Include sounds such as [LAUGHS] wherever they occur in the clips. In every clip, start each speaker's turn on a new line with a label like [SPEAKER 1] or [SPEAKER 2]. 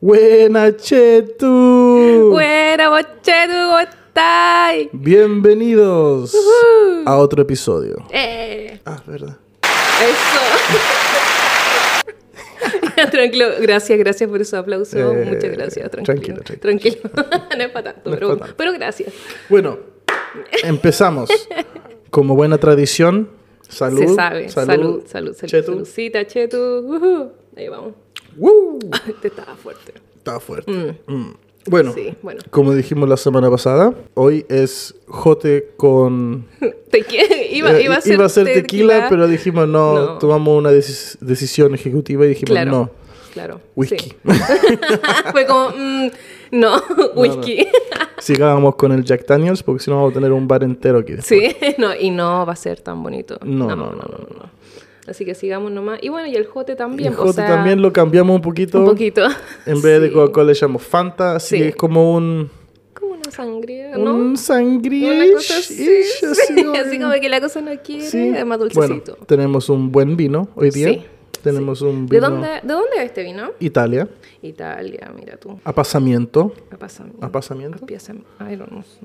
[SPEAKER 1] Buena Chetu.
[SPEAKER 2] Buena Chetu, ¿cómo estáis?
[SPEAKER 1] Bienvenidos a otro episodio.
[SPEAKER 2] Uh. Eh,
[SPEAKER 1] Ah, verdad.
[SPEAKER 2] [LAUGHS] eso. Tranquilo, gracias, gracias por esos aplausos.
[SPEAKER 1] Eh,
[SPEAKER 2] Muchas gracias, tranquilo.
[SPEAKER 1] tranquilo, tranquilo.
[SPEAKER 2] [LAUGHS] no es para tanto,
[SPEAKER 1] No es
[SPEAKER 2] pero,
[SPEAKER 1] pa' tanto.
[SPEAKER 2] pero gracias.
[SPEAKER 1] Bueno,
[SPEAKER 2] [LAUGHS]
[SPEAKER 1] empezamos. Como buena tradición, salud.
[SPEAKER 2] Se sabe. Salud, salud, salud.
[SPEAKER 1] Chetu.
[SPEAKER 2] Saludcita, Chetu. ujú. Ahí vamos. [LAUGHS]
[SPEAKER 1] Woo.
[SPEAKER 2] Este estaba fuerte.
[SPEAKER 1] Está fuerte. Mm. Bueno,
[SPEAKER 2] Sí, bueno. [LAUGHS]
[SPEAKER 1] como dijimos la semana pasada, hoy es jote con...
[SPEAKER 2] Tequi- [LAUGHS] iba,
[SPEAKER 1] eh,
[SPEAKER 2] iba a ser,
[SPEAKER 1] tequila, pero dijimos no,
[SPEAKER 2] No.
[SPEAKER 1] tomamos una decis- decisión ejecutiva y dijimos
[SPEAKER 2] Claro.
[SPEAKER 1] no,
[SPEAKER 2] Claro.
[SPEAKER 1] whisky.
[SPEAKER 2] sí. [LAUGHS] Fue como, mm,
[SPEAKER 1] [LAUGHS]
[SPEAKER 2] no, whisky.
[SPEAKER 1] Sigábamos con el Jack Daniels porque si no vamos a tener un bar entero aquí.
[SPEAKER 2] Sí, [LAUGHS] no, y no va a ser tan bonito.
[SPEAKER 1] No, no, no,
[SPEAKER 2] no. Así que sigamos nomás. Y bueno, y el jote
[SPEAKER 1] Y
[SPEAKER 2] también.
[SPEAKER 1] el
[SPEAKER 2] o
[SPEAKER 1] jote
[SPEAKER 2] sea,
[SPEAKER 1] también lo cambiamos un poquito.
[SPEAKER 2] Un poquito.
[SPEAKER 1] En vez de
[SPEAKER 2] [LAUGHS] Sí.
[SPEAKER 1] Coca-Cola le llamamos Fanta, así
[SPEAKER 2] Sí.
[SPEAKER 1] que es como un,
[SPEAKER 2] Como una sangría, ¿no?
[SPEAKER 1] un sangría.
[SPEAKER 2] Una cosa así.
[SPEAKER 1] ish, así
[SPEAKER 2] sí,
[SPEAKER 1] como
[SPEAKER 2] [LAUGHS] así
[SPEAKER 1] que-
[SPEAKER 2] como que la cosa no quiere,
[SPEAKER 1] sí.
[SPEAKER 2] es más
[SPEAKER 1] Bueno,
[SPEAKER 2] dulcecito.
[SPEAKER 1] tenemos un buen vino hoy día.
[SPEAKER 2] Sí,
[SPEAKER 1] Tenemos un vino
[SPEAKER 2] ¿De, dónde, ¿De dónde es este vino?
[SPEAKER 1] Italia.
[SPEAKER 2] Italia, mira tú.
[SPEAKER 1] Apasamiento.
[SPEAKER 2] Apasamiento.
[SPEAKER 1] Apasamiento.
[SPEAKER 2] Apasamiento. Ay, no, no sé.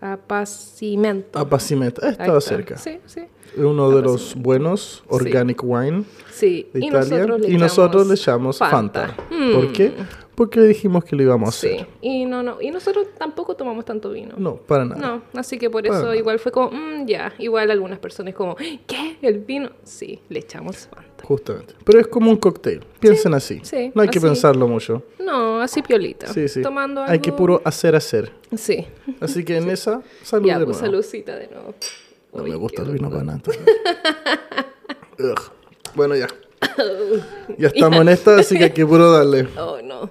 [SPEAKER 2] Apacimiento.
[SPEAKER 1] Apacimento. Eh,
[SPEAKER 2] Ahí
[SPEAKER 1] Estaba
[SPEAKER 2] está.
[SPEAKER 1] cerca.
[SPEAKER 2] Sí, sí.
[SPEAKER 1] Uno de los buenos, Organic Wine.
[SPEAKER 2] Sí,
[SPEAKER 1] de
[SPEAKER 2] y
[SPEAKER 1] Italia.
[SPEAKER 2] nosotros le
[SPEAKER 1] y
[SPEAKER 2] echamos Mm.
[SPEAKER 1] nosotros le llamamos Fanta. ¿Por qué? Porque le dijimos que lo íbamos a hacer.
[SPEAKER 2] Sí, y, no, no, y nosotros tampoco tomamos tanto vino.
[SPEAKER 1] No, para nada.
[SPEAKER 2] No, así que por
[SPEAKER 1] Para
[SPEAKER 2] eso
[SPEAKER 1] nada.
[SPEAKER 2] igual fue como, mm, ya, igual algunas personas como, ¿qué? ¿El vino? Sí, le echamos Fanta.
[SPEAKER 1] Justamente. Pero es como un cóctel. Piensen así.
[SPEAKER 2] sí,
[SPEAKER 1] no hay que
[SPEAKER 2] así.
[SPEAKER 1] pensarlo mucho.
[SPEAKER 2] No, así piolita.
[SPEAKER 1] Sí, sí.
[SPEAKER 2] Tomando algo.
[SPEAKER 1] Hay que puro hacer, hacer.
[SPEAKER 2] [LAUGHS] Sí.
[SPEAKER 1] Así que en esa, salud
[SPEAKER 2] Ya,
[SPEAKER 1] de
[SPEAKER 2] pues
[SPEAKER 1] nuevo.
[SPEAKER 2] saludcita de nuevo.
[SPEAKER 1] No
[SPEAKER 2] Uy,
[SPEAKER 1] me gusta
[SPEAKER 2] qué
[SPEAKER 1] el vino para
[SPEAKER 2] [LAUGHS]
[SPEAKER 1] nada. Ugh. Bueno, ya. Ya estamos en esta, así que hay que puro darle. Mm.
[SPEAKER 2] Oh, no.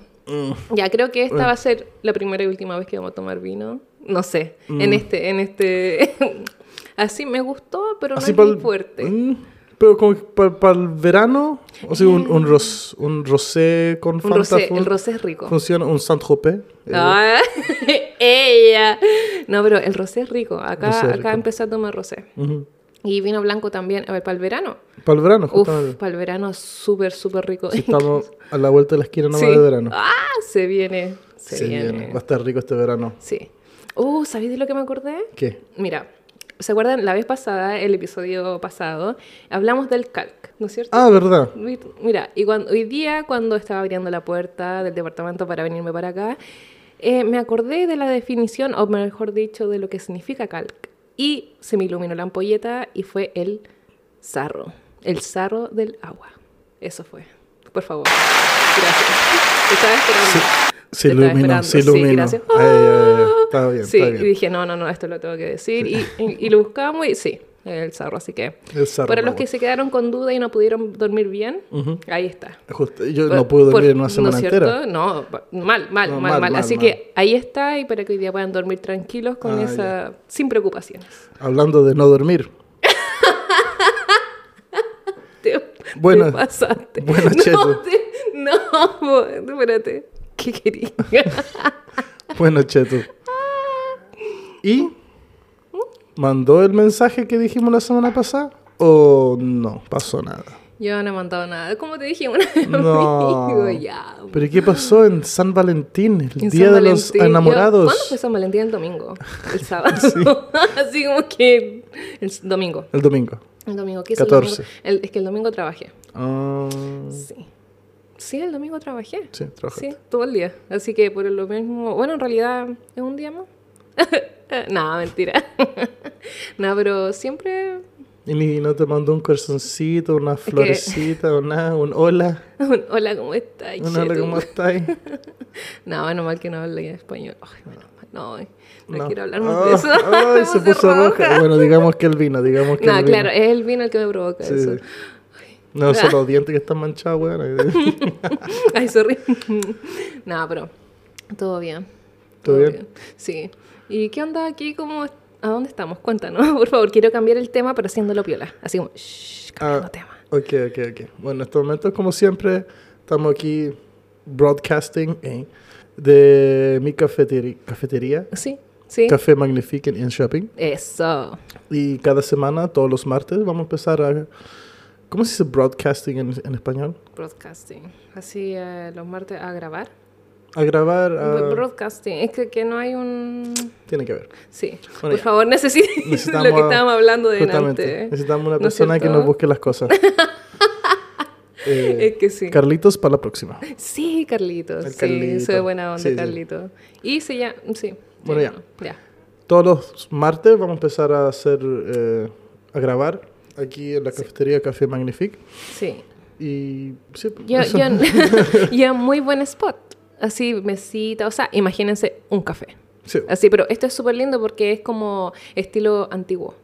[SPEAKER 2] Ya, creo que esta va a ser la primera y última vez que vamos a tomar vino. No sé,
[SPEAKER 1] Mm.
[SPEAKER 2] en este, en este... [LAUGHS] Así me gustó, pero no
[SPEAKER 1] Así
[SPEAKER 2] es
[SPEAKER 1] para
[SPEAKER 2] muy fuerte.
[SPEAKER 1] pero como para el verano, o sea, un, un, ros- un rosé con
[SPEAKER 2] Mm. Un
[SPEAKER 1] Fanta.
[SPEAKER 2] rosé,
[SPEAKER 1] fun-
[SPEAKER 2] el rosé es rico.
[SPEAKER 1] Funciona un Saint-Tropez. eh,
[SPEAKER 2] Ah, [LAUGHS] ella. No, pero el rosé es rico. Acá,
[SPEAKER 1] Rosé es
[SPEAKER 2] acá
[SPEAKER 1] rico.
[SPEAKER 2] empecé a tomar rosé.
[SPEAKER 1] ujú.
[SPEAKER 2] Y vino blanco también, a ver, para el verano.
[SPEAKER 1] Para el verano,
[SPEAKER 2] Uf,
[SPEAKER 1] justamente.
[SPEAKER 2] para el verano súper, súper rico. [LAUGHS]
[SPEAKER 1] Si estamos a la vuelta de la esquina nomás
[SPEAKER 2] pues. Sí.
[SPEAKER 1] de verano.
[SPEAKER 2] Ah, se viene, se,
[SPEAKER 1] Se
[SPEAKER 2] viene.
[SPEAKER 1] viene. Va a estar rico este verano.
[SPEAKER 2] Sí. Uh, ¿sabéis de lo que me acordé?
[SPEAKER 1] ¿Qué?
[SPEAKER 2] Mira, ¿se acuerdan la vez pasada, el episodio pasado? Hablamos del calc, ¿no es cierto?
[SPEAKER 1] Ah, verdad.
[SPEAKER 2] Mi- Mira, y cuan- hoy día cuando estaba abriendo la puerta del departamento para venirme para acá, eh, me acordé de la definición, o mejor dicho, de lo que significa calc. Y se me iluminó la ampolleta y fue el sarro, el sarro del agua. Eso fue. Por favor. Gracias. Te estaba esperando.
[SPEAKER 1] Se
[SPEAKER 2] Te estaba
[SPEAKER 1] iluminó,
[SPEAKER 2] esperando.
[SPEAKER 1] se Ah,
[SPEAKER 2] Sí,
[SPEAKER 1] iluminó.
[SPEAKER 2] gracias. Ah.
[SPEAKER 1] Ay, ay, ay, ay. Está bien,
[SPEAKER 2] sí,
[SPEAKER 1] está
[SPEAKER 2] y
[SPEAKER 1] bien.
[SPEAKER 2] dije, no, no, no, esto lo tengo que decir. Y, y- y lo buscamos y sí, el sarro. Así que,
[SPEAKER 1] El sarro,
[SPEAKER 2] para los
[SPEAKER 1] bravo.
[SPEAKER 2] que se quedaron con duda y no pudieron dormir bien, ahí está.
[SPEAKER 1] Justo, yo
[SPEAKER 2] Por-
[SPEAKER 1] no pude dormir
[SPEAKER 2] por-
[SPEAKER 1] en una semana
[SPEAKER 2] ¿no es cierto?
[SPEAKER 1] entera.
[SPEAKER 2] No, pa- mal, mal,
[SPEAKER 1] No,
[SPEAKER 2] mal,
[SPEAKER 1] mal,
[SPEAKER 2] mal.
[SPEAKER 1] mal,
[SPEAKER 2] Así
[SPEAKER 1] mal.
[SPEAKER 2] que ahí está y para que hoy día puedan dormir tranquilos con
[SPEAKER 1] Ah,
[SPEAKER 2] esa, sin preocupaciones. [LAUGHS]
[SPEAKER 1] Hablando de no dormir.
[SPEAKER 2] Te,
[SPEAKER 1] Buena-
[SPEAKER 2] te pasaste.
[SPEAKER 1] buena
[SPEAKER 2] no,
[SPEAKER 1] Chetu.
[SPEAKER 2] te- no, bo- espérate. ¿Qué querías? [LAUGHS]
[SPEAKER 1] Bueno, Cheto.
[SPEAKER 2] Ah.
[SPEAKER 1] ¿Y mandó el mensaje que dijimos la semana pasada? ¿O no pasó nada?
[SPEAKER 2] Yo no he mandado nada. Como te dije una vez,
[SPEAKER 1] No.
[SPEAKER 2] amigo, ya.
[SPEAKER 1] ¿Pero qué pasó en San Valentín, el
[SPEAKER 2] En
[SPEAKER 1] Día
[SPEAKER 2] San
[SPEAKER 1] de los
[SPEAKER 2] Valentín. Yo- ¿Cuándo fue
[SPEAKER 1] Enamorados?
[SPEAKER 2] San Valentín? El domingo.
[SPEAKER 1] [LAUGHS]
[SPEAKER 2] El sábado. [LAUGHS] Así como que. El s- domingo.
[SPEAKER 1] El domingo.
[SPEAKER 2] El domingo. ¿Qué hice El
[SPEAKER 1] 14.
[SPEAKER 2] domingo? El- es que el domingo trabajé.
[SPEAKER 1] Ah,
[SPEAKER 2] Sí. Sí, el domingo trabajé.
[SPEAKER 1] sí, trabajaste.
[SPEAKER 2] Sí, todo el día. Así que por lo mismo. Bueno, en realidad es un día más. [LAUGHS] no, mentira. [LAUGHS] no, pero siempre.
[SPEAKER 1] ¿Y ni- no te mandó un corazoncito, una florecita o nada? ¿Un hola?
[SPEAKER 2] un Hola, ¿cómo estás?
[SPEAKER 1] ¿Un hola,
[SPEAKER 2] Chetu?
[SPEAKER 1] cómo estás?
[SPEAKER 2] No, menos mal que no hable español. Ay, menos mal. No, ay, [LAUGHS] no,
[SPEAKER 1] No.
[SPEAKER 2] quiero hablar más
[SPEAKER 1] Ah,
[SPEAKER 2] de eso.
[SPEAKER 1] [LAUGHS] Ay,
[SPEAKER 2] [LAUGHS] Me
[SPEAKER 1] se
[SPEAKER 2] puse
[SPEAKER 1] puso roja.
[SPEAKER 2] roja.
[SPEAKER 1] Bueno, digamos que el vino, digamos que
[SPEAKER 2] No,
[SPEAKER 1] el vino.
[SPEAKER 2] claro, Ah. es el vino el que me provoca
[SPEAKER 1] Sí.
[SPEAKER 2] eso.
[SPEAKER 1] No, son los dientes que están manchados,
[SPEAKER 2] [LAUGHS]
[SPEAKER 1] weón.
[SPEAKER 2] Ay, sorry. [LAUGHS] no, pero todo bien.
[SPEAKER 1] ¿Todo bien?
[SPEAKER 2] Sí. ¿Y qué onda aquí? ¿Cómo es- ¿A dónde estamos? Cuéntanos, [LAUGHS] por favor. Quiero cambiar el tema, pero haciéndolo piola. Así como, shh, cambiando
[SPEAKER 1] Ah,
[SPEAKER 2] tema.
[SPEAKER 1] ok, ok, ok. Bueno, en estos momentos, como siempre, estamos aquí broadcasting eh, de mi cafeteri- cafetería,
[SPEAKER 2] Sí, sí.
[SPEAKER 1] Café Magnifique en Shopping.
[SPEAKER 2] Eso.
[SPEAKER 1] Y cada semana, todos los martes, vamos a empezar a... ¿Cómo se dice broadcasting en, en español?
[SPEAKER 2] Broadcasting. Así eh, los martes a grabar.
[SPEAKER 1] a grabar. a-
[SPEAKER 2] Broadcasting. Es que, que no hay un...
[SPEAKER 1] Tiene que ver.
[SPEAKER 2] Sí.
[SPEAKER 1] Bueno,
[SPEAKER 2] Por
[SPEAKER 1] ya.
[SPEAKER 2] favor, [LAUGHS] necesito
[SPEAKER 1] Necesitamos-
[SPEAKER 2] lo que estábamos hablando de
[SPEAKER 1] justamente,
[SPEAKER 2] delante.
[SPEAKER 1] Necesitamos una
[SPEAKER 2] ¿No es
[SPEAKER 1] persona que
[SPEAKER 2] cierto?
[SPEAKER 1] nos busque las cosas.
[SPEAKER 2] [LAUGHS]
[SPEAKER 1] Eh,
[SPEAKER 2] Es que sí.
[SPEAKER 1] Carlitos para la próxima.
[SPEAKER 2] Sí, Carlitos.
[SPEAKER 1] El
[SPEAKER 2] sí,
[SPEAKER 1] Carlito.
[SPEAKER 2] soy buena onda,
[SPEAKER 1] Sí, sí.
[SPEAKER 2] Carlito. Y se llama... Sí.
[SPEAKER 1] Bueno,
[SPEAKER 2] sí, Ya.
[SPEAKER 1] Todos los martes vamos a empezar a hacer, eh, a grabar aquí en la cafetería Café Magnifique.
[SPEAKER 2] Sí.
[SPEAKER 1] Y sí,
[SPEAKER 2] Yo,
[SPEAKER 1] eso. [LAUGHS]
[SPEAKER 2] yo, yo muy buen spot. Así, mesita. O sea, imagínense un café.
[SPEAKER 1] Sí.
[SPEAKER 2] Así, pero esto es súper lindo porque es como estilo antiguo.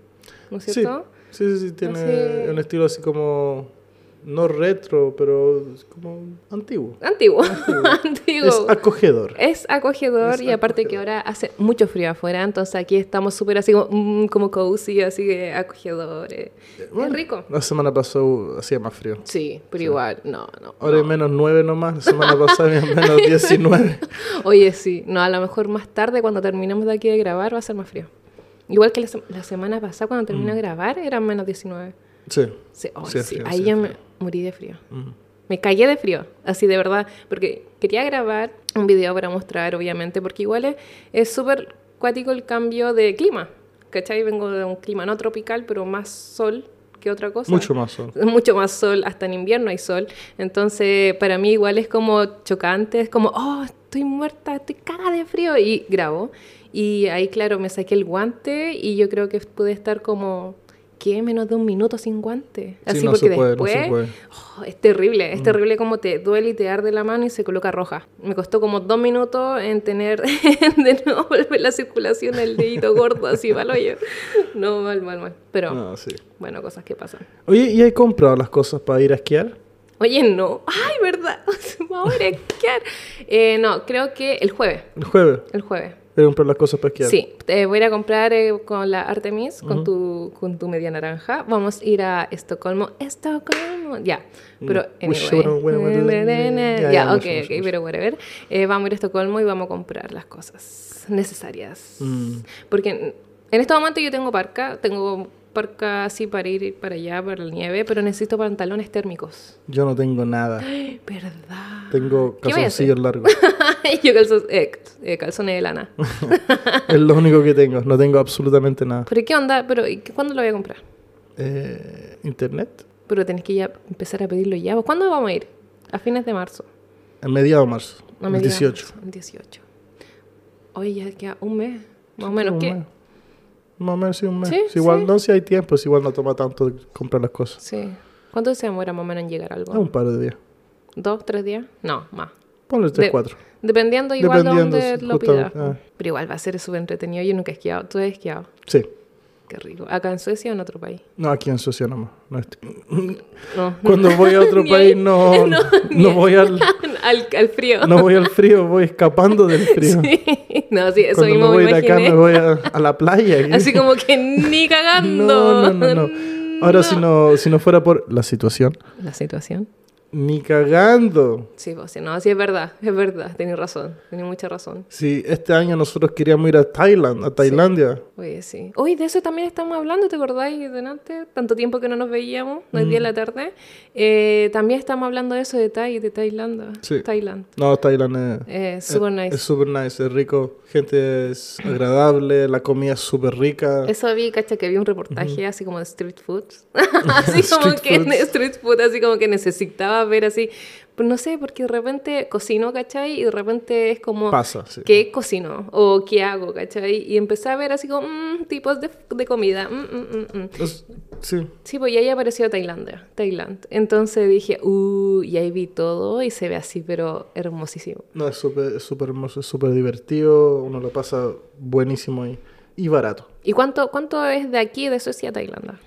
[SPEAKER 2] ¿No es
[SPEAKER 1] Sí.
[SPEAKER 2] cierto?
[SPEAKER 1] Sí, sí, sí, tiene
[SPEAKER 2] Así-
[SPEAKER 1] un estilo así como, no retro, pero es como antiguo.
[SPEAKER 2] Antiguo.
[SPEAKER 1] Es
[SPEAKER 2] [LAUGHS] antiguo.
[SPEAKER 1] acogedor.
[SPEAKER 2] Es acogedor
[SPEAKER 1] Es
[SPEAKER 2] y aparte que ahora hace mucho frío afuera, entonces aquí estamos súper así como, mm, como cozy, así que acogedores.
[SPEAKER 1] Bueno,
[SPEAKER 2] es rico.
[SPEAKER 1] La semana pasada hacía más frío.
[SPEAKER 2] Sí, pero igual, no, no.
[SPEAKER 1] Ahora hay menos 9 nomás, la semana pasada
[SPEAKER 2] [LAUGHS]
[SPEAKER 1] había menos 19.
[SPEAKER 2] Oye, sí, no, a lo mejor más tarde cuando terminemos de aquí de grabar va a ser más frío. Igual que la, sem- la semana pasada cuando terminé de grabar eran menos 19.
[SPEAKER 1] Sí.
[SPEAKER 2] Sí, ay,
[SPEAKER 1] Mm. Sí, es
[SPEAKER 2] sí,
[SPEAKER 1] frío,
[SPEAKER 2] ahí
[SPEAKER 1] sí, es
[SPEAKER 2] ya
[SPEAKER 1] frío.
[SPEAKER 2] me morí de frío.
[SPEAKER 1] Mm.
[SPEAKER 2] Me cagué de frío, así de verdad, porque quería grabar un video para mostrar, obviamente, porque igual es- es súper cuático el cambio de clima, ¿cachai? Vengo de un clima no tropical, pero más sol que otra cosa.
[SPEAKER 1] Mucho más sol.
[SPEAKER 2] [LAUGHS] Mucho más sol, hasta en invierno hay sol. Entonces, para mí igual es como chocante, es como, oh, estoy muerta, estoy cagada de frío, y grabo. Y ahí, claro, me saqué el guante y yo creo que pude estar como, ¿qué? Menos de un minuto sin guante.
[SPEAKER 1] Sí,
[SPEAKER 2] Así
[SPEAKER 1] no
[SPEAKER 2] porque
[SPEAKER 1] se puede, no
[SPEAKER 2] después...
[SPEAKER 1] se puede. Mm.
[SPEAKER 2] Oh, es terrible, es terrible como te duele y te arde la mano y se coloca roja. Me costó como dos minutos en tener [LAUGHS] de nuevo volver la circulación al dedito gordo así, mal hoyo. No, mal, mal, mal. Pero
[SPEAKER 1] Ah, sí.
[SPEAKER 2] bueno, cosas que pasan.
[SPEAKER 1] Oye, ¿y hay comprado las cosas para ir a esquiar?
[SPEAKER 2] Oye, no. Ay, ¿verdad? [LAUGHS] Vamos a ir a esquiar. Eh, no, creo que el jueves.
[SPEAKER 1] El jueves.
[SPEAKER 2] El jueves.
[SPEAKER 1] He comprado las cosas para esquiar.
[SPEAKER 2] Sí, te voy a ir a comprar eh, con la Artemis, con, tu, con tu media naranja. Vamos a ir a Estocolmo. Estocolmo, ya. Pero,
[SPEAKER 1] We should have went with the- Ya,
[SPEAKER 2] anyway.
[SPEAKER 1] ya,
[SPEAKER 2] Ya,
[SPEAKER 1] mucho,
[SPEAKER 2] ok,
[SPEAKER 1] mucho,
[SPEAKER 2] ok,
[SPEAKER 1] mucho.
[SPEAKER 2] pero whatever. Eh, vamos a ir a Estocolmo y vamos a comprar las cosas necesarias.
[SPEAKER 1] Mm.
[SPEAKER 2] Porque en- en este momento yo tengo parca, tengo parca así para ir para allá, para la nieve, pero necesito pantalones térmicos.
[SPEAKER 1] Yo no tengo nada.
[SPEAKER 2] ¿Verdad?
[SPEAKER 1] Tengo
[SPEAKER 2] ¿Qué voy a hacer?
[SPEAKER 1] calzoncillos largos.
[SPEAKER 2] [LAUGHS] yo calzo- eh, eh, calzones de
[SPEAKER 1] [LAUGHS]
[SPEAKER 2] lana.
[SPEAKER 1] es lo único que tengo. No tengo absolutamente nada.
[SPEAKER 2] ¿Pero qué onda? ¿Pero ¿y qué- cuándo lo voy a comprar?
[SPEAKER 1] Eh, ¿Internet?
[SPEAKER 2] Pero tenés que ya empezar a pedirlo ya. ¿Vos ¿Cuándo vamos a ir? A fines de marzo.
[SPEAKER 1] A mediados de marzo.
[SPEAKER 2] A
[SPEAKER 1] el
[SPEAKER 2] mediados de
[SPEAKER 1] 18.
[SPEAKER 2] marzo, El 18. Hoy ya queda un mes. Más o menos
[SPEAKER 1] Un
[SPEAKER 2] que.
[SPEAKER 1] mes. Más o menos sí, un mes.
[SPEAKER 2] Sí,
[SPEAKER 1] Si igual
[SPEAKER 2] sí.
[SPEAKER 1] no, si hay tiempo, si igual no toma tanto comprar las cosas.
[SPEAKER 2] Sí. ¿Cuánto se demora más o menos en llegar algo?
[SPEAKER 1] Ah, un par de días.
[SPEAKER 2] ¿Dos, tres días? No, más.
[SPEAKER 1] Ponle 3,
[SPEAKER 2] De-
[SPEAKER 1] 4.
[SPEAKER 2] Dependiendo igual
[SPEAKER 1] Dependiendo,
[SPEAKER 2] de
[SPEAKER 1] sí,
[SPEAKER 2] dónde lo pidas.
[SPEAKER 1] justamente, ah.
[SPEAKER 2] Pero igual va a ser súper entretenido. Yo nunca he esquiado. ¿Tú has esquiado?
[SPEAKER 1] Sí.
[SPEAKER 2] Qué rico. ¿Acá en Suecia o en otro país?
[SPEAKER 1] No, aquí en Suecia nomás. No est-
[SPEAKER 2] [LAUGHS] No.
[SPEAKER 1] Cuando voy a otro
[SPEAKER 2] Ni ahí.
[SPEAKER 1] país no, no,
[SPEAKER 2] [LAUGHS] No, ni ahí.
[SPEAKER 1] voy al,
[SPEAKER 2] [LAUGHS] al, al frío.
[SPEAKER 1] no voy al frío, voy escapando
[SPEAKER 2] [LAUGHS]
[SPEAKER 1] del frío.
[SPEAKER 2] Sí. No, sí, eso
[SPEAKER 1] Cuando me
[SPEAKER 2] mismo
[SPEAKER 1] voy
[SPEAKER 2] me
[SPEAKER 1] de acá
[SPEAKER 2] imaginé.
[SPEAKER 1] me voy a, a la playa.
[SPEAKER 2] Así como que ni
[SPEAKER 1] [LAUGHS]
[SPEAKER 2] cagando.
[SPEAKER 1] no, no, no, no. Ahora Si, no, si no fuera por la situación,
[SPEAKER 2] La situación.
[SPEAKER 1] ni cagando.
[SPEAKER 2] Sí, pues, sí, no, sí, es verdad, es verdad, tenés razón, tenés mucha razón.
[SPEAKER 1] Si este año nosotros queríamos ir a Tailandia, a Tailandia.
[SPEAKER 2] Oye, sí. Oye, de eso también estamos hablando, ¿te acordáis de antes? Tanto tiempo que no nos veíamos, no
[SPEAKER 1] Mm.
[SPEAKER 2] es día de la tarde. Eh, también estamos hablando de eso de Tai, de Tailandia.
[SPEAKER 1] Sí.
[SPEAKER 2] Thailand.
[SPEAKER 1] No, Tailandia es
[SPEAKER 2] Eh, super
[SPEAKER 1] es-
[SPEAKER 2] nice.
[SPEAKER 1] Es súper nice, es rico, gente es agradable, la comida es súper rica.
[SPEAKER 2] Eso vi, cacha, que vi un reportaje así como de street food.
[SPEAKER 1] [LAUGHS]
[SPEAKER 2] así como
[SPEAKER 1] Street
[SPEAKER 2] que
[SPEAKER 1] foods.
[SPEAKER 2] street food, así como que necesitaba ver así. Pues no sé, porque de repente cocino, ¿cachai? Y de repente es como...
[SPEAKER 1] Pasa, sí.
[SPEAKER 2] ¿Qué cocino? ¿O qué hago? ¿Cachai? Y empecé a ver así como mm, tipos de, de comida. mm, mm, mm, mm.
[SPEAKER 1] Es- sí.
[SPEAKER 2] Sí, pues y ahí apareció Tailandia, Tailand. Entonces dije, uh, y ahí vi todo y se ve así, pero hermosísimo.
[SPEAKER 1] No, es súper es súper hermoso, es súper divertido, uno lo pasa buenísimo ahí. Y barato.
[SPEAKER 2] ¿Y cuánto, cuánto es de aquí, de Suecia a Tailandia?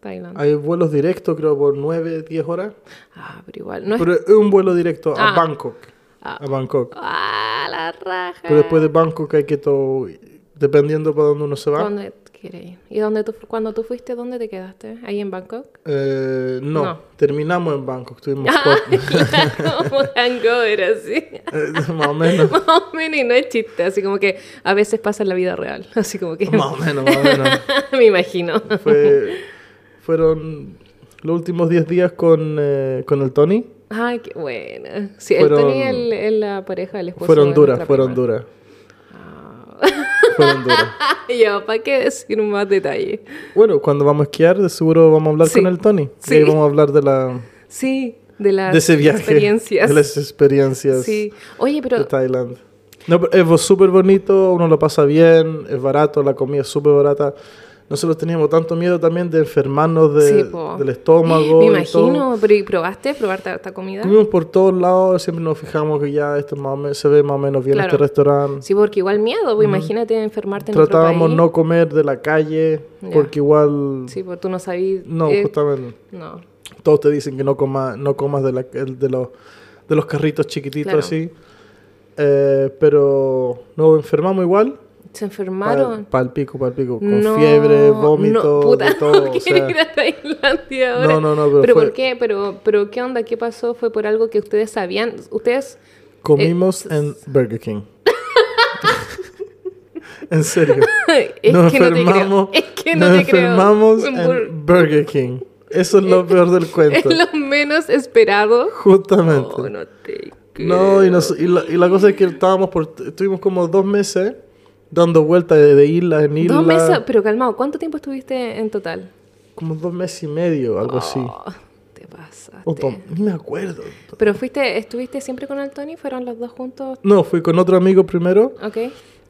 [SPEAKER 2] Tailandia.
[SPEAKER 1] Hay vuelos directos, creo, por 9, 10 horas.
[SPEAKER 2] Ah, pero igual, no es
[SPEAKER 1] Pero es un vuelo directo a
[SPEAKER 2] Ah.
[SPEAKER 1] Bangkok.
[SPEAKER 2] Ah.
[SPEAKER 1] A Bangkok.
[SPEAKER 2] ¡Ah, la raja!
[SPEAKER 1] Pero después de Bangkok hay que todo... Dependiendo para dónde uno se va.
[SPEAKER 2] ¿Dónde quieres ir? ¿Y dónde tú, cuando tú fuiste, dónde te quedaste? ¿Ahí en Bangkok?
[SPEAKER 1] Eh, no,
[SPEAKER 2] No.
[SPEAKER 1] terminamos en Bangkok. Tuvimos
[SPEAKER 2] [LAUGHS] Ah,
[SPEAKER 1] cuatro- [LAUGHS]
[SPEAKER 2] como hangover, así. [LAUGHS]
[SPEAKER 1] eh, más o menos.
[SPEAKER 2] Más o menos, y no es chiste, así como que a veces pasa en la vida real, [LAUGHS] así como que...
[SPEAKER 1] Más o menos, más o menos.
[SPEAKER 2] Me imagino.
[SPEAKER 1] Fue- fueron los últimos 10 días con, eh, con el Tony.
[SPEAKER 2] Ay, qué buena. Sí, él
[SPEAKER 1] Fueron-
[SPEAKER 2] tenía el, el- la pareja del esposo.
[SPEAKER 1] Fueron
[SPEAKER 2] de
[SPEAKER 1] duras,
[SPEAKER 2] nuestra
[SPEAKER 1] fueron
[SPEAKER 2] prima.
[SPEAKER 1] duras. Fueron duras.
[SPEAKER 2] Ah. [LAUGHS] Ya, ¿para qué decir más detalle?
[SPEAKER 1] Bueno, cuando vamos a esquiar, de seguro vamos a hablar
[SPEAKER 2] Sí.
[SPEAKER 1] con el Tony.
[SPEAKER 2] Sí.
[SPEAKER 1] Y ahí vamos a hablar de, la,
[SPEAKER 2] Sí, de [LAUGHS] las
[SPEAKER 1] de ese viaje.
[SPEAKER 2] experiencias.
[SPEAKER 1] De las experiencias
[SPEAKER 2] Sí. Oye,
[SPEAKER 1] de
[SPEAKER 2] pero
[SPEAKER 1] Tailandia. No, pero es súper bonito, uno lo pasa bien, es barato, la comida es súper barata. Nosotros teníamos tanto miedo también de enfermarnos de-
[SPEAKER 2] Sí, po.
[SPEAKER 1] del estómago.
[SPEAKER 2] me
[SPEAKER 1] y todo.
[SPEAKER 2] imagino, pero ¿y probaste probarte esta comida?
[SPEAKER 1] Comimos por todos lados, siempre nos fijamos que ya este más o menos- se ve más o menos bien
[SPEAKER 2] Claro.
[SPEAKER 1] este restaurante.
[SPEAKER 2] Sí, porque igual miedo, pues, imagínate enfermarte en
[SPEAKER 1] Tratábamos no
[SPEAKER 2] otro
[SPEAKER 1] comer de la calle,
[SPEAKER 2] Ya.
[SPEAKER 1] porque igual...
[SPEAKER 2] país. Sí, porque tú no sabías.
[SPEAKER 1] No,
[SPEAKER 2] eh,
[SPEAKER 1] justamente.
[SPEAKER 2] No.
[SPEAKER 1] Todos te dicen que no, coma, no comas de, la- el- de, los, de los carritos chiquititos
[SPEAKER 2] Claro.
[SPEAKER 1] así. Eh, pero nos enfermamos igual.
[SPEAKER 2] Se
[SPEAKER 1] Para
[SPEAKER 2] enfermaron.
[SPEAKER 1] el pico, para el pico. Con
[SPEAKER 2] No,
[SPEAKER 1] fiebre,
[SPEAKER 2] no,
[SPEAKER 1] vómito,
[SPEAKER 2] puta,
[SPEAKER 1] de todo.
[SPEAKER 2] [LAUGHS] No
[SPEAKER 1] o
[SPEAKER 2] quiero
[SPEAKER 1] sea,
[SPEAKER 2] ir a Tailandia ahora.
[SPEAKER 1] No, no, no, pero fue-
[SPEAKER 2] por qué? Pero, pero ¿qué onda? ¿Qué pasó? ¿Fue por algo que ustedes sabían? Ustedes. [LAUGHS]
[SPEAKER 1] comimos en Burger King. [LAUGHS] en serio.
[SPEAKER 2] es
[SPEAKER 1] nos
[SPEAKER 2] que
[SPEAKER 1] enfermamos.
[SPEAKER 2] no te creo. Es que no
[SPEAKER 1] nos
[SPEAKER 2] te creo.
[SPEAKER 1] enfermamos
[SPEAKER 2] Fue por-
[SPEAKER 1] en Burger King. Eso es lo peor
[SPEAKER 2] [LAUGHS]
[SPEAKER 1] del
[SPEAKER 2] Es
[SPEAKER 1] cuento.
[SPEAKER 2] lo menos esperado.
[SPEAKER 1] Justamente.
[SPEAKER 2] Oh, no te creo.
[SPEAKER 1] No, y, nos- y la, y la cosa es que estábamos por, estuvimos como dos meses dando vueltas de, de isla en isla.
[SPEAKER 2] Dos meses, pero calmado, ¿cuánto tiempo estuviste en total?
[SPEAKER 1] Como dos meses y medio, algo así.
[SPEAKER 2] Oh, te pasaste.
[SPEAKER 1] O dos- ni me acuerdo.
[SPEAKER 2] Pero fuiste, estuviste siempre con el Tony, fueron los dos juntos,
[SPEAKER 1] No, fui con otro amigo primero
[SPEAKER 2] ¿ok?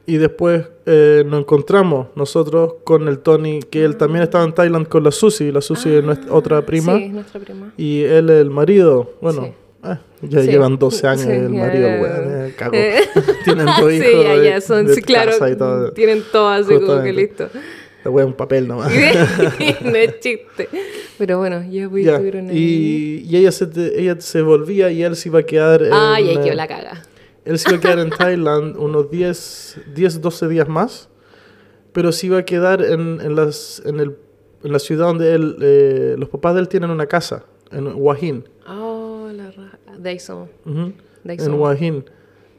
[SPEAKER 1] y después eh, nos encontramos nosotros con el Tony, que él también estaba en Thailand con la Susi. La Susi es nuestra otra prima
[SPEAKER 2] Ah. Sí, nuestra prima.
[SPEAKER 1] y él es el marido. Bueno,
[SPEAKER 2] Sí.
[SPEAKER 1] ah, ya
[SPEAKER 2] Sí.
[SPEAKER 1] llevan 12 años
[SPEAKER 2] Sí,
[SPEAKER 1] el
[SPEAKER 2] ya.
[SPEAKER 1] marido, weón. eh,
[SPEAKER 2] [LAUGHS]
[SPEAKER 1] cago.
[SPEAKER 2] Eh.
[SPEAKER 1] Tienen dos hijos.
[SPEAKER 2] sí, ya,
[SPEAKER 1] de-
[SPEAKER 2] ya, son,
[SPEAKER 1] de
[SPEAKER 2] sí, claro,
[SPEAKER 1] casa y todo.
[SPEAKER 2] tienen todo así como que
[SPEAKER 1] Justamente. [LAUGHS]
[SPEAKER 2] listo. [LAUGHS]
[SPEAKER 1] La wea es un papel nomás.
[SPEAKER 2] no es chiste. Pero bueno, ya voy,
[SPEAKER 1] Ya,
[SPEAKER 2] estuvieron ahí.
[SPEAKER 1] Y, y ella, se te- ella se volvía y él se iba a quedar en,
[SPEAKER 2] Ay, ahí quedó
[SPEAKER 1] eh,
[SPEAKER 2] la caga.
[SPEAKER 1] él se iba a quedar
[SPEAKER 2] [LAUGHS]
[SPEAKER 1] en Thailand unos 10, 10, 12 días más, pero se iba a quedar en, en las, en, el, en la ciudad donde él, eh, los papás de él tienen una casa, en Wahin.
[SPEAKER 2] Oh, la raja. De ahí somos.
[SPEAKER 1] Ujú,
[SPEAKER 2] De ahí
[SPEAKER 1] en
[SPEAKER 2] somos.
[SPEAKER 1] Wahin.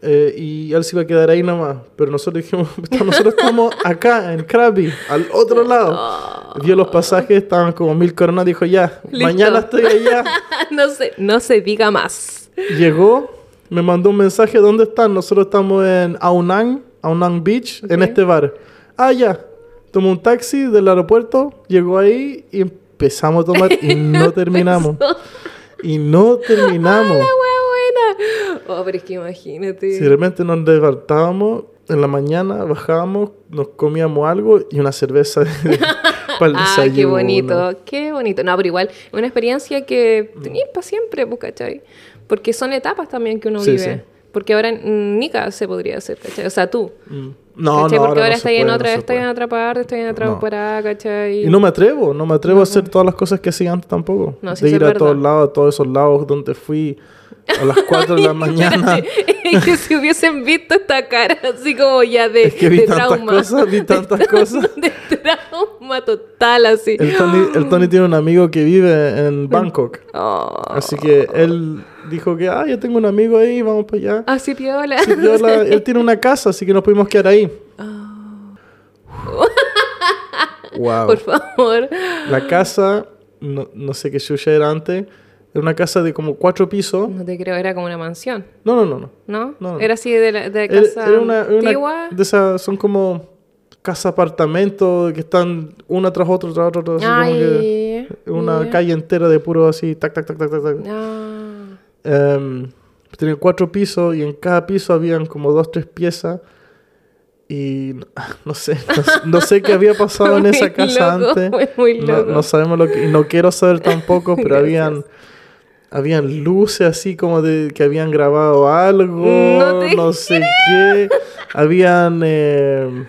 [SPEAKER 1] Eh, y él se iba a quedar ahí nomás, pero nosotros dijimos, [LAUGHS] "Puta, nosotros estamos acá, en Krabi, al otro lado.
[SPEAKER 2] Oh.
[SPEAKER 1] Vio los pasajes, estaban como mil coronas, dijo, ya,
[SPEAKER 2] Listo.
[SPEAKER 1] mañana estoy allá.
[SPEAKER 2] [LAUGHS] no, se, no se diga más.
[SPEAKER 1] Llegó, me mandó un mensaje, ¿dónde están? Nosotros estamos en Aunang, Aunang Beach, en
[SPEAKER 2] Ok.
[SPEAKER 1] este bar. Ah, ya. Tomó un taxi del aeropuerto, llegó ahí y empezamos a tomar y no
[SPEAKER 2] [LAUGHS]
[SPEAKER 1] terminamos. y no terminamos.
[SPEAKER 2] ¡Qué Ah, buena! Oh, pero es que imagínate.
[SPEAKER 1] Si realmente nos levantábamos en la mañana, bajábamos, nos comíamos algo y una cerveza [LAUGHS]
[SPEAKER 2] [LAUGHS]
[SPEAKER 1] para el
[SPEAKER 2] ah,
[SPEAKER 1] desayuno.
[SPEAKER 2] qué bonito, qué bonito. No, pero igual, una experiencia que tenías para siempre, pues, ¿cachai? Porque son etapas también que uno
[SPEAKER 1] Mm. Sí,
[SPEAKER 2] vive.
[SPEAKER 1] sí.
[SPEAKER 2] Porque ahora mm, Nica se podría hacer, ¿cachai? O sea, tú.
[SPEAKER 1] Mm. No,
[SPEAKER 2] ¿cachai?
[SPEAKER 1] no,
[SPEAKER 2] Porque
[SPEAKER 1] no
[SPEAKER 2] ahora,
[SPEAKER 1] se
[SPEAKER 2] estoy en
[SPEAKER 1] puede, no
[SPEAKER 2] otra,
[SPEAKER 1] se
[SPEAKER 2] estoy en
[SPEAKER 1] puede.
[SPEAKER 2] otra parte, estoy en otra
[SPEAKER 1] No.
[SPEAKER 2] parada, ¿cachai?
[SPEAKER 1] Y
[SPEAKER 2] [LAUGHS]
[SPEAKER 1] no me atrevo, no me atrevo a hacer todas las cosas que hacía antes tampoco.
[SPEAKER 2] No, sí,
[SPEAKER 1] de
[SPEAKER 2] eso
[SPEAKER 1] ir
[SPEAKER 2] es
[SPEAKER 1] a todos
[SPEAKER 2] verdad.
[SPEAKER 1] lados, a todos esos lados donde fui a las 4
[SPEAKER 2] [LAUGHS]
[SPEAKER 1] de la mañana.
[SPEAKER 2] que si hubiesen visto esta cara así como ya
[SPEAKER 1] [LAUGHS]
[SPEAKER 2] de,
[SPEAKER 1] Es que vi
[SPEAKER 2] de
[SPEAKER 1] tantas
[SPEAKER 2] trauma.
[SPEAKER 1] cosas, vi tantas cosas.
[SPEAKER 2] [LAUGHS] de trauma total así.
[SPEAKER 1] El
[SPEAKER 2] [GASPS]
[SPEAKER 1] Tony, el Tony tiene un amigo que vive en Bangkok.
[SPEAKER 2] Oh.
[SPEAKER 1] Así que él dijo que, ah, yo tengo un amigo ahí, vamos para allá.
[SPEAKER 2] Así piola.
[SPEAKER 1] Sí, yo la- él tiene una casa, así que nos pudimos quedar ahí. wow.
[SPEAKER 2] [LAUGHS] Oh. Por favor.
[SPEAKER 1] La casa, no, no sé qué suya era antes, era una casa de como cuatro pisos.
[SPEAKER 2] No te creo, era como una mansión,
[SPEAKER 1] No, no, no, no.
[SPEAKER 2] ¿no?
[SPEAKER 1] No.
[SPEAKER 2] Era así de, la- de
[SPEAKER 1] Era-
[SPEAKER 2] casa
[SPEAKER 1] era una- era una
[SPEAKER 2] antigua.
[SPEAKER 1] de esas- son como casa apartamento que están una tras otra, tras otra, tras otra, así como que
[SPEAKER 2] Ay,
[SPEAKER 1] una
[SPEAKER 2] mira.
[SPEAKER 1] calle entera de puro así, tac, tac, tac, tac, tac. tac.
[SPEAKER 2] Ah.
[SPEAKER 1] Em, tenía cuatro pisos y en cada piso habían como dos, tres piezas. Y no- no sé, no, sé- no sé qué había pasado
[SPEAKER 2] [LAUGHS]
[SPEAKER 1] en
[SPEAKER 2] Muy
[SPEAKER 1] esa casa
[SPEAKER 2] loco,
[SPEAKER 1] antes.
[SPEAKER 2] muy, muy
[SPEAKER 1] no,
[SPEAKER 2] loco.
[SPEAKER 1] no sabemos lo que, y no quiero
[SPEAKER 2] [LAUGHS]
[SPEAKER 1] saber tampoco, pero
[SPEAKER 2] Gracias.
[SPEAKER 1] habían, habían luces así como de que habían grabado algo,
[SPEAKER 2] No
[SPEAKER 1] no,
[SPEAKER 2] te
[SPEAKER 1] sé qué. Habían eh,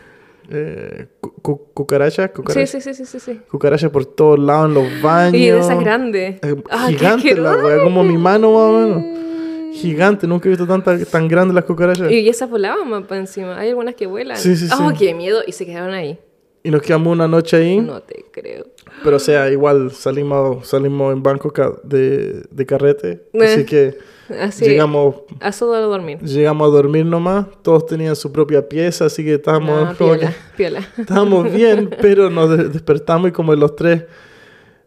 [SPEAKER 1] eh, cu- cu- cucarachas,
[SPEAKER 2] Sí,
[SPEAKER 1] cucarachas,
[SPEAKER 2] sí, sí, sí, sí, sí.
[SPEAKER 1] cucarachas por todos lados en los baños.
[SPEAKER 2] Y de esas grandes.
[SPEAKER 1] Eh,
[SPEAKER 2] Ah, qué
[SPEAKER 1] gigante la
[SPEAKER 2] asqueroso.
[SPEAKER 1] wea, como mi mano más o menos. Gigante, nunca he visto tanta, tan grandes las cucarachas. Y,
[SPEAKER 2] Y esas volaban más para encima. Hay algunas que vuelan.
[SPEAKER 1] Sí, sí,
[SPEAKER 2] Oh,
[SPEAKER 1] sí.
[SPEAKER 2] qué miedo. Y se quedaron ahí.
[SPEAKER 1] nos quedamos una noche ahí.
[SPEAKER 2] No te creo.
[SPEAKER 1] Pero o sea, igual salimos, salimos en Bangkok ca- de, de carrete.
[SPEAKER 2] Eh,
[SPEAKER 1] así que
[SPEAKER 2] Así.
[SPEAKER 1] llegamos,
[SPEAKER 2] A solo dormir.
[SPEAKER 1] llegamos a dormir nomás. Todos tenían su propia pieza, así que estábamos,
[SPEAKER 2] Ah,
[SPEAKER 1] como que [LAUGHS]
[SPEAKER 2] piola, piola. [LAUGHS]
[SPEAKER 1] estábamos bien, pero nos de- despertamos y como los tres,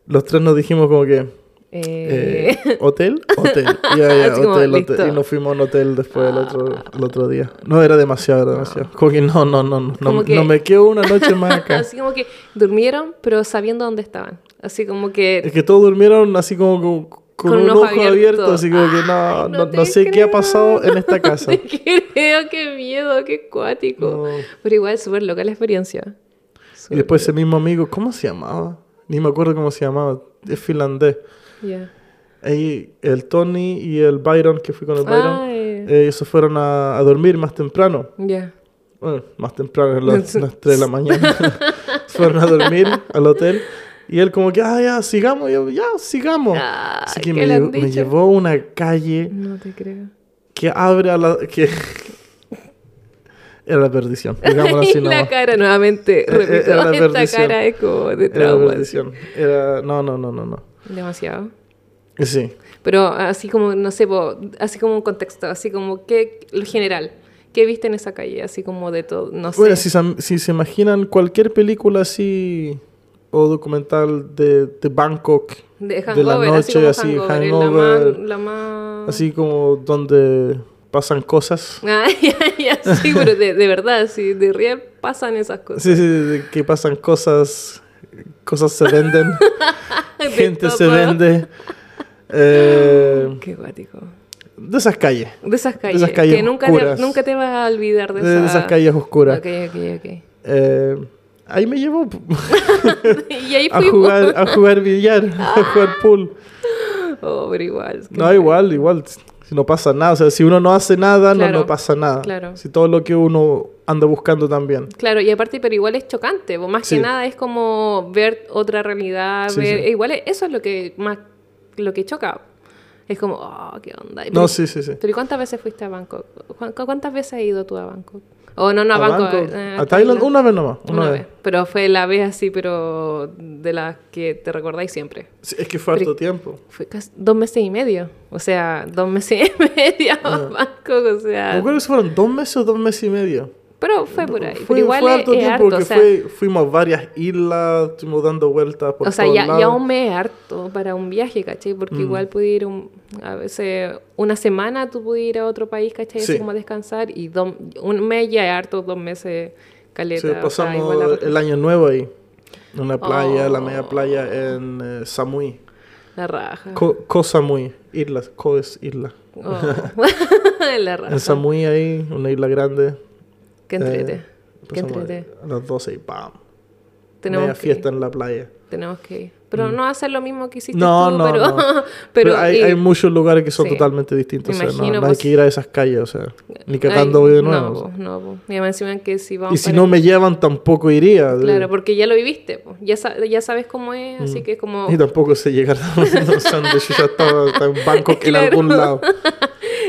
[SPEAKER 1] los tres nos dijimos como que,
[SPEAKER 2] Eh,
[SPEAKER 1] Eh, ¿Hotel?
[SPEAKER 2] [LAUGHS]
[SPEAKER 1] Hotel. Ya, ya,
[SPEAKER 2] Así como,
[SPEAKER 1] hotel,
[SPEAKER 2] listo. Ah.
[SPEAKER 1] hotel. Y nos fuimos a un hotel después el otro, el otro día. No, era demasiado, era demasiado. Como que no, no, no, no,
[SPEAKER 2] Como
[SPEAKER 1] no,
[SPEAKER 2] que-
[SPEAKER 1] no me quedo una
[SPEAKER 2] [LAUGHS]
[SPEAKER 1] noche más acá.
[SPEAKER 2] así como que durmieron, pero sabiendo dónde estaban. Así como
[SPEAKER 1] Es
[SPEAKER 2] que
[SPEAKER 1] que todos durmieron así como con, con
[SPEAKER 2] Con
[SPEAKER 1] un
[SPEAKER 2] un ojo
[SPEAKER 1] ojo abierto.
[SPEAKER 2] abierto.
[SPEAKER 1] así como que no,
[SPEAKER 2] Ay, no
[SPEAKER 1] no,
[SPEAKER 2] te
[SPEAKER 1] no sé qué
[SPEAKER 2] creo.
[SPEAKER 1] ha pasado en esta
[SPEAKER 2] [LAUGHS]
[SPEAKER 1] casa.
[SPEAKER 2] te creo, qué miedo, qué cuático.
[SPEAKER 1] No.
[SPEAKER 2] Pero igual, súper loca la experiencia.
[SPEAKER 1] Y después ese mismo amigo, ¿cómo se llamaba? Ni me acuerdo cómo se llamaba, es finlandés.
[SPEAKER 2] Ya.
[SPEAKER 1] Ahí el Tony y el Byron, que fui con el Byron,
[SPEAKER 2] Ay,
[SPEAKER 1] eh, ellos se fueron a, a dormir más temprano.
[SPEAKER 2] ya.
[SPEAKER 1] Bueno, más temprano, a
[SPEAKER 2] [LAUGHS]
[SPEAKER 1] las 3 de la mañana. se fueron a dormir al hotel. Y él como que, ah, ya, sigamos, ya, ya, sigamos.
[SPEAKER 2] Ay,
[SPEAKER 1] Así que
[SPEAKER 2] ¿qué
[SPEAKER 1] me,
[SPEAKER 2] le han
[SPEAKER 1] llevó- me
[SPEAKER 2] dicho?
[SPEAKER 1] llevó a una calle
[SPEAKER 2] No te creo.
[SPEAKER 1] que abre a la... Que... [LAUGHS] Era la perdición. Digámoslo así
[SPEAKER 2] [LAUGHS] Y la
[SPEAKER 1] nomás.
[SPEAKER 2] cara nuevamente,
[SPEAKER 1] eh, era
[SPEAKER 2] repito,
[SPEAKER 1] la
[SPEAKER 2] esta
[SPEAKER 1] perdición.
[SPEAKER 2] cara es como de
[SPEAKER 1] Era la
[SPEAKER 2] trauma.
[SPEAKER 1] perdición. Era... No, no, no, no, no.
[SPEAKER 2] Demasiado.
[SPEAKER 1] Sí.
[SPEAKER 2] Pero así como, no sé, po, así como un contexto, así como que lo general, ¿qué viste en esa calle? Así como de todo, no sé.
[SPEAKER 1] Bueno, si se, si se imaginan cualquier película así o documental de, de Bangkok,
[SPEAKER 2] de
[SPEAKER 1] de la
[SPEAKER 2] hangover, así
[SPEAKER 1] noche,
[SPEAKER 2] como
[SPEAKER 1] así,
[SPEAKER 2] hangover, es
[SPEAKER 1] hangover,
[SPEAKER 2] la más...
[SPEAKER 1] así como donde pasan cosas,
[SPEAKER 2] Ah, [LAUGHS] ya, ya, sí, pero de, de verdad, sí, de real pasan esas cosas.
[SPEAKER 1] sí, sí, de que pasan cosas, cosas se venden,
[SPEAKER 2] [LAUGHS] De
[SPEAKER 1] gente se
[SPEAKER 2] todo.
[SPEAKER 1] vende, eh,
[SPEAKER 2] Qué guático.
[SPEAKER 1] de esas calles,
[SPEAKER 2] De esas calles,
[SPEAKER 1] esas calles
[SPEAKER 2] que nunca
[SPEAKER 1] oscuras.
[SPEAKER 2] te, nunca te vas a olvidar de,
[SPEAKER 1] de, de
[SPEAKER 2] esa-
[SPEAKER 1] esas calles oscuras.
[SPEAKER 2] Ok, ok,
[SPEAKER 1] [LAUGHS]
[SPEAKER 2] ok.
[SPEAKER 1] Eh, ahí me
[SPEAKER 2] [LAUGHS]
[SPEAKER 1] llevó
[SPEAKER 2] y ahí
[SPEAKER 1] a
[SPEAKER 2] fuimos.
[SPEAKER 1] jugar, a jugar billar, a jugar pool.
[SPEAKER 2] Oh, pero igual.
[SPEAKER 1] No, igual, igual. Si no pasa nada. O sea, si uno no hace nada, no-
[SPEAKER 2] Claro,
[SPEAKER 1] no, pasa nada.
[SPEAKER 2] claro.
[SPEAKER 1] Si todo lo que uno anda buscando también.
[SPEAKER 2] Claro, y aparte, pero igual es chocante, po, más
[SPEAKER 1] Sí.
[SPEAKER 2] que nada es como ver otra realidad,
[SPEAKER 1] Sí,
[SPEAKER 2] ver,
[SPEAKER 1] sí.
[SPEAKER 2] e igual es- eso es lo que más, lo que choca. Es como, oh, qué onda. Y
[SPEAKER 1] No,
[SPEAKER 2] pero-
[SPEAKER 1] sí, sí, sí.
[SPEAKER 2] Pero ¿y cuántas veces fuiste a Bangkok? ¿Cu- cu- ¿Cuántas veces has ido tú a Bangkok? O no, no, a,
[SPEAKER 1] a
[SPEAKER 2] Bangkok.
[SPEAKER 1] Bangkok,
[SPEAKER 2] eh,
[SPEAKER 1] a Thailand, una vez nomás. Una,
[SPEAKER 2] Una,
[SPEAKER 1] vez.
[SPEAKER 2] vez. Pero fue la vez así, pero de las que te recordáis siempre.
[SPEAKER 1] Sí, es que fue
[SPEAKER 2] Pero-
[SPEAKER 1] harto tiempo.
[SPEAKER 2] Fue casi dos meses y medio. O sea, dos meses y [LAUGHS] medio a
[SPEAKER 1] Ah.
[SPEAKER 2] Bangkok, o
[SPEAKER 1] Me
[SPEAKER 2] sea.
[SPEAKER 1] acuerdo que fueron dos meses o dos meses y medio.
[SPEAKER 2] Pero Ah. fue por ahí.
[SPEAKER 1] Fue,
[SPEAKER 2] pero igual
[SPEAKER 1] fue
[SPEAKER 2] es-
[SPEAKER 1] harto
[SPEAKER 2] es
[SPEAKER 1] tiempo
[SPEAKER 2] harto,
[SPEAKER 1] porque
[SPEAKER 2] o sea,
[SPEAKER 1] fue- fuimos a varias islas, estuvimos dando vueltas por
[SPEAKER 2] O sea,
[SPEAKER 1] todos
[SPEAKER 2] ya,
[SPEAKER 1] lados. Mm.
[SPEAKER 2] ya un mes harto para un viaje, ¿cachai? Porque igual pude ir un- a veces una semana, tú pude ir a otro país, ¿cachai? Así
[SPEAKER 1] Sí.
[SPEAKER 2] como a descansar y dos- un mes ya es harto, dos meses
[SPEAKER 1] Sí,
[SPEAKER 2] caleta. o sea,
[SPEAKER 1] pasamos
[SPEAKER 2] igual la,
[SPEAKER 1] el año nuevo ahí. En una playa, la media
[SPEAKER 2] Oh. Ah.
[SPEAKER 1] playa en eh, Samui.
[SPEAKER 2] la raja.
[SPEAKER 1] Ko, Ko Samui, islas. Ko es isla. [LAUGHS]
[SPEAKER 2] Oh. [LAUGHS] la raja.
[SPEAKER 1] En Samui ahí, una isla grande.
[SPEAKER 2] Qué entrete.
[SPEAKER 1] eh,
[SPEAKER 2] qué
[SPEAKER 1] pasamos
[SPEAKER 2] entrete.
[SPEAKER 1] A las 12 y ¡pam! Media
[SPEAKER 2] Tenemos que,
[SPEAKER 1] fiesta
[SPEAKER 2] ir,
[SPEAKER 1] en la playa.
[SPEAKER 2] tenemos que ir. Pero no hacer lo mismo que hiciste
[SPEAKER 1] No,
[SPEAKER 2] tú,
[SPEAKER 1] no,
[SPEAKER 2] pero, [LAUGHS]
[SPEAKER 1] no.
[SPEAKER 2] pero,
[SPEAKER 1] Pero, hay,
[SPEAKER 2] ir.
[SPEAKER 1] hay muchos lugares que son
[SPEAKER 2] Sí.
[SPEAKER 1] totalmente distintos.
[SPEAKER 2] Me
[SPEAKER 1] o sea, no-
[SPEAKER 2] imagino,
[SPEAKER 1] no, hay
[SPEAKER 2] pues-
[SPEAKER 1] que ir a esas calles, o sea, ni
[SPEAKER 2] Ay,
[SPEAKER 1] cagando voy de nuevo.
[SPEAKER 2] No,
[SPEAKER 1] o sea.
[SPEAKER 2] po, no, po. Y además encima que si vamos
[SPEAKER 1] y si
[SPEAKER 2] para
[SPEAKER 1] no me llevan, tampoco iría. de-
[SPEAKER 2] Claro, porque ya lo viviste, po. ya, sa- ya sabes cómo es,
[SPEAKER 1] Mm.
[SPEAKER 2] así que es como...
[SPEAKER 1] Ni tampoco sé llegar [LAUGHS] a un sándwich. Yo ya estaba, estaba en Bangkok en
[SPEAKER 2] Claro.
[SPEAKER 1] algún
[SPEAKER 2] [LAUGHS]
[SPEAKER 1] lado.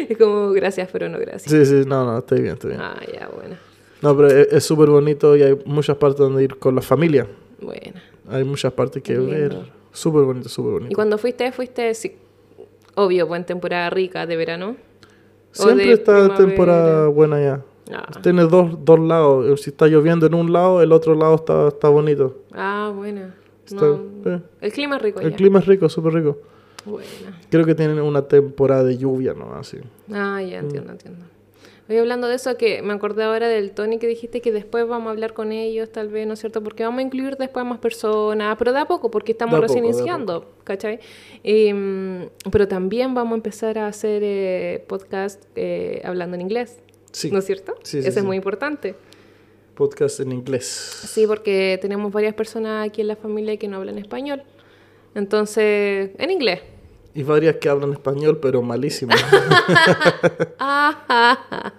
[SPEAKER 2] Es como gracias, pero no gracias.
[SPEAKER 1] Sí, sí, no, no, estoy bien, estoy bien.
[SPEAKER 2] Ah, ya, buena.
[SPEAKER 1] No, pero e, es es súper bonito y hay muchas partes donde ir con la familia.
[SPEAKER 2] Buena.
[SPEAKER 1] Hay muchas partes que
[SPEAKER 2] Qué lindo.
[SPEAKER 1] ver. Súper bonito, súper
[SPEAKER 2] ¿Y
[SPEAKER 1] bonito.
[SPEAKER 2] cuando fuiste, fuiste, sí, obvio, en temporada rica de verano? o de
[SPEAKER 1] Siempre está
[SPEAKER 2] primavera?
[SPEAKER 1] temporada buena ya.
[SPEAKER 2] Ah,
[SPEAKER 1] Pues Tiene dos, dos lados. Eh, Si está lloviendo en un lado, el otro lado está, está bonito.
[SPEAKER 2] ah buena.
[SPEAKER 1] Está-
[SPEAKER 2] No,
[SPEAKER 1] eh.
[SPEAKER 2] El clima es rico
[SPEAKER 1] El
[SPEAKER 2] ya.
[SPEAKER 1] clima es rico, súper rico.
[SPEAKER 2] Buena.
[SPEAKER 1] Creo que tienen una temporada de lluvia, ¿no? Así.
[SPEAKER 2] Ah, ya,
[SPEAKER 1] Mm.
[SPEAKER 2] entiendo, entiendo. Hoy hablando de eso, que me acordé ahora del Tony que dijiste que después vamos a hablar con ellos, tal vez, ¿no es cierto? Porque vamos a incluir después más personas, pero da poco, porque estamos
[SPEAKER 1] Da
[SPEAKER 2] recién
[SPEAKER 1] poco, da
[SPEAKER 2] iniciando, ¿cachai? Y, mm, pero también vamos a empezar a hacer eh, podcast eh, hablando en inglés,
[SPEAKER 1] Sí.
[SPEAKER 2] ¿no es cierto?
[SPEAKER 1] Sí, sí,
[SPEAKER 2] eso es
[SPEAKER 1] sí.
[SPEAKER 2] muy importante.
[SPEAKER 1] Podcast en inglés.
[SPEAKER 2] Sí, porque tenemos varias personas aquí en la familia que no hablan español. Entonces, en inglés.
[SPEAKER 1] Y varias que hablan español, pero
[SPEAKER 2] [LAUGHS]
[SPEAKER 1] malísimo.
[SPEAKER 2] Ah, ah, ah.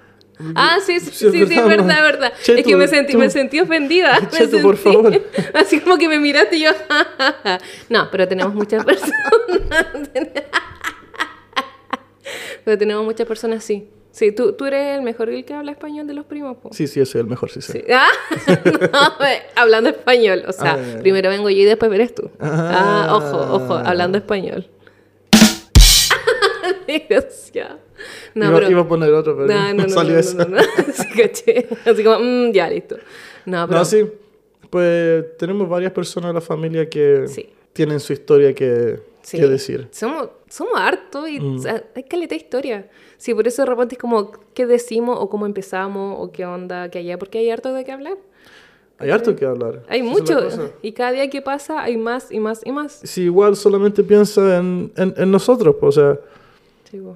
[SPEAKER 2] Ah, sí, sí,
[SPEAKER 1] [LAUGHS] Sí, es
[SPEAKER 2] sí, sí, es
[SPEAKER 1] verdad,
[SPEAKER 2] verdad,
[SPEAKER 1] ma.
[SPEAKER 2] verdad.
[SPEAKER 1] Che,
[SPEAKER 2] es que
[SPEAKER 1] tú-
[SPEAKER 2] me sentí,
[SPEAKER 1] tú-
[SPEAKER 2] me
[SPEAKER 1] [LAUGHS]
[SPEAKER 2] sentí ofendida. me
[SPEAKER 1] Che, tú, por
[SPEAKER 2] sentí-
[SPEAKER 1] favor.
[SPEAKER 2] [LAUGHS] Así como que me miraste y yo. ah, ah, ah. No, pero tenemos muchas personas. [LAUGHS] pero tenemos muchas personas, sí. Sí, tú, tú eres el mejor el que habla español de los primos, po.
[SPEAKER 1] sí, sí, yo soy el mejor, sí, sí.
[SPEAKER 2] Sí. Ah, [LAUGHS] no, eh, hablando español. O sea,
[SPEAKER 1] Ah, ya, ya.
[SPEAKER 2] primero vengo yo y después verás tú. Ah,
[SPEAKER 1] Ah.
[SPEAKER 2] ojo, ojo, hablando español. [LAUGHS] Desgraciado. No,
[SPEAKER 1] iba,
[SPEAKER 2] pero-
[SPEAKER 1] iba a poner otro,
[SPEAKER 2] no,
[SPEAKER 1] pero
[SPEAKER 2] no, no,
[SPEAKER 1] salió
[SPEAKER 2] no,
[SPEAKER 1] ese.
[SPEAKER 2] no, no, no. [LAUGHS] Sí, caché. Así como, mm, ya, listo. No, pero...
[SPEAKER 1] No, sí. Pues tenemos varias personas de la familia que,
[SPEAKER 2] Sí.
[SPEAKER 1] tienen su historia que,
[SPEAKER 2] Sí.
[SPEAKER 1] que decir.
[SPEAKER 2] Somos, somos hartos
[SPEAKER 1] Mm.
[SPEAKER 2] y o sea, hay caleta de historia. Sí, por eso de repente es como qué decimos o cómo empezamos o qué onda, qué allá, porque hay harto de qué hablar.
[SPEAKER 1] Hay harto que hablar.
[SPEAKER 2] Hay
[SPEAKER 1] Esa es la
[SPEAKER 2] mucho.
[SPEAKER 1] cosa.
[SPEAKER 2] Y cada día que pasa hay más y más y más.
[SPEAKER 1] Si igual solamente piensa en, en, en nosotros, pues, o sea,
[SPEAKER 2] Sí, bo.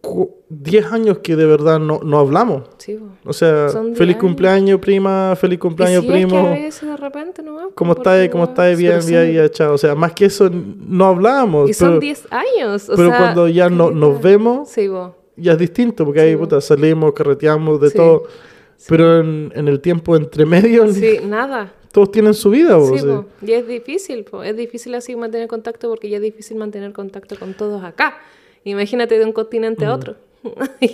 [SPEAKER 1] cu- 10 años que de verdad no, no hablamos.
[SPEAKER 2] Sí, bo.
[SPEAKER 1] O sea,
[SPEAKER 2] Son 10
[SPEAKER 1] feliz
[SPEAKER 2] años.
[SPEAKER 1] cumpleaños, prima, feliz
[SPEAKER 2] Y si
[SPEAKER 1] cumpleaños,
[SPEAKER 2] es
[SPEAKER 1] primo.
[SPEAKER 2] que a veces de repente nomás,
[SPEAKER 1] ¿Cómo
[SPEAKER 2] porque
[SPEAKER 1] estáis? ¿Cómo
[SPEAKER 2] no-
[SPEAKER 1] estáis? Bien,
[SPEAKER 2] pero
[SPEAKER 1] bien,
[SPEAKER 2] son-
[SPEAKER 1] ya, chao. O sea, más que eso no hablamos.
[SPEAKER 2] Y son
[SPEAKER 1] pero-
[SPEAKER 2] 10 años. o
[SPEAKER 1] pero
[SPEAKER 2] sea,
[SPEAKER 1] cuando ya no-
[SPEAKER 2] caleta.
[SPEAKER 1] nos vemos-
[SPEAKER 2] Sí, bo.
[SPEAKER 1] ya es distinto, porque ahí
[SPEAKER 2] Sí.
[SPEAKER 1] puta, salimos, carreteamos, de
[SPEAKER 2] Sí.
[SPEAKER 1] todo. Pero en, en el tiempo entre medio,
[SPEAKER 2] Sí, nada.
[SPEAKER 1] todos tienen su vida. bo,
[SPEAKER 2] Sí,
[SPEAKER 1] sí.
[SPEAKER 2] po. Y es difícil, po. es difícil así mantener contacto porque ya es difícil mantener contacto con todos acá. Imagínate de un continente a
[SPEAKER 1] [LAUGHS]
[SPEAKER 2] otro.
[SPEAKER 1] Mm.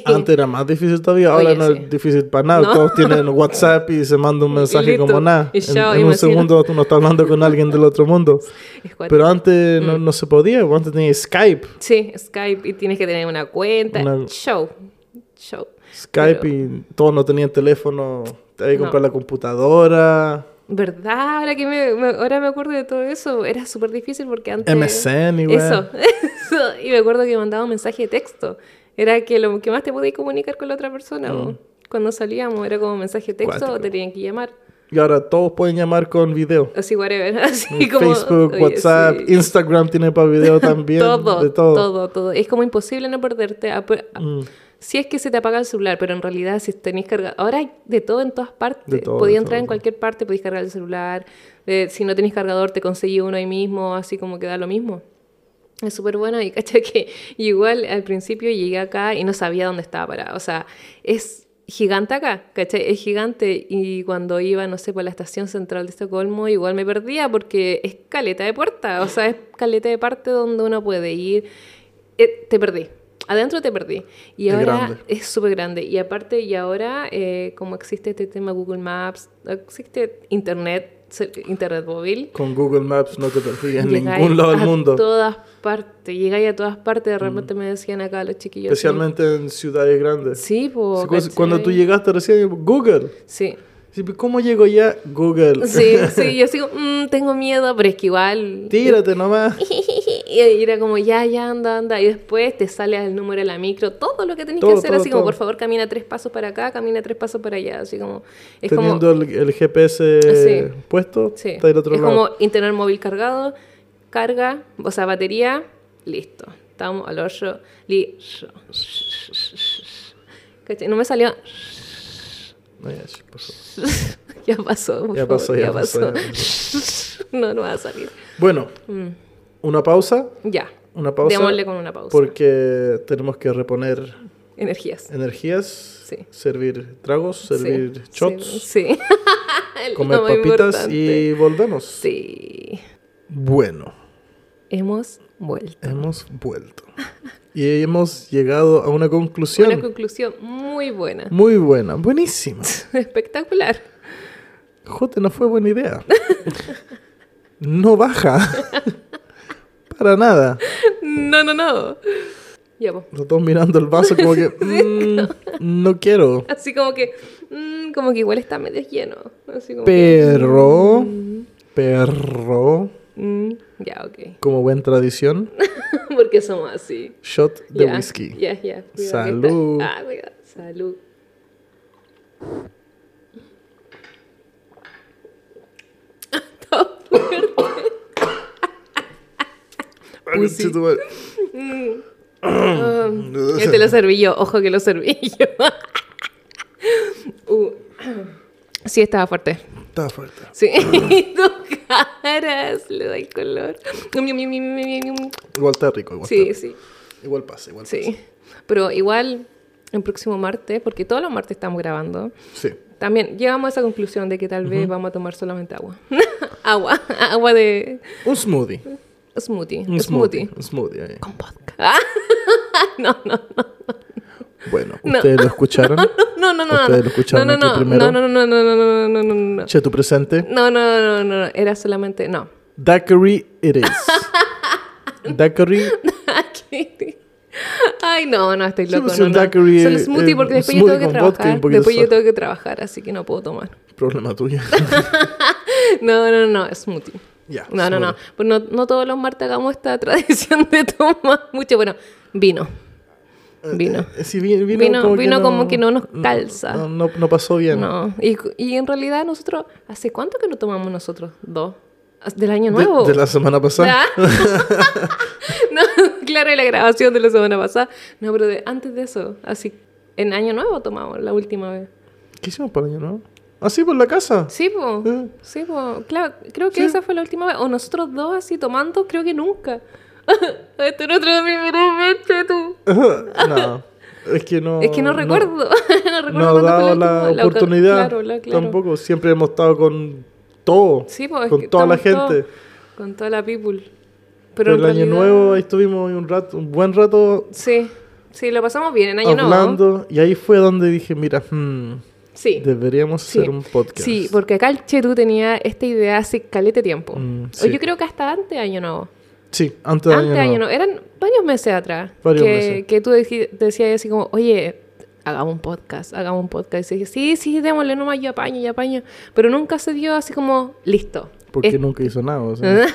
[SPEAKER 1] Antes era más difícil todavía, ahora
[SPEAKER 2] Oye,
[SPEAKER 1] no
[SPEAKER 2] sí.
[SPEAKER 1] es difícil para nada.
[SPEAKER 2] No.
[SPEAKER 1] Todos
[SPEAKER 2] [LAUGHS]
[SPEAKER 1] tienen WhatsApp y se manda un mensaje
[SPEAKER 2] listo.
[SPEAKER 1] como nada.
[SPEAKER 2] Y
[SPEAKER 1] En,
[SPEAKER 2] chao,
[SPEAKER 1] en
[SPEAKER 2] y
[SPEAKER 1] un
[SPEAKER 2] me sigo.
[SPEAKER 1] segundo tú no estás hablando con alguien del otro mundo.
[SPEAKER 2] Es cuático.
[SPEAKER 1] Pero antes
[SPEAKER 2] Mm.
[SPEAKER 1] no, no se podía, bo, antes tenía Skype.
[SPEAKER 2] Sí, Skype y tienes que tener una cuenta.
[SPEAKER 1] Una-
[SPEAKER 2] Show. Show.
[SPEAKER 1] Skype
[SPEAKER 2] Pero-
[SPEAKER 1] y todos no tenían teléfono. Había que
[SPEAKER 2] No.
[SPEAKER 1] comprar la computadora,
[SPEAKER 2] ¿Verdad? Ahora que me, me- ahora me acuerdo de todo eso, era súper difícil porque antes...
[SPEAKER 1] MSN igual.
[SPEAKER 2] Eso, [LAUGHS] eso. Y me acuerdo que mandaba un mensaje de texto. Era que lo que más te podías comunicar con la otra persona. po. Cuando salíamos era como mensaje de texto o
[SPEAKER 1] Mm. Cuático.
[SPEAKER 2] te tenían que llamar.
[SPEAKER 1] Y ahora todos pueden llamar con
[SPEAKER 2] [LAUGHS]
[SPEAKER 1] video.
[SPEAKER 2] Así, whatever. Así como,
[SPEAKER 1] Mm, Facebook,
[SPEAKER 2] oye,
[SPEAKER 1] WhatsApp,
[SPEAKER 2] sí.
[SPEAKER 1] Instagram tiene para
[SPEAKER 2] [LAUGHS]
[SPEAKER 1] video también.
[SPEAKER 2] todo,
[SPEAKER 1] de
[SPEAKER 2] todo,
[SPEAKER 1] todo. Mm.
[SPEAKER 2] todo, Es como imposible no perderte. a- a- Si es que se te apaga el celular, pero en realidad si tenéis cargado... Ahora hay de todo en todas partes.
[SPEAKER 1] De todo,
[SPEAKER 2] Podía
[SPEAKER 1] de
[SPEAKER 2] entrar
[SPEAKER 1] todo.
[SPEAKER 2] en cualquier parte, podéis cargar el celular. Eh, si no tenéis cargador, te conseguí uno ahí mismo, así como que da lo mismo. Es súper bueno y [LAUGHS] cacha que igual al principio llegué acá y no sabía dónde estaba parada. O sea, es gigante acá, ¿cachai? Es gigante y cuando iba, no sé, por la estación central de Estocolmo, igual me perdía porque es caleta de puerta, o sea, es caleta de parte donde uno puede ir. Eh, te perdí, adentro te perdí. Y
[SPEAKER 1] Es
[SPEAKER 2] ahora
[SPEAKER 1] grande.
[SPEAKER 2] es súper grande. Y aparte, y ahora, eh, como existe este tema Google Maps, existe Internet, se- Internet móvil,
[SPEAKER 1] Con Google Maps no te persigues en
[SPEAKER 2] Llegáis
[SPEAKER 1] ningún lado del
[SPEAKER 2] a
[SPEAKER 1] mundo. Mm.
[SPEAKER 2] todas partes, llegáis a todas partes, de repente me decían acá los chiquillos.
[SPEAKER 1] Especialmente en ciudades grandes.
[SPEAKER 2] Sí, po,
[SPEAKER 1] Si cu-
[SPEAKER 2] ¿cachai?
[SPEAKER 1] Cuando tú llegaste recién, Google.
[SPEAKER 2] Sí.
[SPEAKER 1] Sí, pero ¿Cómo llego ya? Google.
[SPEAKER 2] Sí, sí, yo sigo, "Mm, tengo miedo, pero es que igual.
[SPEAKER 1] Tírate nomás.
[SPEAKER 2] [LAUGHS] Y era como, ya, ya, anda, anda. Y después te sale el número de la micro, todo lo que tenés que
[SPEAKER 1] Todo,
[SPEAKER 2] hacer,
[SPEAKER 1] todo,
[SPEAKER 2] así como,
[SPEAKER 1] todo.
[SPEAKER 2] por favor, camina tres pasos para acá, camina tres pasos para allá. Así como, es como. Ah,
[SPEAKER 1] Teniendo el, el GPS
[SPEAKER 2] Sí.
[SPEAKER 1] puesto,
[SPEAKER 2] Sí.
[SPEAKER 1] está del otro
[SPEAKER 2] es
[SPEAKER 1] lado.
[SPEAKER 2] como internet móvil cargado, carga, o sea, batería, listo. Estamos al hoyo, listo. ¿Cachai? No me salió. [LAUGHS]
[SPEAKER 1] Ay, ay, por favor.
[SPEAKER 2] Ya pasó. por
[SPEAKER 1] Ya
[SPEAKER 2] favor,
[SPEAKER 1] pasó, ya pasó, ya
[SPEAKER 2] [LAUGHS] no, no va a salir. Mm,
[SPEAKER 1] Bueno, una pausa.
[SPEAKER 2] Ya.
[SPEAKER 1] Una pausa.
[SPEAKER 2] Démosle con una pausa.
[SPEAKER 1] Porque tenemos que reponer
[SPEAKER 2] Energías.
[SPEAKER 1] energías,
[SPEAKER 2] Sí.
[SPEAKER 1] servir tragos,
[SPEAKER 2] Sí,
[SPEAKER 1] servir
[SPEAKER 2] sí,
[SPEAKER 1] shots.
[SPEAKER 2] Sí. [LAUGHS] Lo
[SPEAKER 1] comer
[SPEAKER 2] más
[SPEAKER 1] papitas
[SPEAKER 2] importante.
[SPEAKER 1] y volvemos.
[SPEAKER 2] Sí.
[SPEAKER 1] Bueno,
[SPEAKER 2] Hemos vuelto.
[SPEAKER 1] hemos vuelto. Y hemos llegado a una conclusión
[SPEAKER 2] Una conclusión muy buena. [LAUGHS]
[SPEAKER 1] muy buena, buenísima.
[SPEAKER 2] Espectacular.
[SPEAKER 1] Jote, no fue buena idea. No
[SPEAKER 2] [LAUGHS]
[SPEAKER 1] baja. Para nada.
[SPEAKER 2] No, no, no. Ya, po.
[SPEAKER 1] Los dos mirando el vaso como
[SPEAKER 2] [LAUGHS]
[SPEAKER 1] que... mm, no quiero.
[SPEAKER 2] Así como que, mm, como que igual está medio lleno. Así como que,
[SPEAKER 1] Pero... Perro.
[SPEAKER 2] mm, ya, ok. [LAUGHS]
[SPEAKER 1] Como buena tradición.
[SPEAKER 2] Porque somos así.
[SPEAKER 1] Shot de
[SPEAKER 2] Ya,
[SPEAKER 1] whisky.
[SPEAKER 2] Ya, ya. cuidado que está-
[SPEAKER 1] Salud.
[SPEAKER 2] Ah, cuidado. Salud.
[SPEAKER 1] Ah, conchito, madre.
[SPEAKER 2] Mm.
[SPEAKER 1] Ah.
[SPEAKER 2] Este lo serví yo. Ojo que lo serví yo. [LAUGHS] Uh, [CLEARS THROAT] Sí, estaba fuerte.
[SPEAKER 1] Está fuerte.
[SPEAKER 2] Sí. [LAUGHS] Tus caras le da el color.
[SPEAKER 1] Igual está rico. Igual,
[SPEAKER 2] Sí,
[SPEAKER 1] está-
[SPEAKER 2] sí.
[SPEAKER 1] igual pasa. Igual
[SPEAKER 2] Sí, pero igual el próximo martes, porque todos los martes estamos grabando,
[SPEAKER 1] pasa. Sí.
[SPEAKER 2] también llegamos a esa conclusión de que tal vez vamos a tomar solamente agua. [LAUGHS] agua, agua de
[SPEAKER 1] Un smoothie.
[SPEAKER 2] smoothie,
[SPEAKER 1] Un smoothie.
[SPEAKER 2] smoothie. [LAUGHS]
[SPEAKER 1] Un smoothie. ahí.
[SPEAKER 2] Con [LAUGHS] vodka. Ah.
[SPEAKER 1] Bueno,
[SPEAKER 2] No.
[SPEAKER 1] ustedes lo escucharon.
[SPEAKER 2] No, no, no, no.
[SPEAKER 1] Ustedes lo escucharon
[SPEAKER 2] no,
[SPEAKER 1] aquí
[SPEAKER 2] no, no,
[SPEAKER 1] primero.
[SPEAKER 2] no, no, no, no, no, no, no, no, no.
[SPEAKER 1] Che, tu presente.
[SPEAKER 2] No, no, no, no, no, no, era solamente no. [LAUGHS]
[SPEAKER 1] Daiquiri it is. Daiquiri.
[SPEAKER 2] Ay, no, no, estoy
[SPEAKER 1] Sí,
[SPEAKER 2] loco.
[SPEAKER 1] pues,
[SPEAKER 2] no,
[SPEAKER 1] un
[SPEAKER 2] no.
[SPEAKER 1] daiquiri,
[SPEAKER 2] Solo
[SPEAKER 1] eh,
[SPEAKER 2] smoothie porque
[SPEAKER 1] un
[SPEAKER 2] después yo
[SPEAKER 1] smoothie
[SPEAKER 2] tengo que
[SPEAKER 1] con vodka y un
[SPEAKER 2] trabajar.
[SPEAKER 1] poquito de
[SPEAKER 2] Después yo
[SPEAKER 1] soda.
[SPEAKER 2] tengo que [LAUGHS] trabajar, así que no puedo tomar.
[SPEAKER 1] Problema tuyo.
[SPEAKER 2] No, no, no, smoothie.
[SPEAKER 1] Ya.
[SPEAKER 2] No, no, no.
[SPEAKER 1] seguro.
[SPEAKER 2] Pues no, no todos los martes hagamos esta [LAUGHS] tradición de tomar mucho. Bueno, vino. Vino.
[SPEAKER 1] Eh, sí, vi- vino,
[SPEAKER 2] Vino-
[SPEAKER 1] como,
[SPEAKER 2] vino
[SPEAKER 1] que no,
[SPEAKER 2] como que no nos calza.
[SPEAKER 1] No, no- no pasó bien.
[SPEAKER 2] No. Y, y en realidad nosotros, ¿hace cuánto que no tomamos nosotros? ¿Dos? ¿Del año
[SPEAKER 1] De,
[SPEAKER 2] nuevo?
[SPEAKER 1] de la semana pasada. [LAUGHS]
[SPEAKER 2] Ah. [LAUGHS] no, claro, y la grabación de la semana pasada. No, pero de- antes de eso, así, en año nuevo tomamos la última vez.
[SPEAKER 1] ¿Qué hicimos para el año nuevo? Ah, sí, por la casa. [LAUGHS]
[SPEAKER 2] Sí, po.
[SPEAKER 1] Sí.
[SPEAKER 2] Sí, po. Claro, creo que
[SPEAKER 1] Ah. Sí.
[SPEAKER 2] esa fue la última vez. O nosotros dos así tomando, creo que nunca. [LAUGHS] Esto no otra primera vez, tú.
[SPEAKER 1] no. Es que no.
[SPEAKER 2] es que no recuerdo. [LAUGHS] No, recuerdo
[SPEAKER 1] No, ha
[SPEAKER 2] cuándo fue
[SPEAKER 1] dado
[SPEAKER 2] última-
[SPEAKER 1] la,
[SPEAKER 2] oca-
[SPEAKER 1] oportunidad.
[SPEAKER 2] Claro, la- claro.
[SPEAKER 1] Tampoco. Siempre hemos estado con todo.
[SPEAKER 2] Sí, po, es
[SPEAKER 1] con
[SPEAKER 2] que
[SPEAKER 1] toda la
[SPEAKER 2] estamos
[SPEAKER 1] gente.
[SPEAKER 2] todos- con toda la people.
[SPEAKER 1] Pero
[SPEAKER 2] Pero en
[SPEAKER 1] el año
[SPEAKER 2] realidad-
[SPEAKER 1] nuevo ahí estuvimos un rato, un buen rato
[SPEAKER 2] Sí, sí, lo pasamos bien en año nuevo.
[SPEAKER 1] hablando. Y ahí fue donde dije, mira, hmm,
[SPEAKER 2] Sí.
[SPEAKER 1] deberíamos
[SPEAKER 2] Sí.
[SPEAKER 1] hacer un podcast.
[SPEAKER 2] Sí, porque acá el Chetú tenía esta idea hace calete tiempo.
[SPEAKER 1] Mm,
[SPEAKER 2] O
[SPEAKER 1] sí.
[SPEAKER 2] yo creo que hasta antes de Año Nuevo.
[SPEAKER 1] Sí, antes de
[SPEAKER 2] antes de
[SPEAKER 1] año
[SPEAKER 2] Año
[SPEAKER 1] nuevo.
[SPEAKER 2] Nuevo. Eran varios meses atrás.
[SPEAKER 1] Varios
[SPEAKER 2] que,
[SPEAKER 1] meses.
[SPEAKER 2] que tú deji- decías así como, oye, hagamos un podcast, hagamos un podcast. Y dije, sí, sí, démosle nomás, yo apaño, yo apaño. Pero nunca se dio así como, listo.
[SPEAKER 1] Porque
[SPEAKER 2] Es-
[SPEAKER 1] nunca hizo nada. o
[SPEAKER 2] [LAUGHS]
[SPEAKER 1] sea.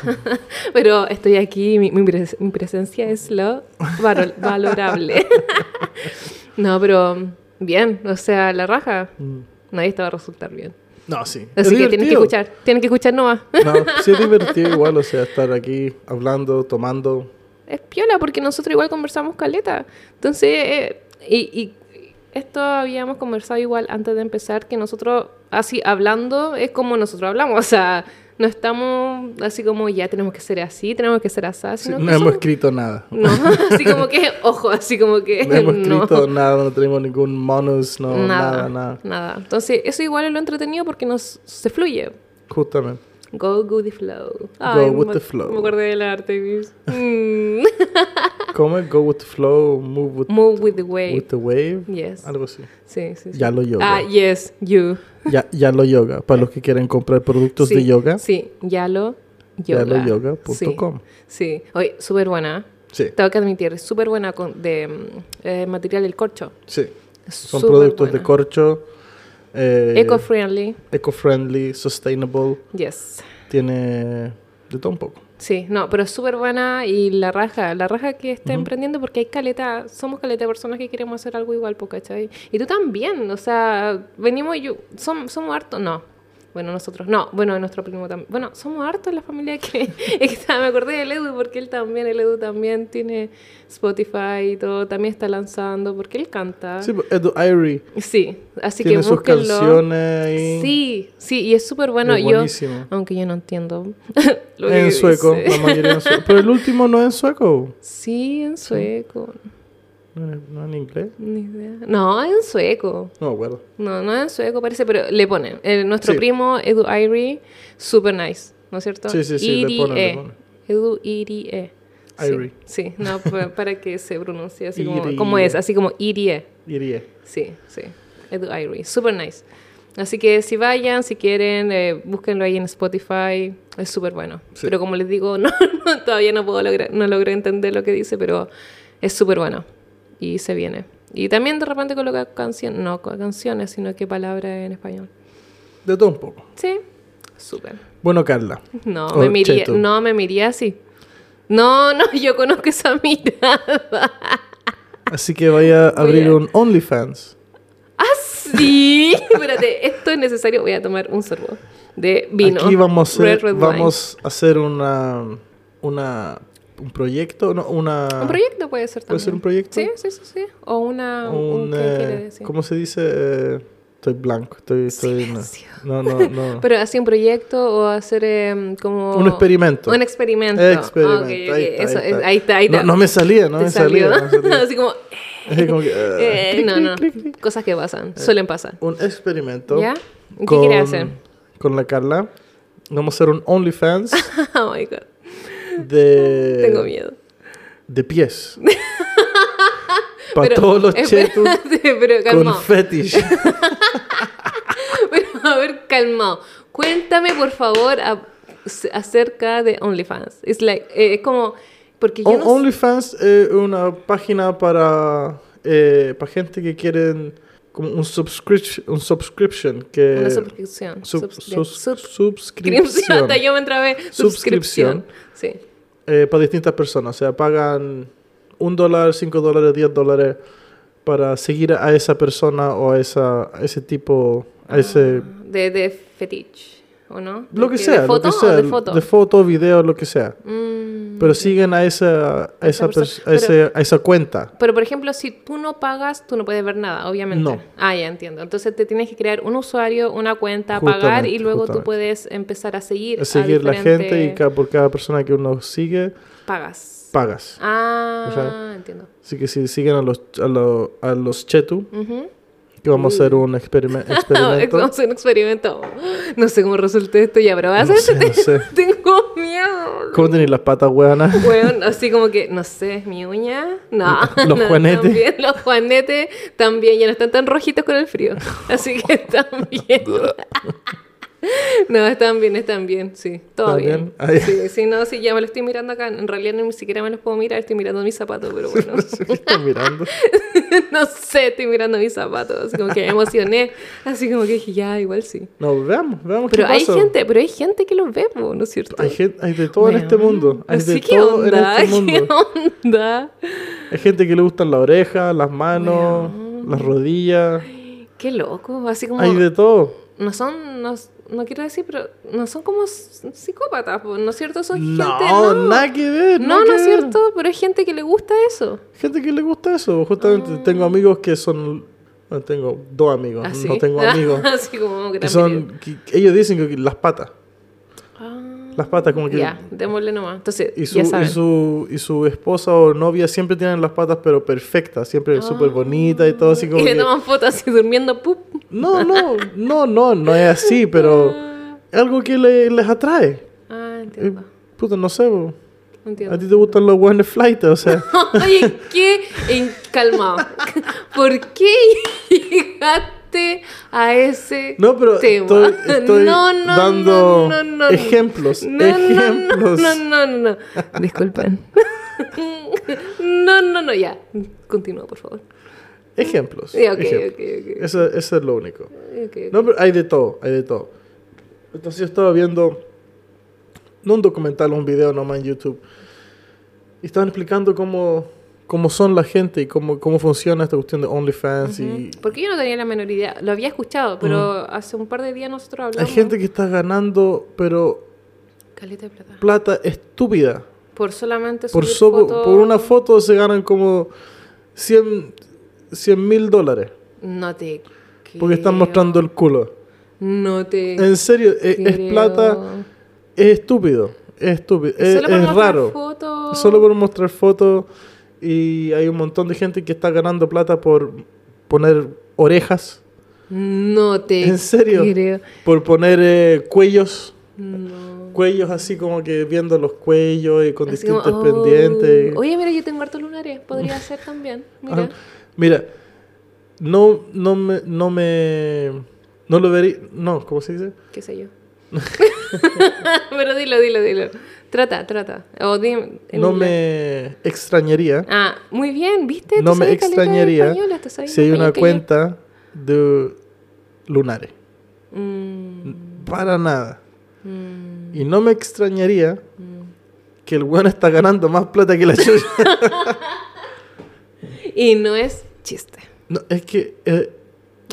[SPEAKER 2] Pero estoy aquí, mi, mi pres- mi presencia es lo varo- valorable. [LAUGHS] no, pero bien, o sea, la raja.
[SPEAKER 1] Mm.
[SPEAKER 2] Nadie te va a resultar bien.
[SPEAKER 1] No, sí. Es
[SPEAKER 2] Así que tienes que
[SPEAKER 1] divertido.
[SPEAKER 2] escuchar, tienes que escuchar nomás.
[SPEAKER 1] No,
[SPEAKER 2] [LAUGHS]
[SPEAKER 1] sí es divertido igual, o sea, estar aquí hablando, tomando.
[SPEAKER 2] es piola porque nosotros igual conversamos caleta. Entonces, eh, y, y esto habíamos conversado igual antes de empezar, que nosotros así hablando es como nosotros hablamos, o sea, no estamos así como ya tenemos que ser así, tenemos que ser así,
[SPEAKER 1] Sí,
[SPEAKER 2] sino
[SPEAKER 1] no
[SPEAKER 2] que
[SPEAKER 1] hemos
[SPEAKER 2] somos-
[SPEAKER 1] escrito
[SPEAKER 2] [LAUGHS]
[SPEAKER 1] nada.
[SPEAKER 2] No, así como que, ojo, así como que...
[SPEAKER 1] No hemos
[SPEAKER 2] no.
[SPEAKER 1] escrito nada, no tenemos ningún monus, no, nada, nada.
[SPEAKER 2] nada. Entonces, eso igual es lo entretenido porque nos, se fluye.
[SPEAKER 1] Justamente.
[SPEAKER 2] Go, go the flow.
[SPEAKER 1] with
[SPEAKER 2] me-
[SPEAKER 1] the flow.
[SPEAKER 2] Me acordé de la Artemis. Mm. [LAUGHS]
[SPEAKER 1] Come, go with the flow, move with,
[SPEAKER 2] Move with the wave.
[SPEAKER 1] with the wave.
[SPEAKER 2] Yes.
[SPEAKER 1] Algo así.
[SPEAKER 2] Sí, sí, sí.
[SPEAKER 1] Ya lo yoga.
[SPEAKER 2] Ah, yes, you.
[SPEAKER 1] Ya, ya lo yoga. Para los que quieren comprar productos
[SPEAKER 2] Sí,
[SPEAKER 1] de yoga,
[SPEAKER 2] Sí, ya lo yoga.
[SPEAKER 1] yaloyoga.com.
[SPEAKER 2] Sí, sí. Oye, súper buena.
[SPEAKER 1] Sí,
[SPEAKER 2] Tengo que admitir, súper buena con, de mm, eh, material del corcho.
[SPEAKER 1] sí. Son
[SPEAKER 2] Súper
[SPEAKER 1] productos de
[SPEAKER 2] buena.
[SPEAKER 1] corcho. eh,
[SPEAKER 2] Eco-friendly.
[SPEAKER 1] eco-friendly, sustainable.
[SPEAKER 2] Yes.
[SPEAKER 1] Tiene de todo un poco.
[SPEAKER 2] Sí, no, pero súper buena y la raja, la raja que está emprendiendo porque hay caleta, somos caleta de personas que queremos hacer algo igual, po, ¿cachai? Y tú también, o sea, venimos, yo, som- somos hartos, no, bueno, nosotros, no, bueno, nuestro primo también, bueno, somos hartos la familia que, [LAUGHS] es que estaba- me acordé del Edu porque él también, el Edu también tiene Spotify y todo, también está lanzando porque él canta.
[SPEAKER 1] Sí,
[SPEAKER 2] Sí,
[SPEAKER 1] pues, Edu Airy
[SPEAKER 2] así que
[SPEAKER 1] tiene sus
[SPEAKER 2] búsquenlo.
[SPEAKER 1] canciones ahí.
[SPEAKER 2] Sí, sí, y es súper bueno.
[SPEAKER 1] Es
[SPEAKER 2] yo,
[SPEAKER 1] buenísimo.
[SPEAKER 2] aunque yo no entiendo [LAUGHS] lo que
[SPEAKER 1] En sueco,
[SPEAKER 2] dice.
[SPEAKER 1] la mayoría en
[SPEAKER 2] [LAUGHS]
[SPEAKER 1] sueco. Pero el último no es en sueco,
[SPEAKER 2] Sí, en sueco.
[SPEAKER 1] no es- no es en inglés.
[SPEAKER 2] Ni idea. No, en sueco.
[SPEAKER 1] No me acuerdo.
[SPEAKER 2] No, no en sueco parece, pero le ponen. Eh, nuestro
[SPEAKER 1] Sí.
[SPEAKER 2] primo Edu Airy, super nice, ¿no es cierto?
[SPEAKER 1] Sí, sí, sí, le ponen, le
[SPEAKER 2] IRIE.
[SPEAKER 1] ponen.
[SPEAKER 2] Edu IRIE. Sí,
[SPEAKER 1] Airy.
[SPEAKER 2] Sí, no, [LAUGHS] pa- para que se pronuncie así como,
[SPEAKER 1] IRIE.
[SPEAKER 2] como es, así como IRIE.
[SPEAKER 1] Diría.
[SPEAKER 2] Sí, sí. Edu Airy, super nice. Así que si vayan, si quieren, eh, búsquenlo ahí en Spotify, es súper bueno.
[SPEAKER 1] Sí.
[SPEAKER 2] Pero como les digo, [LAUGHS] no, no, todavía no puedo lograr, no logro entender lo que dice, pero es súper bueno y se viene. Y también de repente coloca canciones, no co- canciones, sino que palabras en español.
[SPEAKER 1] De todo un poco.
[SPEAKER 2] Sí, súper.
[SPEAKER 1] Bueno, Carla.
[SPEAKER 2] No,
[SPEAKER 1] Oh,
[SPEAKER 2] me miría,
[SPEAKER 1] cheto.
[SPEAKER 2] no, me miría así. No, no, yo conozco esa mirada.
[SPEAKER 1] Así que vaya a abrir
[SPEAKER 2] a-
[SPEAKER 1] un OnlyFans.
[SPEAKER 2] ¡Ah, sí! [LAUGHS] Espérate, esto es necesario. Voy a tomar un sorbo de vino.
[SPEAKER 1] Aquí vamos a hacer,
[SPEAKER 2] Red, red wine.
[SPEAKER 1] vamos a hacer una, una, un proyecto, no, una,
[SPEAKER 2] Un proyecto puede ser también.
[SPEAKER 1] ¿Puede ser un proyecto?
[SPEAKER 2] Sí, sí, sí. sí. O una...
[SPEAKER 1] un,
[SPEAKER 2] Un, ¿Qué
[SPEAKER 1] eh,
[SPEAKER 2] quiere decir?
[SPEAKER 1] ¿cómo se dice? Eh, estoy blanco, estoy, estoy no.
[SPEAKER 2] Silencio.
[SPEAKER 1] no, no, no.
[SPEAKER 2] [LAUGHS] Pero así un proyecto o hacer em, como...
[SPEAKER 1] Un experimento.
[SPEAKER 2] Un experimento.
[SPEAKER 1] Experimento.
[SPEAKER 2] Ah, ok, ok.
[SPEAKER 1] Ahí, está,
[SPEAKER 2] Eso,
[SPEAKER 1] ahí
[SPEAKER 2] es-
[SPEAKER 1] está.
[SPEAKER 2] ahí está, ahí
[SPEAKER 1] No,
[SPEAKER 2] está.
[SPEAKER 1] no me salía, no
[SPEAKER 2] Te
[SPEAKER 1] me salía. no me
[SPEAKER 2] salió.
[SPEAKER 1] salía.
[SPEAKER 2] [LAUGHS] así como...
[SPEAKER 1] Es como que, ah.
[SPEAKER 2] eh,
[SPEAKER 1] Clic,
[SPEAKER 2] no,
[SPEAKER 1] clic,
[SPEAKER 2] no.
[SPEAKER 1] clic, clic.
[SPEAKER 2] Cosas que pasan. Suelen pasar.
[SPEAKER 1] Un experimento.
[SPEAKER 2] ¿Ya? ¿Qué quieres hacer? [LAUGHS]
[SPEAKER 1] Con la Carla. Vamos a hacer un OnlyFans
[SPEAKER 2] [LAUGHS] Oh, my God.
[SPEAKER 1] de.
[SPEAKER 2] Tengo miedo. [LAUGHS]
[SPEAKER 1] De pies. Para
[SPEAKER 2] Pero,
[SPEAKER 1] todos los chetos
[SPEAKER 2] [LAUGHS] espérate, pero
[SPEAKER 1] con
[SPEAKER 2] calmado.
[SPEAKER 1] fetish.
[SPEAKER 2] [LAUGHS] Pero, a ver, calmado. Cuéntame, por favor, a- acerca de OnlyFans. Es like, eh, es como... Porque [LAUGHS] yo
[SPEAKER 1] O-
[SPEAKER 2] no sé-
[SPEAKER 1] OnlyFans es una página para, eh, para gente que quieren como un, subscription un subscription que...
[SPEAKER 2] Una suscripción.
[SPEAKER 1] eh, sub-
[SPEAKER 2] Subscri-
[SPEAKER 1] sus-
[SPEAKER 2] subscripción.
[SPEAKER 1] Suscripción.
[SPEAKER 2] [LAUGHS] Hasta yo me entrabé.
[SPEAKER 1] Subscripción.
[SPEAKER 2] Suscripción. Sí.
[SPEAKER 1] eh, para distintas personas. O sea, pagan un dólar, cinco dólares, diez dólares para seguir a esa persona o a, esa, a ese tipo, a ese...
[SPEAKER 2] De, de fetiche, ¿o no?
[SPEAKER 1] Lo que
[SPEAKER 2] ¿De-
[SPEAKER 1] sea,
[SPEAKER 2] ¿De
[SPEAKER 1] lo
[SPEAKER 2] foto
[SPEAKER 1] que sea.
[SPEAKER 2] o de foto?
[SPEAKER 1] De foto, video, lo que sea.
[SPEAKER 2] Mm.
[SPEAKER 1] Pero siguen a esa, a esa,
[SPEAKER 2] perso-
[SPEAKER 1] pers- a ese- a esa cuenta.
[SPEAKER 2] Pero, por ejemplo, si tú no pagas, tú no puedes ver nada, obviamente.
[SPEAKER 1] No.
[SPEAKER 2] Ah, ya entiendo. Entonces te tienes que crear un usuario, una cuenta, pagar
[SPEAKER 1] Justamente,
[SPEAKER 2] y luego tú
[SPEAKER 1] justamente.
[SPEAKER 2] puedes empezar a seguir.
[SPEAKER 1] A seguir la gente y
[SPEAKER 2] diferentes-
[SPEAKER 1] ca- por cada persona que uno sigue,
[SPEAKER 2] Pagas.
[SPEAKER 1] pagas.
[SPEAKER 2] Ah,
[SPEAKER 1] O sea,
[SPEAKER 2] entiendo.
[SPEAKER 1] Así que si siguen a los, a lo- a los Chetu,
[SPEAKER 2] [LAUGHS] Ujú.
[SPEAKER 1] que vamos a hacer un experime-
[SPEAKER 2] [LAUGHS]
[SPEAKER 1] experimento.
[SPEAKER 2] Vamos a hacer un experimento. No sé cómo resulte esto ya, pero vas
[SPEAKER 1] No
[SPEAKER 2] a
[SPEAKER 1] sé, no sé.
[SPEAKER 2] [LAUGHS] Tengo miedo.
[SPEAKER 1] ¿Cómo tenéis las patas, hueanas?
[SPEAKER 2] [LAUGHS] Bueno, así como que, no sé, ¿es mi uña? No.
[SPEAKER 1] Los
[SPEAKER 2] [LAUGHS] no,
[SPEAKER 1] juanetes.
[SPEAKER 2] También, los juanetes también ya no están tan rojitos con el
[SPEAKER 1] [LAUGHS]
[SPEAKER 2] frío. Así que están bien. [LAUGHS] No, están bien, están bien, sí. Todo
[SPEAKER 1] ¿Están
[SPEAKER 2] bien.
[SPEAKER 1] bien? Ah, ya.
[SPEAKER 2] Sí, sí, no, sí, ya me lo estoy mirando acá. En realidad ni siquiera me los puedo mirar, estoy mirando mis zapatos,
[SPEAKER 1] [LAUGHS]
[SPEAKER 2] pero bueno.
[SPEAKER 1] [LAUGHS] Estoy mirando.
[SPEAKER 2] [LAUGHS] no sé, estoy mirando mis zapatos. Así como que me emocioné. Así como que dije, ya, igual sí.
[SPEAKER 1] No, veamos, veamos
[SPEAKER 2] Pero
[SPEAKER 1] qué
[SPEAKER 2] hay
[SPEAKER 1] pasa.
[SPEAKER 2] gente, pero hay gente que los ve, po, ¿no es cierto?
[SPEAKER 1] Hay, gen- hay de todo en este
[SPEAKER 2] Weón,
[SPEAKER 1] mundo. Hay
[SPEAKER 2] así
[SPEAKER 1] de
[SPEAKER 2] que
[SPEAKER 1] todo
[SPEAKER 2] onda,
[SPEAKER 1] en este mundo.
[SPEAKER 2] [LAUGHS] ¿Qué onda?
[SPEAKER 1] Hay gente que le gustan la oreja, las manos, las rodillas.
[SPEAKER 2] Qué loco, así como
[SPEAKER 1] Hay de todo.
[SPEAKER 2] no son no, no quiero decir, pero no son como s- psicópatas, po, ¿no es cierto? Son
[SPEAKER 1] No,
[SPEAKER 2] gente no.
[SPEAKER 1] nada que ver.
[SPEAKER 2] no,
[SPEAKER 1] nada
[SPEAKER 2] no
[SPEAKER 1] que
[SPEAKER 2] es
[SPEAKER 1] ver.
[SPEAKER 2] cierto, pero hay gente que le gusta eso.
[SPEAKER 1] Gente que le gusta eso. Justamente
[SPEAKER 2] Ah.
[SPEAKER 1] tengo amigos que son. No tengo dos amigos.
[SPEAKER 2] Así.
[SPEAKER 1] No
[SPEAKER 2] [LAUGHS]
[SPEAKER 1] tengo amigos.
[SPEAKER 2] así como gran
[SPEAKER 1] que
[SPEAKER 2] video.
[SPEAKER 1] son. que- que ellos dicen que las patas.
[SPEAKER 2] Ah,
[SPEAKER 1] Las patas como que.
[SPEAKER 2] ya, démosle nomás. Entonces,
[SPEAKER 1] Y su,
[SPEAKER 2] ya
[SPEAKER 1] y,
[SPEAKER 2] saben.
[SPEAKER 1] su, y su esposa o novia siempre tienen las patas, pero perfectas, siempre súper bonitas y todo así como.
[SPEAKER 2] Ah. [LAUGHS] y le
[SPEAKER 1] que-
[SPEAKER 2] toman fotos así durmiendo, ¡pup!
[SPEAKER 1] No, no, no, no, no es así, pero es algo que le- les atrae.
[SPEAKER 2] Ah,
[SPEAKER 1] Eh,
[SPEAKER 2] entiendo.
[SPEAKER 1] Puta, no sé, bo.
[SPEAKER 2] Entiendo.
[SPEAKER 1] a ti te gustan los buenos flight, o sea,
[SPEAKER 2] [LAUGHS] Oye, qué en calmado. [LAUGHS] ¿Por qué llegaste a ese
[SPEAKER 1] no, pero
[SPEAKER 2] tema?
[SPEAKER 1] estoy,
[SPEAKER 2] [LAUGHS]
[SPEAKER 1] estoy dando ejemplos,
[SPEAKER 2] No,
[SPEAKER 1] ejemplos.
[SPEAKER 2] No, no, no, no, no. Disculpen. [LAUGHS] No, no, no, ya. Continúa, por favor.
[SPEAKER 1] Ejemplos.
[SPEAKER 2] Ya, ok,
[SPEAKER 1] ejemplos.
[SPEAKER 2] ok, ok.
[SPEAKER 1] Eso, eso es lo único.
[SPEAKER 2] Ok, ok.
[SPEAKER 1] No, pero hay de todo, hay de todo. Entonces yo estaba viendo, no un documental, un video nomás en YouTube, y estaban explicando cómo, cómo son la gente y cómo, cómo funciona esta cuestión de OnlyFans y...
[SPEAKER 2] Porque yo no tenía la menor idea. Lo había escuchado, pero hace un par de días nosotros
[SPEAKER 1] Mm. Hay
[SPEAKER 2] hablamos.
[SPEAKER 1] gente que está ganando, pero
[SPEAKER 2] Caleta de plata.
[SPEAKER 1] plata estúpida.
[SPEAKER 2] Por solamente
[SPEAKER 1] Por,
[SPEAKER 2] subir
[SPEAKER 1] so-
[SPEAKER 2] fotos-
[SPEAKER 1] por una foto se ganan como 100 mil dólares.
[SPEAKER 2] No te.
[SPEAKER 1] Porque están
[SPEAKER 2] creo.
[SPEAKER 1] mostrando el culo.
[SPEAKER 2] No te.
[SPEAKER 1] En serio, es, es
[SPEAKER 2] creo.
[SPEAKER 1] plata, es estúpido. Es estúpido, es,
[SPEAKER 2] Solo por
[SPEAKER 1] es
[SPEAKER 2] mostrar
[SPEAKER 1] raro.
[SPEAKER 2] fotos.
[SPEAKER 1] Solo por mostrar fotos. Y hay un montón de gente que está ganando plata por poner orejas.
[SPEAKER 2] No te.
[SPEAKER 1] En serio.
[SPEAKER 2] creo.
[SPEAKER 1] Por poner eh, cuellos.
[SPEAKER 2] No.
[SPEAKER 1] Cuellos así como que viendo los cuellos y con
[SPEAKER 2] Así como,
[SPEAKER 1] distintos
[SPEAKER 2] oh,
[SPEAKER 1] pendientes.
[SPEAKER 2] Oye, mira, yo tengo hartos lunares.
[SPEAKER 1] [LAUGHS]
[SPEAKER 2] Podría ser también. Mira.
[SPEAKER 1] Ah, mira, no, no me, no me, no lo vería, no, ¿cómo se dice?
[SPEAKER 2] Qué
[SPEAKER 1] [LAUGHS]
[SPEAKER 2] sé yo. Pero dilo, dilo, dilo. Trata, trata. O dime. en
[SPEAKER 1] No
[SPEAKER 2] inglés.
[SPEAKER 1] me extrañaría,
[SPEAKER 2] Ah, muy bien, ¿viste? Tú
[SPEAKER 1] no me
[SPEAKER 2] sabes caleta de
[SPEAKER 1] extrañaría
[SPEAKER 2] español, hasta sabes
[SPEAKER 1] si hay
[SPEAKER 2] español
[SPEAKER 1] una
[SPEAKER 2] que yo.
[SPEAKER 1] cuenta de lunares,
[SPEAKER 2] Mm,
[SPEAKER 1] para nada.
[SPEAKER 2] mm,
[SPEAKER 1] Y no me extrañaría
[SPEAKER 2] mm.
[SPEAKER 1] que el bueno está ganando más plata
[SPEAKER 2] [LAUGHS]
[SPEAKER 1] que la chucha.
[SPEAKER 2] Y no es chiste.
[SPEAKER 1] No, es que eh,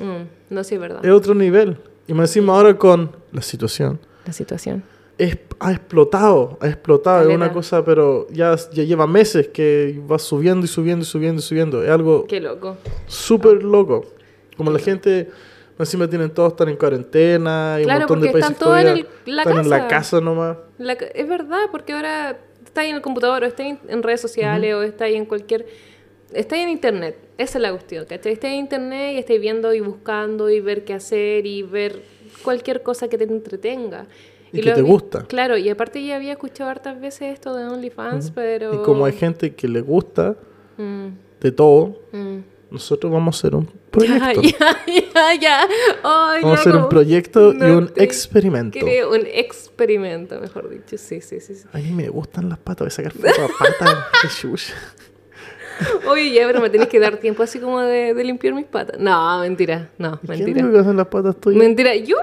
[SPEAKER 2] Mm, no, sí, es verdad.
[SPEAKER 1] es otro nivel. Y me encima ahora con la situación.
[SPEAKER 2] La situación.
[SPEAKER 1] es- ha explotado, ha explotado. Es una
[SPEAKER 2] Caleta.
[SPEAKER 1] cosa, pero ya, ya lleva meses que va subiendo y subiendo y subiendo y subiendo. Es algo
[SPEAKER 2] Qué loco.
[SPEAKER 1] súper loco. Como la gente, encima tienen todos, están en cuarentena. Hay
[SPEAKER 2] Claro,
[SPEAKER 1] un montón de
[SPEAKER 2] porque
[SPEAKER 1] países
[SPEAKER 2] están todos en
[SPEAKER 1] todavía
[SPEAKER 2] el- la
[SPEAKER 1] están en la
[SPEAKER 2] casa.
[SPEAKER 1] casa nomás.
[SPEAKER 2] La ca- es verdad, porque ahora estáis en el computador, o estáis en redes sociales, o estáis en cualquier. Estáis en internet. Esa es la cuestión, ¿cachai? Estáis en internet y estáis viendo y buscando y ver qué hacer y ver cualquier cosa que te entretenga.
[SPEAKER 1] Y que
[SPEAKER 2] lo
[SPEAKER 1] te
[SPEAKER 2] había-
[SPEAKER 1] gusta.
[SPEAKER 2] Claro, y aparte ya había escuchado hartas veces esto de OnlyFans, pero.
[SPEAKER 1] Y como hay gente que le gusta
[SPEAKER 2] Mm,
[SPEAKER 1] de todo,
[SPEAKER 2] mm.
[SPEAKER 1] nosotros vamos a hacer un
[SPEAKER 2] [LAUGHS] Ya,
[SPEAKER 1] proyecto.
[SPEAKER 2] ya, ya, ya. Ay,
[SPEAKER 1] Vamos a hacer
[SPEAKER 2] loco.
[SPEAKER 1] un proyecto y
[SPEAKER 2] No
[SPEAKER 1] un
[SPEAKER 2] te
[SPEAKER 1] experimento.
[SPEAKER 2] Creo un experimento, mejor dicho. Sí, sí, sí. sí. [LAUGHS]
[SPEAKER 1] A mí me gustan las patas, voy a sacar fotos a patas. Qué chucha.
[SPEAKER 2] Oye, ya, pero me tenés que dar tiempo así como de, de limpiar mis patas. No, mentira, no,
[SPEAKER 1] ¿Y ¿Quién
[SPEAKER 2] mentira.
[SPEAKER 1] dijo que hacen las patas tuyas?
[SPEAKER 2] Mentira, yo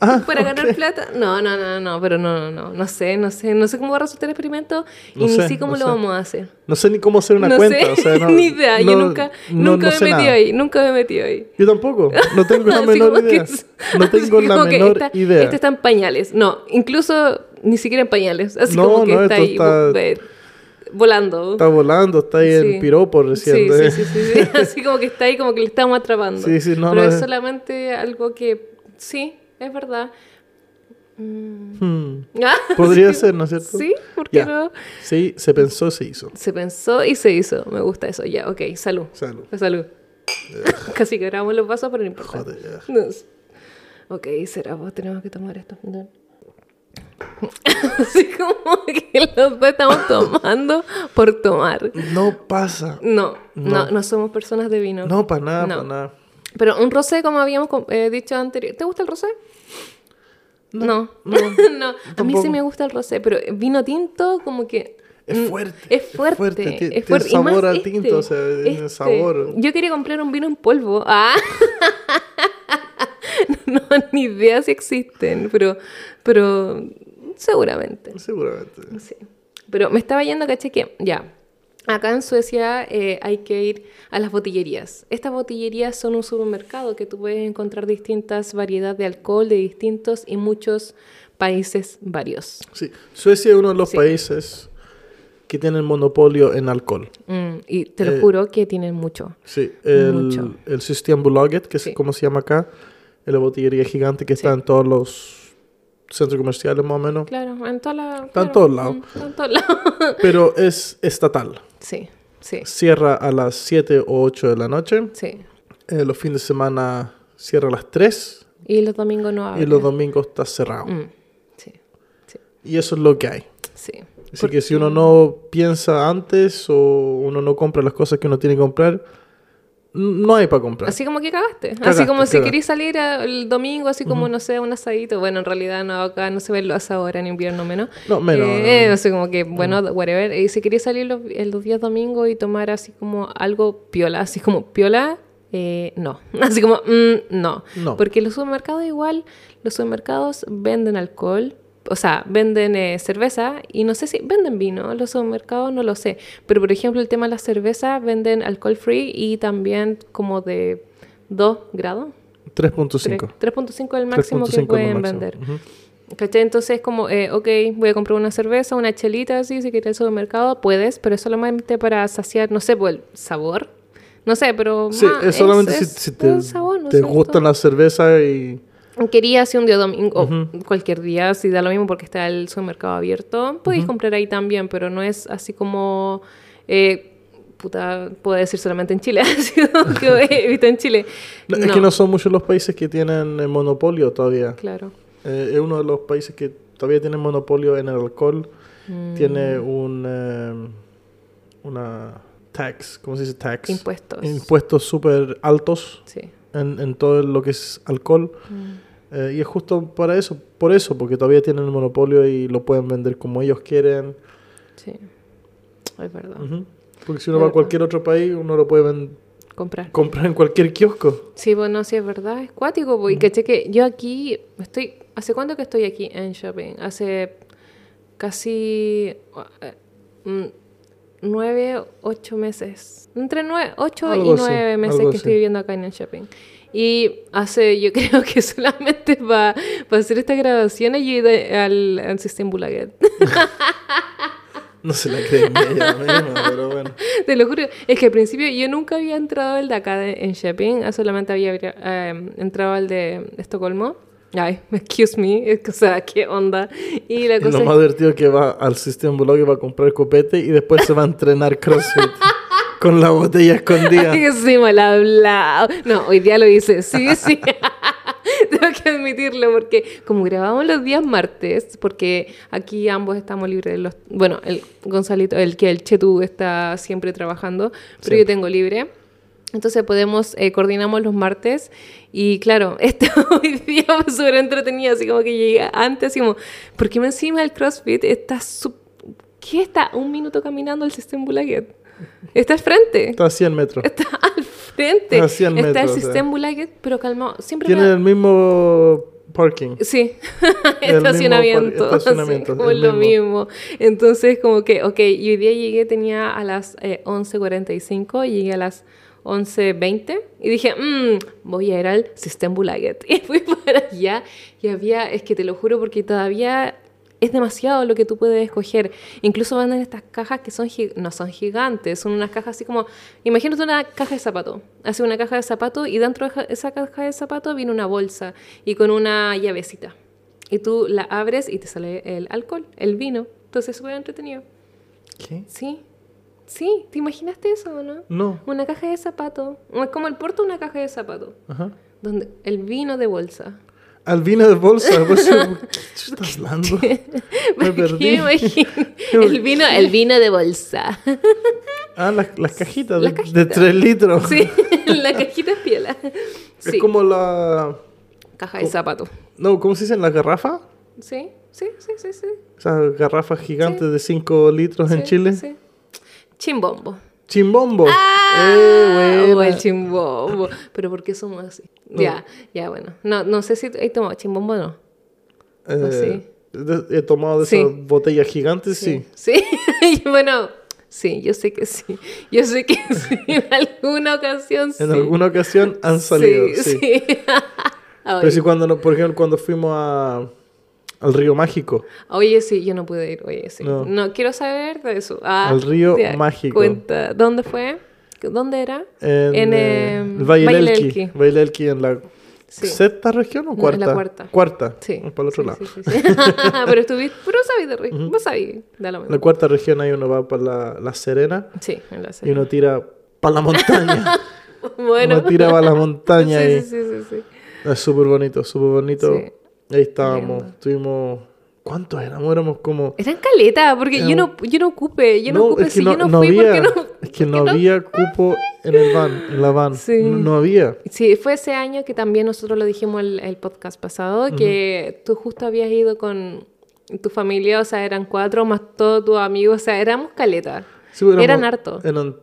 [SPEAKER 1] Ah,
[SPEAKER 2] para ganar
[SPEAKER 1] ok.
[SPEAKER 2] plata. No, no, no, no, pero no, no, no, no sé, no sé, no sé cómo va a resultar el experimento y
[SPEAKER 1] No
[SPEAKER 2] ni
[SPEAKER 1] sé,
[SPEAKER 2] sé cómo
[SPEAKER 1] no
[SPEAKER 2] lo
[SPEAKER 1] sé.
[SPEAKER 2] vamos a hacer.
[SPEAKER 1] No sé ni cómo hacer una
[SPEAKER 2] no
[SPEAKER 1] cuenta.
[SPEAKER 2] sé,
[SPEAKER 1] o
[SPEAKER 2] [LAUGHS]
[SPEAKER 1] sea, no-
[SPEAKER 2] ni idea, yo
[SPEAKER 1] no-
[SPEAKER 2] nunca,
[SPEAKER 1] no-
[SPEAKER 2] nunca
[SPEAKER 1] no
[SPEAKER 2] me
[SPEAKER 1] sé
[SPEAKER 2] metí
[SPEAKER 1] nada.
[SPEAKER 2] ahí, nunca me metí ahí.
[SPEAKER 1] Yo tampoco, no
[SPEAKER 2] [LAUGHS]
[SPEAKER 1] tengo la
[SPEAKER 2] Así
[SPEAKER 1] menor
[SPEAKER 2] como que
[SPEAKER 1] idea.
[SPEAKER 2] es-
[SPEAKER 1] No tengo
[SPEAKER 2] así
[SPEAKER 1] la
[SPEAKER 2] como que
[SPEAKER 1] menor
[SPEAKER 2] esta-
[SPEAKER 1] idea.
[SPEAKER 2] Este está en pañales. No, incluso ni siquiera en pañales. Así
[SPEAKER 1] No,
[SPEAKER 2] como que
[SPEAKER 1] no,
[SPEAKER 2] está
[SPEAKER 1] esto
[SPEAKER 2] ahí
[SPEAKER 1] está-
[SPEAKER 2] vo- eh, volando.
[SPEAKER 1] Está volando, está ahí
[SPEAKER 2] Sí.
[SPEAKER 1] en piropo recién.
[SPEAKER 2] sí,
[SPEAKER 1] ¿eh?
[SPEAKER 2] sí, sí, sí, [LAUGHS] sí. Así como que está ahí, como que le estamos atrapando.
[SPEAKER 1] Sí, sí, no,
[SPEAKER 2] Pero
[SPEAKER 1] no,
[SPEAKER 2] es
[SPEAKER 1] es-
[SPEAKER 2] solamente algo que. Sí, es verdad. [LAUGHS] Mm.
[SPEAKER 1] [LAUGHS] Hmm.
[SPEAKER 2] Ah,
[SPEAKER 1] Podría
[SPEAKER 2] sí.
[SPEAKER 1] ser, ¿no es cierto?
[SPEAKER 2] Sí, ¿por qué
[SPEAKER 1] Ya.
[SPEAKER 2] no?
[SPEAKER 1] Sí, se pensó, se hizo.
[SPEAKER 2] Se pensó y se hizo. Me gusta eso. Ya, ok, salud.
[SPEAKER 1] Salud.
[SPEAKER 2] Salud. [LAUGHS] Casi quebramos los vasos, pero no importa.
[SPEAKER 1] Joder.
[SPEAKER 2] No sé. Ok, será vos, tenemos que tomar esto. No. [LAUGHS] Así como que los dos estamos tomando por tomar.
[SPEAKER 1] No pasa.
[SPEAKER 2] No,
[SPEAKER 1] No.
[SPEAKER 2] no, no, somos personas de vino.
[SPEAKER 1] No, para nada,
[SPEAKER 2] No.
[SPEAKER 1] para nada.
[SPEAKER 2] Pero un rosé, como habíamos com- eh, dicho anterior. ¿Te gusta el rosé? No. [LAUGHS] No. A mí
[SPEAKER 1] tampoco.
[SPEAKER 2] sí me gusta el rosé, pero vino tinto como que...
[SPEAKER 1] Es
[SPEAKER 2] mm,
[SPEAKER 1] fuerte.
[SPEAKER 2] Es fuerte.
[SPEAKER 1] ti-
[SPEAKER 2] Es
[SPEAKER 1] tiene
[SPEAKER 2] fuerte. Y más
[SPEAKER 1] sabor al
[SPEAKER 2] este,
[SPEAKER 1] tinto, o sea, tiene
[SPEAKER 2] este.
[SPEAKER 1] sabor.
[SPEAKER 2] Yo quería comprar un vino en polvo. [LAUGHS] Ah. no, ni idea si existen, pero, pero seguramente.
[SPEAKER 1] Seguramente.
[SPEAKER 2] Sí. Pero me estaba yendo, caché que ya. Acá en Suecia eh, hay que ir a las botillerías. Estas botillerías son un supermercado que tú puedes encontrar distintas variedades de alcohol de distintos y muchos países varios.
[SPEAKER 1] Sí. Suecia es uno de los
[SPEAKER 2] Sí.
[SPEAKER 1] países que tienen monopolio en alcohol.
[SPEAKER 2] Mm, y te lo
[SPEAKER 1] Eh,
[SPEAKER 2] juro que tienen mucho.
[SPEAKER 1] Sí, el,
[SPEAKER 2] Mucho.
[SPEAKER 1] el Systembolaget, que
[SPEAKER 2] Sí.
[SPEAKER 1] es como se llama acá, es la botillería gigante que está en todos los centros comerciales más o menos,
[SPEAKER 2] Claro, en todas las...
[SPEAKER 1] Está en
[SPEAKER 2] claro,
[SPEAKER 1] todos lados.
[SPEAKER 2] mm, está en todos lados. [LAUGHS]
[SPEAKER 1] pero es estatal.
[SPEAKER 2] sí, sí,
[SPEAKER 1] Cierra a las 7 o 8 de la noche,
[SPEAKER 2] sí.
[SPEAKER 1] eh, los fines de semana cierra a las 3
[SPEAKER 2] Y los domingos no abren.
[SPEAKER 1] y los domingos está cerrado.
[SPEAKER 2] Ah, Mm, sí, sí,
[SPEAKER 1] Y eso es lo que hay.
[SPEAKER 2] sí.
[SPEAKER 1] Así
[SPEAKER 2] Por-
[SPEAKER 1] que si uno no piensa antes o uno no compra las cosas que uno tiene que comprar, n- no hay para comprar.
[SPEAKER 2] Así como que cagaste.
[SPEAKER 1] Cagaste,
[SPEAKER 2] así como si
[SPEAKER 1] cagaste.
[SPEAKER 2] querís salir a- el domingo, así como, no sé, un asadito. Bueno, en realidad no, acá no se ven los asados ahora en invierno menos.
[SPEAKER 1] No, menos,
[SPEAKER 2] Eh,
[SPEAKER 1] no.
[SPEAKER 2] así como que,
[SPEAKER 1] Mm.
[SPEAKER 2] bueno, whatever. Y si querís salir los, eh, los días domingo y tomar así como algo piola, así como piola, eh, no. [LAUGHS] Así como, mm, no.
[SPEAKER 1] No.
[SPEAKER 2] Porque los supermercados igual, los supermercados venden alcohol. O sea, venden eh, cerveza y no sé si venden vino, los supermercados no lo sé. Pero por ejemplo, el tema de la cerveza, venden alcohol free y también como de 2 grados.
[SPEAKER 1] 3.5.
[SPEAKER 2] 3.5 el máximo
[SPEAKER 1] 3.5
[SPEAKER 2] que
[SPEAKER 1] es lo
[SPEAKER 2] pueden
[SPEAKER 1] máximo.
[SPEAKER 2] vender.
[SPEAKER 1] Ujú.
[SPEAKER 2] ¿Cachai? Entonces, como, eh, ok, voy a comprar una cerveza, una chelita, así, si quieres al supermercado, puedes, pero es solamente para saciar, no sé, por el sabor. No sé, pero.
[SPEAKER 1] Sí,
[SPEAKER 2] ma,
[SPEAKER 1] es solamente si,
[SPEAKER 2] "Ah, es
[SPEAKER 1] si te,
[SPEAKER 2] un sabor, ¿no es
[SPEAKER 1] te
[SPEAKER 2] cierto?
[SPEAKER 1] gustan las cervezas y...
[SPEAKER 2] Quería así un día domingo,
[SPEAKER 1] Ujú.
[SPEAKER 2] cualquier día, si da lo mismo porque está el supermercado abierto, podéis comprar ahí también, pero no es así como, eh, puta, puedo decir solamente en Chile, [LAUGHS] así como que he visto en Chile.
[SPEAKER 1] No, Es que no son muchos los países que tienen eh, monopolio todavía.
[SPEAKER 2] Claro.
[SPEAKER 1] Eh, es uno de los países que todavía tiene monopolio en el alcohol.
[SPEAKER 2] Mm.
[SPEAKER 1] Tiene un... eh, una tax, ¿cómo se dice tax?
[SPEAKER 2] Impuestos.
[SPEAKER 1] Impuestos súper altos
[SPEAKER 2] Mm, Sí. mm,
[SPEAKER 1] en, en todo lo que es alcohol. Eh, y es justo para eso, por eso, porque todavía tienen el monopolio y lo pueden vender como ellos quieren.
[SPEAKER 2] Sí. Es verdad.
[SPEAKER 1] Ujú. Porque si uno va a
[SPEAKER 2] Ah. Verdad.
[SPEAKER 1] cualquier otro país, uno lo puede ven-
[SPEAKER 2] Comprar.
[SPEAKER 1] comprar en cualquier kiosco.
[SPEAKER 2] Sí, bueno, sí, es verdad, es cuático, po, y caché que yo aquí estoy, ¿hace cuánto que estoy aquí en shopping? Hace casi eh, mm, nueve, ocho meses, entre nueve, ocho
[SPEAKER 1] Algo
[SPEAKER 2] y
[SPEAKER 1] así,
[SPEAKER 2] nueve meses
[SPEAKER 1] algo
[SPEAKER 2] que
[SPEAKER 1] así.
[SPEAKER 2] estoy viviendo acá en el shopping. Y hace, yo [LAUGHS] creo que solamente para hacer estas grabaciones yo he ido al, al System Bulaget.
[SPEAKER 1] No se la creen ni ella
[SPEAKER 2] [LAUGHS]
[SPEAKER 1] misma, pero bueno.
[SPEAKER 2] Te lo juro, es que al principio yo nunca había entrado al de acá de- en Shopping, ah, solamente había abri- eh, entrado al de Estocolmo. Ay, [LAUGHS] excuse me, es que, o sea, qué onda. Y la
[SPEAKER 1] Y lo
[SPEAKER 2] cosa es-
[SPEAKER 1] más divertido es que va al System Blog y va a comprar copete y después se va a entrenar
[SPEAKER 2] [LAUGHS]
[SPEAKER 1] CrossFit con la botella escondida.
[SPEAKER 2] Ay, que [LAUGHS] sí, mal hablado. No, hoy día lo hice, sí, sí. [LAUGHS] Tengo que admitirlo porque como grabamos los días martes, porque aquí ambos estamos libres de los... Bueno, el Gonzalito, el que el Chetu está siempre trabajando, pero
[SPEAKER 1] Siempre.
[SPEAKER 2] yo tengo libre. Entonces podemos, eh, coordinamos los martes y claro, [LAUGHS] este hoy día fue súper entretenido, así como que llegué antes, así como, porque encima el CrossFit está... sup- ¿Qué está? Un minuto caminando el sistema Bulaget. Está al frente.
[SPEAKER 1] Está a 100 metros.
[SPEAKER 2] Está al frente.
[SPEAKER 1] Está a 100
[SPEAKER 2] Está el
[SPEAKER 1] metros, o sea.
[SPEAKER 2] sistema Bulaget, pero calmado. Siempre
[SPEAKER 1] Tienen
[SPEAKER 2] me-
[SPEAKER 1] el mismo parking.
[SPEAKER 2] Sí, [LAUGHS]
[SPEAKER 1] El mismo
[SPEAKER 2] estacionamiento.
[SPEAKER 1] par- estacionamiento,
[SPEAKER 2] así como
[SPEAKER 1] el
[SPEAKER 2] lo
[SPEAKER 1] mismo.
[SPEAKER 2] mismo. Entonces, como que, ok, y hoy día llegué, tenía a las eh, 11.45, llegué a las 11.20 y dije, "Mm, voy a ir al System Bulaget. [LAUGHS] Y fui para allá y había, es que te lo juro, porque todavía es demasiado lo que tú puedes escoger. Incluso venden estas cajas que son gi- no son gigantes, son unas cajas así como, imagínate una caja de zapato, hace una caja de zapato y dentro de ja- esa caja de zapato viene una bolsa y con una llavecita. Y tú la abres y te sale el alcohol, el vino. Entonces es súper entretenido.
[SPEAKER 1] ¿Qué?
[SPEAKER 2] Sí, sí, ¿te imaginaste eso o no?
[SPEAKER 1] No.
[SPEAKER 2] Una caja de zapato, es como el porto una caja de zapato,
[SPEAKER 1] Ajá.
[SPEAKER 2] donde el vino de bolsa.
[SPEAKER 1] Albina de
[SPEAKER 2] [LAUGHS]
[SPEAKER 1] bolsa. pues, ¿Qué estás hablando? [LAUGHS] Me
[SPEAKER 2] ¿Qué
[SPEAKER 1] perdí.
[SPEAKER 2] me
[SPEAKER 1] [LAUGHS]
[SPEAKER 2] imagino? El vino, el vino de bolsa. [LAUGHS]
[SPEAKER 1] Ah, las, las cajitas
[SPEAKER 2] Las
[SPEAKER 1] de,
[SPEAKER 2] cajitas.
[SPEAKER 1] 3 litros.
[SPEAKER 2] Sí, la cajita es piola.
[SPEAKER 1] Es
[SPEAKER 2] Sí,
[SPEAKER 1] como la...
[SPEAKER 2] caja de zapato.
[SPEAKER 1] No, ¿cómo se dicen? ¿La garrafa?
[SPEAKER 2] Sí, sí, sí, sí, sí.
[SPEAKER 1] Esas garrafas gigantes de 5 litros en
[SPEAKER 2] Sí,
[SPEAKER 1] Chile.
[SPEAKER 2] sí. Chimbombo.
[SPEAKER 1] Chimbombo.
[SPEAKER 2] ¡Ah!
[SPEAKER 1] Eh,
[SPEAKER 2] Oh, el
[SPEAKER 1] buena.
[SPEAKER 2] chimbombo. Pero ¿por qué somos así?
[SPEAKER 1] No.
[SPEAKER 2] Ya, ya, bueno. No, no sé si he tomado chimbombo o no.
[SPEAKER 1] Eh,
[SPEAKER 2] pues sí.
[SPEAKER 1] de- He tomado de
[SPEAKER 2] Sí.
[SPEAKER 1] esas botellas gigantes, sí.
[SPEAKER 2] Sí, [LAUGHS] Y bueno, sí, yo sé que sí. Yo sé que [LAUGHS] sí, en alguna ocasión sí.
[SPEAKER 1] En alguna ocasión han salido, sí.
[SPEAKER 2] [LAUGHS] sí. Ay,
[SPEAKER 1] Pero sí, cuando, no- por ejemplo, cuando fuimos a, al Río Mágico.
[SPEAKER 2] Oye, sí, yo no pude ir, oye, sí.
[SPEAKER 1] No.
[SPEAKER 2] No, quiero saber de eso. Ah,
[SPEAKER 1] Al río
[SPEAKER 2] te
[SPEAKER 1] mágico.
[SPEAKER 2] Cuenta. ¿Dónde fue? ¿Dónde era?
[SPEAKER 1] En,
[SPEAKER 2] En,
[SPEAKER 1] eh,
[SPEAKER 2] em,
[SPEAKER 1] el Valle
[SPEAKER 2] Valle
[SPEAKER 1] del
[SPEAKER 2] del
[SPEAKER 1] Elqui.
[SPEAKER 2] Elqui.
[SPEAKER 1] Valle del Elqui en la
[SPEAKER 2] Sí.
[SPEAKER 1] sexta región o
[SPEAKER 2] en la
[SPEAKER 1] cuarta?
[SPEAKER 2] cuarta. Sí.
[SPEAKER 1] Para el otro
[SPEAKER 2] Sí,
[SPEAKER 1] lado.
[SPEAKER 2] sí, sí, [LAUGHS] sí. pero estuviste, pero sabí de río. Vos sabí, da lo mismo.
[SPEAKER 1] La cuarta región ahí uno va para la, la Serena
[SPEAKER 2] Sí, en la
[SPEAKER 1] y
[SPEAKER 2] serie.
[SPEAKER 1] uno tira para la montaña.
[SPEAKER 2] [LAUGHS] Bueno.
[SPEAKER 1] Uno
[SPEAKER 2] [LAUGHS]
[SPEAKER 1] tira para la montaña
[SPEAKER 2] sí,
[SPEAKER 1] ahí.
[SPEAKER 2] sí, sí, sí, sí.
[SPEAKER 1] Es súper bonito, súper bonito.
[SPEAKER 2] Sí.
[SPEAKER 1] Ahí estábamos.
[SPEAKER 2] Lindo.
[SPEAKER 1] Tuvimos... ¿Cuántos éramos? Éramos como...
[SPEAKER 2] Eran caletas, porque
[SPEAKER 1] Era
[SPEAKER 2] yo
[SPEAKER 1] un-
[SPEAKER 2] no, yo no ocupé, yo no, ocupé, si yo no, fui
[SPEAKER 1] había,
[SPEAKER 2] porque no...
[SPEAKER 1] es que no
[SPEAKER 2] porque no-
[SPEAKER 1] había cupo en el van, en la van.
[SPEAKER 2] Sí.
[SPEAKER 1] No, no había.
[SPEAKER 2] Sí, fue ese año que también nosotros lo dijimos el, el podcast pasado, que tú justo habías ido con tu familia, o sea, eran cuatro más todos tus amigos, o sea, éramos caleta.
[SPEAKER 1] Sí, éramos-
[SPEAKER 2] Eran harto.
[SPEAKER 1] Eran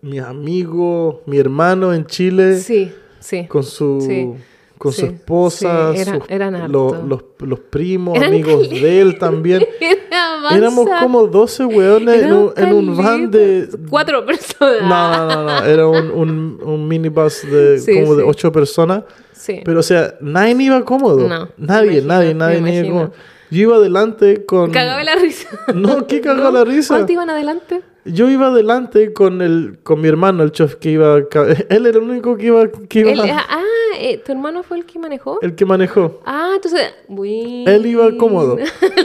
[SPEAKER 1] mis amigos, mi hermano en Chile,
[SPEAKER 2] Sí, sí.
[SPEAKER 1] Eh,
[SPEAKER 2] [LAUGHS]
[SPEAKER 1] con su
[SPEAKER 2] Sí.
[SPEAKER 1] con su
[SPEAKER 2] Sí.
[SPEAKER 1] esposa,
[SPEAKER 2] Sí, era-
[SPEAKER 1] sus-
[SPEAKER 2] eran
[SPEAKER 1] lo-
[SPEAKER 2] harto.
[SPEAKER 1] los, los primos,
[SPEAKER 2] Eran
[SPEAKER 1] amigos
[SPEAKER 2] cali-
[SPEAKER 1] de él
[SPEAKER 2] [LAUGHS]
[SPEAKER 1] también.
[SPEAKER 2] Era más
[SPEAKER 1] Éramos
[SPEAKER 2] sa-
[SPEAKER 1] como 12 weones en
[SPEAKER 2] eran
[SPEAKER 1] un, en un van de...
[SPEAKER 2] caletas. Cuatro [LAUGHS] personas.
[SPEAKER 1] No, no, no, no, era un, un, un minibus de
[SPEAKER 2] Ah. Sí,
[SPEAKER 1] como de
[SPEAKER 2] sí.
[SPEAKER 1] 8 personas.
[SPEAKER 2] Sí.
[SPEAKER 1] Pero, o sea, nadie iba cómodo.
[SPEAKER 2] No,
[SPEAKER 1] nadie,
[SPEAKER 2] me imagino,
[SPEAKER 1] nadie, nadie,
[SPEAKER 2] me
[SPEAKER 1] nadie iba
[SPEAKER 2] imagino.
[SPEAKER 1] cómodo. Yo iba adelante con...
[SPEAKER 2] Cagaba la risa.
[SPEAKER 1] No,
[SPEAKER 2] [LAUGHS]
[SPEAKER 1] ¿qué cagaba la risa?
[SPEAKER 2] ¿Cuánto iban adelante?
[SPEAKER 1] Yo iba adelante con el con mi hermano, el chof que iba... ca- [LAUGHS] Él era el único que iba... Que iba
[SPEAKER 2] Él- ah, eh, ¿tu hermano fue el que manejó?
[SPEAKER 1] [LAUGHS] el que manejó.
[SPEAKER 2] Ah, entonces... Bueno.
[SPEAKER 1] Él iba
[SPEAKER 2] [LAUGHS]
[SPEAKER 1] cómodo.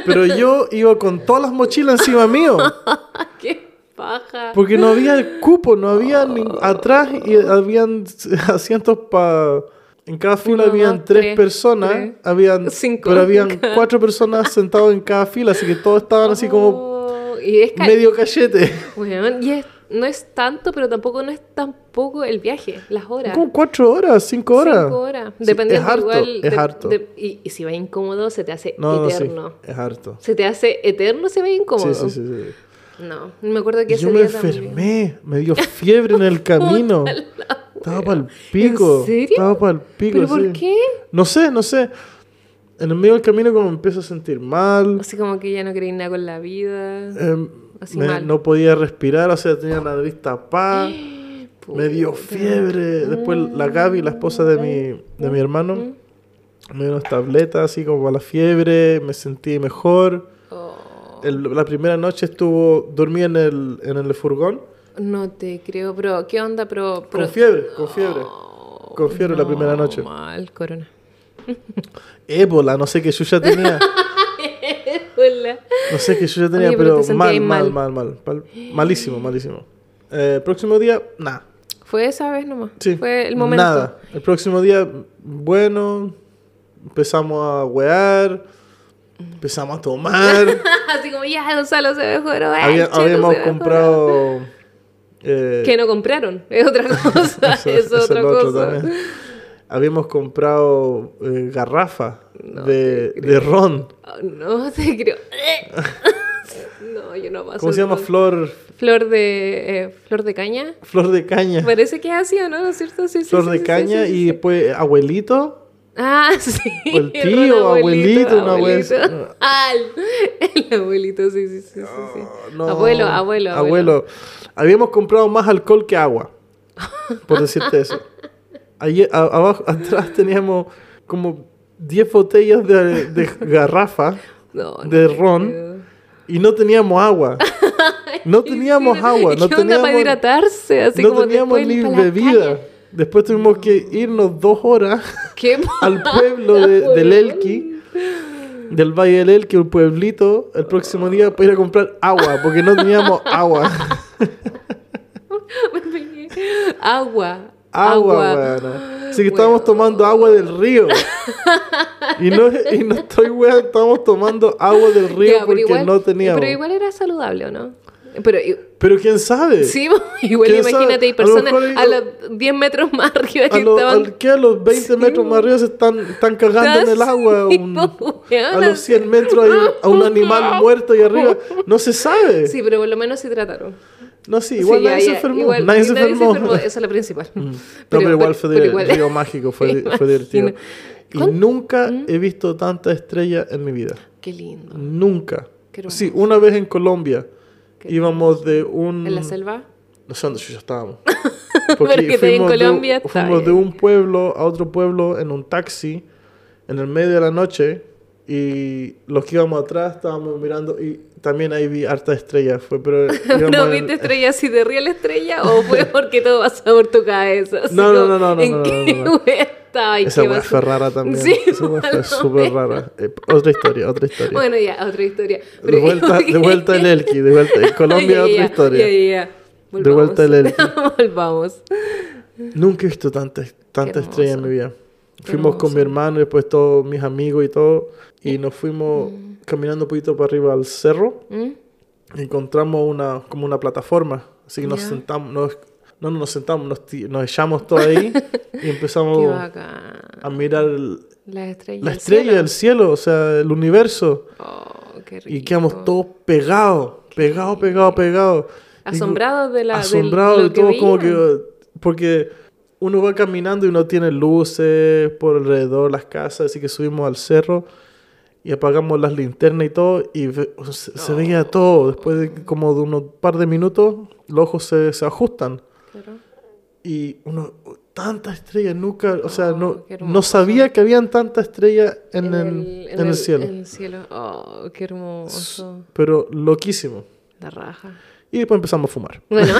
[SPEAKER 1] Pero yo iba con todas las mochilas encima mío.
[SPEAKER 2] [LAUGHS] Ah, ¡Qué paja!
[SPEAKER 1] Porque no había el cupo, no
[SPEAKER 2] Ah.
[SPEAKER 1] había ni- atrás y habían [LAUGHS] asientos para... En cada fila
[SPEAKER 2] Uno,
[SPEAKER 1] habían
[SPEAKER 2] dos,
[SPEAKER 1] tres,
[SPEAKER 2] tres,
[SPEAKER 1] personas,
[SPEAKER 2] tres,
[SPEAKER 1] habían
[SPEAKER 2] cinco.
[SPEAKER 1] pero habían cuatro personas sentadas en cada fila, así que todos estaban así como
[SPEAKER 2] Oh, y es ca-
[SPEAKER 1] medio cachete.
[SPEAKER 2] Weón, y es- no es tanto, pero tampoco no es tampoco el viaje, las horas.
[SPEAKER 1] Como cuatro horas, cinco horas.
[SPEAKER 2] Cinco horas.
[SPEAKER 1] Sí,
[SPEAKER 2] Dependiendo
[SPEAKER 1] es harto,
[SPEAKER 2] igual.
[SPEAKER 1] es
[SPEAKER 2] de-
[SPEAKER 1] harto.
[SPEAKER 2] de- y, y si va incómodo, se te hace
[SPEAKER 1] No, no, sí,
[SPEAKER 2] eterno.
[SPEAKER 1] es harto.
[SPEAKER 2] Se te hace eterno, se ve incómodo.
[SPEAKER 1] Sí, sí, sí, sí.
[SPEAKER 2] No, me acuerdo que ese
[SPEAKER 1] Yo me
[SPEAKER 2] día también-
[SPEAKER 1] enfermé, me dio fiebre en
[SPEAKER 2] [LAUGHS]
[SPEAKER 1] el camino. Estaba para el pico.
[SPEAKER 2] ¿En serio?
[SPEAKER 1] Estaba para el pico.
[SPEAKER 2] ¿Pero por
[SPEAKER 1] sí.
[SPEAKER 2] qué?
[SPEAKER 1] No sé, no sé. En el medio del camino como me empiezo a sentir mal.
[SPEAKER 2] Así como que ya no quería nada con la vida.
[SPEAKER 1] em,
[SPEAKER 2] Así
[SPEAKER 1] me-
[SPEAKER 2] mal.
[SPEAKER 1] no podía respirar, o sea, tenía la nariz tapada. Me dio
[SPEAKER 2] [GASPS] Puta.
[SPEAKER 1] fiebre. Después la Gaby, la esposa de mi, de mi hermano, me dio unas tabletas así como para la fiebre. Me sentí mejor.
[SPEAKER 2] Oh,
[SPEAKER 1] El- la primera noche estuvo, dormí en el, en el furgón.
[SPEAKER 2] no te creo, pero ¿qué onda? Pero, pero-
[SPEAKER 1] Con fiebre, con fiebre.
[SPEAKER 2] Oh,
[SPEAKER 1] Con fiebre la primera noche.
[SPEAKER 2] Mal, corona.
[SPEAKER 1] Ébola, no sé qué yo ya tenía.
[SPEAKER 2] [LAUGHS] Hola.
[SPEAKER 1] No sé qué yo ya tenía,
[SPEAKER 2] Oye, pero
[SPEAKER 1] pero,
[SPEAKER 2] te
[SPEAKER 1] mal,
[SPEAKER 2] sentías
[SPEAKER 1] mal, mal,
[SPEAKER 2] mal.
[SPEAKER 1] mal, pal- Malísimo, malísimo. Eh, próximo día, nada.
[SPEAKER 2] Fue esa vez nomás.
[SPEAKER 1] Sí,
[SPEAKER 2] Fue el momento.
[SPEAKER 1] Nada. El próximo día, bueno, empezamos a wear, empezamos a
[SPEAKER 2] [LAUGHS]
[SPEAKER 1] tomar.
[SPEAKER 2] [LAUGHS] Así como ya Gonzalo se mejoró. eh,
[SPEAKER 1] Había-
[SPEAKER 2] chico,
[SPEAKER 1] habíamos
[SPEAKER 2] se mejoró.
[SPEAKER 1] comprado. eh,
[SPEAKER 2] Que no compraron.
[SPEAKER 1] [LAUGHS]
[SPEAKER 2] Es otra cosa.
[SPEAKER 1] eso-
[SPEAKER 2] [LAUGHS] es
[SPEAKER 1] eso es
[SPEAKER 2] otra
[SPEAKER 1] lo otro
[SPEAKER 2] cosa.
[SPEAKER 1] también.
[SPEAKER 2] [LAUGHS]
[SPEAKER 1] Habíamos comprado eh, garrafa
[SPEAKER 2] No
[SPEAKER 1] de, de ron.
[SPEAKER 2] Oh, [LAUGHS] no te creo. no, yo yo no paso.
[SPEAKER 1] ¿Cómo se llama?
[SPEAKER 2] con-
[SPEAKER 1] Flor,
[SPEAKER 2] Flor de, eh, flor de caña.
[SPEAKER 1] flor de caña.
[SPEAKER 2] Parece que es así, ¿o no? ¿No es cierto? Sí, sí,
[SPEAKER 1] flor
[SPEAKER 2] sí,
[SPEAKER 1] de
[SPEAKER 2] sí, sí,
[SPEAKER 1] caña
[SPEAKER 2] sí, sí.
[SPEAKER 1] y después abuelito.
[SPEAKER 2] Ah, [LAUGHS] sí.
[SPEAKER 1] O el tío, abuelito, una
[SPEAKER 2] abuelo.
[SPEAKER 1] vez-
[SPEAKER 2] [LAUGHS] Al. El abuelito, sí, sí, sí, sí. sí.
[SPEAKER 1] No,
[SPEAKER 2] Abuelo, abuelo, abuelo.
[SPEAKER 1] Abuelo. Habíamos comprado más alcohol que agua, por decirte eso. Ayer, a- abajo, [LAUGHS] atrás teníamos como 10 botellas de, de garrafa
[SPEAKER 2] No, no
[SPEAKER 1] De
[SPEAKER 2] te
[SPEAKER 1] ron.
[SPEAKER 2] creo.
[SPEAKER 1] y no teníamos agua.
[SPEAKER 2] [LAUGHS]
[SPEAKER 1] No teníamos
[SPEAKER 2] Hicieron-
[SPEAKER 1] agua, no
[SPEAKER 2] ¿Qué onda para
[SPEAKER 1] teníamos,
[SPEAKER 2] hidratarse? Así
[SPEAKER 1] no
[SPEAKER 2] como
[SPEAKER 1] teníamos
[SPEAKER 2] después
[SPEAKER 1] ni
[SPEAKER 2] para la
[SPEAKER 1] bebida.
[SPEAKER 2] calle.
[SPEAKER 1] Después tuvimos que irnos dos horas [LAUGHS]
[SPEAKER 2] ¿Qué
[SPEAKER 1] al pueblo de- del Elqui, del Valle del Elqui, un pueblito, el próximo día para ir a comprar agua, porque no teníamos agua.
[SPEAKER 2] Me pegué. [LAUGHS] Agua.
[SPEAKER 1] Agua,
[SPEAKER 2] Agua. Ah,
[SPEAKER 1] weona. Así que estábamos tomando agua del río. Y no, y no estoy weón, estábamos tomando agua del río
[SPEAKER 2] Ya, pero
[SPEAKER 1] porque
[SPEAKER 2] igual-
[SPEAKER 1] no teníamos.
[SPEAKER 2] Pero igual era saludable, ¿o no? Pero i-
[SPEAKER 1] Pero quién sabe.
[SPEAKER 2] sí, [LAUGHS] igual
[SPEAKER 1] ¿Quién sabe?
[SPEAKER 2] imagínate, hay
[SPEAKER 1] A lo mejor
[SPEAKER 2] personas a,
[SPEAKER 1] ellos-
[SPEAKER 2] los 10 metros más arriba
[SPEAKER 1] a
[SPEAKER 2] que
[SPEAKER 1] lo-
[SPEAKER 2] estaban
[SPEAKER 1] al- que a los 20
[SPEAKER 2] Sí,
[SPEAKER 1] metros más arriba se están, están cagando en el agua.
[SPEAKER 2] [LAUGHS] Sí,
[SPEAKER 1] un-
[SPEAKER 2] weona.
[SPEAKER 1] a los 100 metros hay un- a un
[SPEAKER 2] [LAUGHS]
[SPEAKER 1] animal muerto y arriba. No se sabe.
[SPEAKER 2] Sí, pero por lo menos se trataron.
[SPEAKER 1] No, sí, igual
[SPEAKER 2] Sí,
[SPEAKER 1] nadie,
[SPEAKER 2] ya,
[SPEAKER 1] se
[SPEAKER 2] ya,
[SPEAKER 1] enfermó,
[SPEAKER 2] igual
[SPEAKER 1] nadie se enfermó. [LAUGHS] Mm.
[SPEAKER 2] Esa es la principal.
[SPEAKER 1] No, pero, igual fue
[SPEAKER 2] [LAUGHS] pero
[SPEAKER 1] de
[SPEAKER 2] igual-
[SPEAKER 1] Río Mágico, fue,
[SPEAKER 2] Me
[SPEAKER 1] fue divertido.
[SPEAKER 2] imagino. Mm.
[SPEAKER 1] Y nunca he visto tanta estrella en mi vida.
[SPEAKER 2] [LAUGHS] Qué lindo.
[SPEAKER 1] Nunca.
[SPEAKER 2] Qué hermoso.
[SPEAKER 1] Sí, una vez en Colombia íbamos de un...
[SPEAKER 2] ¿En la selva?
[SPEAKER 1] No sé dónde ya
[SPEAKER 2] [LAUGHS]
[SPEAKER 1] estábamos.
[SPEAKER 2] Porque estoy en
[SPEAKER 1] fuimos de un-
[SPEAKER 2] Colombia, está
[SPEAKER 1] fuimos de
[SPEAKER 2] bien.
[SPEAKER 1] un pueblo a otro pueblo en un taxi en el medio de la noche y los que íbamos atrás estábamos mirando y también ahí vi harta estrella. Fue, pero
[SPEAKER 2] [LAUGHS]
[SPEAKER 1] íbamos
[SPEAKER 2] ¿No
[SPEAKER 1] en-
[SPEAKER 2] viste estrella así de real estrella o
[SPEAKER 1] [LAUGHS]
[SPEAKER 2] fue porque todo pasa por tu cabeza? Así
[SPEAKER 1] No, no,
[SPEAKER 2] como,
[SPEAKER 1] no, no, no,
[SPEAKER 2] ¿En
[SPEAKER 1] no, no,
[SPEAKER 2] qué
[SPEAKER 1] no, no.
[SPEAKER 2] wea estaba? ¿Y
[SPEAKER 1] Esa
[SPEAKER 2] qué
[SPEAKER 1] weá
[SPEAKER 2] pasó?
[SPEAKER 1] fue rara también.
[SPEAKER 2] Sí,
[SPEAKER 1] Esa weá
[SPEAKER 2] bueno,
[SPEAKER 1] fue súper rara. Eh, otra historia, otra historia.
[SPEAKER 2] Bueno, ya, otra historia.
[SPEAKER 1] de, vuelta,
[SPEAKER 2] [LAUGHS]
[SPEAKER 1] de vuelta el Elqui, de vuelta. En Colombia
[SPEAKER 2] Ya, ya,
[SPEAKER 1] otra
[SPEAKER 2] ya,
[SPEAKER 1] historia.
[SPEAKER 2] ya, ya, ya.
[SPEAKER 1] De vuelta el Elqui.
[SPEAKER 2] Volvamos. [LAUGHS] Volvamos.
[SPEAKER 1] Nunca he visto tanta,
[SPEAKER 2] Qué
[SPEAKER 1] tanta
[SPEAKER 2] hermoso.
[SPEAKER 1] estrella en mi vida. Fuimos con
[SPEAKER 2] hermoso. Eh,
[SPEAKER 1] mi hermano y después todos mis amigos y todo. Y nos fuimos caminando un poquito para arriba al cerro.
[SPEAKER 2] ¿Mm?
[SPEAKER 1] Y encontramos una, como una plataforma. Así que nos
[SPEAKER 2] Ya.
[SPEAKER 1] sentamos, nos- no no nos sentamos, nos, ti- nos echamos todos
[SPEAKER 2] [LAUGHS]
[SPEAKER 1] ahí y
[SPEAKER 2] Qué
[SPEAKER 1] empezamos
[SPEAKER 2] bacán.
[SPEAKER 1] a mirar el-
[SPEAKER 2] La estrella.
[SPEAKER 1] Oh. la
[SPEAKER 2] el
[SPEAKER 1] estrella,
[SPEAKER 2] cielo.
[SPEAKER 1] el cielo, o sea, el universo.
[SPEAKER 2] Oh, qué rico.
[SPEAKER 1] Y quedamos todos pegados, pegados, pegados, pegados.
[SPEAKER 2] Asombrados de la. del-
[SPEAKER 1] asombrados
[SPEAKER 2] lo
[SPEAKER 1] y todos como
[SPEAKER 2] veían.
[SPEAKER 1] que... Porque uno va caminando y uno tiene luces por alrededor, las casas, así que subimos al cerro y apagamos las linternas y todo y ve- se, se veía todo. Después de como de unos par de minutos, los ojos se, se ajustan.
[SPEAKER 2] Claro.
[SPEAKER 1] Y uno, tantas estrellas, nunca, o sea, no,
[SPEAKER 2] Oh, qué
[SPEAKER 1] no
[SPEAKER 2] hermoso.
[SPEAKER 1] sabía que habían tantas estrellas en, el, en el cielo.
[SPEAKER 2] En el cielo. Oh, qué hermoso.
[SPEAKER 1] Pero loquísimo.
[SPEAKER 2] La raja.
[SPEAKER 1] Y después empezamos a fumar.
[SPEAKER 2] Bueno.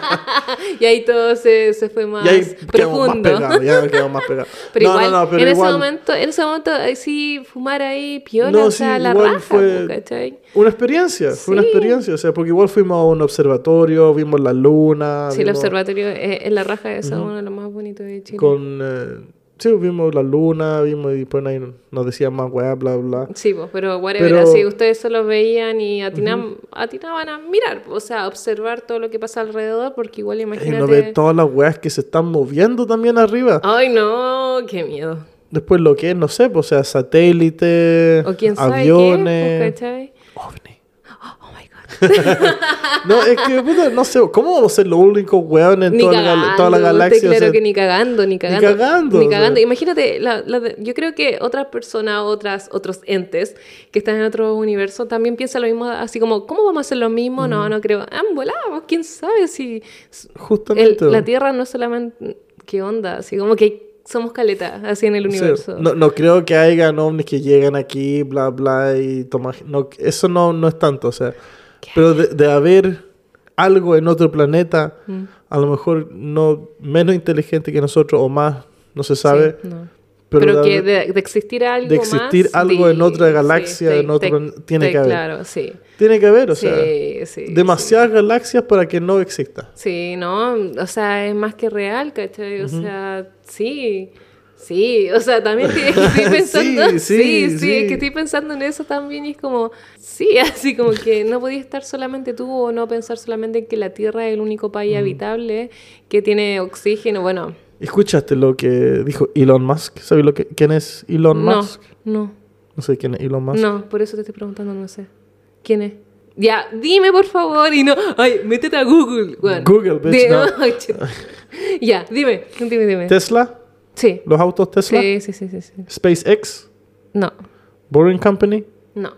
[SPEAKER 2] [LAUGHS] y ahí todo se, se fue más
[SPEAKER 1] y ahí quedamos más
[SPEAKER 2] profundo.
[SPEAKER 1] pegados, ya quedamos más pegados.
[SPEAKER 2] [LAUGHS] pero
[SPEAKER 1] no,
[SPEAKER 2] igual,
[SPEAKER 1] no, no, pero
[SPEAKER 2] en,
[SPEAKER 1] igual,
[SPEAKER 2] Ese momento, en ese momento, eh, sí, fumar ahí, piola,
[SPEAKER 1] No,
[SPEAKER 2] o sea,
[SPEAKER 1] sí,
[SPEAKER 2] la
[SPEAKER 1] igual
[SPEAKER 2] raja,
[SPEAKER 1] fue-
[SPEAKER 2] po, ¿cachai?
[SPEAKER 1] Una experiencia, fue una
[SPEAKER 2] Sí.
[SPEAKER 1] experiencia, o sea, porque igual fuimos a un observatorio, vimos la luna.
[SPEAKER 2] Sí, el
[SPEAKER 1] vimos
[SPEAKER 2] observatorio eh, en la raja eso es uno de los más bonitos de Chile.
[SPEAKER 1] Con, eh, sí, vimos la luna, vimos y pues ahí nos decían más weá, bla, bla.
[SPEAKER 2] Sí, pues, pero whatever,
[SPEAKER 1] Pero-
[SPEAKER 2] así ustedes solo veían y atinam- atinaban a mirar, o sea, a observar todo lo que pasa alrededor, porque igual
[SPEAKER 1] Y uno ve
[SPEAKER 2] imagínate... Ah.
[SPEAKER 1] todas las weas que se están moviendo también arriba.
[SPEAKER 2] Ay, no, qué miedo.
[SPEAKER 1] Después lo que es, no sé, pues, o sea, satélites,
[SPEAKER 2] O quién sabe qué, pues,
[SPEAKER 1] aviones,
[SPEAKER 2] ¿cachai?
[SPEAKER 1] ovni.
[SPEAKER 2] Oh my god.
[SPEAKER 1] [LAUGHS] No, es que, puta, no sé, ¿cómo vamos a ser los únicos weones en
[SPEAKER 2] Ni
[SPEAKER 1] toda, la,
[SPEAKER 2] cagando,
[SPEAKER 1] gal- toda la
[SPEAKER 2] usted
[SPEAKER 1] galaxia? O
[SPEAKER 2] claro
[SPEAKER 1] sea,
[SPEAKER 2] que ni cagando, ni cagando.
[SPEAKER 1] cagando,
[SPEAKER 2] Ni
[SPEAKER 1] o sea.
[SPEAKER 2] cagando. Imagínate, la- la de- yo creo que otras personas, otras, otros entes que están en otro universo también piensan lo mismo, así como, ¿cómo vamos a hacer lo mismo?
[SPEAKER 1] Mm.
[SPEAKER 2] No, no creo. Ah, volamos, quién sabe si el-
[SPEAKER 1] Justamente.
[SPEAKER 2] la Tierra no es solamente... ¿Qué onda? Así como que somos caletas, así en el
[SPEAKER 1] Sí,
[SPEAKER 2] universo.
[SPEAKER 1] No, no creo que haya ovnis que llegan aquí, bla, bla, y toman... No, eso no, no es tanto, o sea. Pero de, de haber algo en otro planeta,
[SPEAKER 2] Mm.
[SPEAKER 1] a lo mejor no menos inteligente que nosotros o más, no se sabe.
[SPEAKER 2] Sí, no.
[SPEAKER 1] Pero,
[SPEAKER 2] Pero,
[SPEAKER 1] de
[SPEAKER 2] que
[SPEAKER 1] haber-
[SPEAKER 2] de, de existir algo
[SPEAKER 1] de existir
[SPEAKER 2] más,
[SPEAKER 1] algo en otra
[SPEAKER 2] sí,
[SPEAKER 1] galaxia,
[SPEAKER 2] sí,
[SPEAKER 1] en otro
[SPEAKER 2] te-
[SPEAKER 1] plan- tiene
[SPEAKER 2] te-
[SPEAKER 1] que haber.
[SPEAKER 2] Claro, sí.
[SPEAKER 1] tiene que haber, o sea,
[SPEAKER 2] sí, sí, sí.
[SPEAKER 1] demasiadas galaxias para que no exista.
[SPEAKER 2] Sí, no, o sea, es más que real, ¿cachai? O sea, sí, sí, o sea, también que- que estoy
[SPEAKER 1] [LAUGHS]
[SPEAKER 2] pensando,
[SPEAKER 1] Sí,
[SPEAKER 2] sí,
[SPEAKER 1] sí,
[SPEAKER 2] sí,
[SPEAKER 1] sí.
[SPEAKER 2] es que estoy pensando en eso también y es como, sí, [LAUGHS] así como que no podías estar solamente tú o no pensar solamente en que la Tierra es el único país habitable que tiene oxígeno, bueno,
[SPEAKER 1] ¿Escuchaste lo que dijo Elon Musk? ¿Sabes lo que, quién es Elon
[SPEAKER 2] no,
[SPEAKER 1] Musk?
[SPEAKER 2] no,
[SPEAKER 1] No sé quién es Elon Musk.
[SPEAKER 2] no, por eso te estoy preguntando, no sé, ¿quién es? Ya, dime por favor y no. Ay, métete a Google. weón.
[SPEAKER 1] Google, bitch,
[SPEAKER 2] De-
[SPEAKER 1] no.
[SPEAKER 2] [LAUGHS] Ay, chuta. ya, dime, dime, dime.
[SPEAKER 1] Tesla,
[SPEAKER 2] Sí.
[SPEAKER 1] los autos Tesla,
[SPEAKER 2] Sí, sí, sí, sí, sí.
[SPEAKER 1] SpaceX,
[SPEAKER 2] No,
[SPEAKER 1] Boring Company.
[SPEAKER 2] no.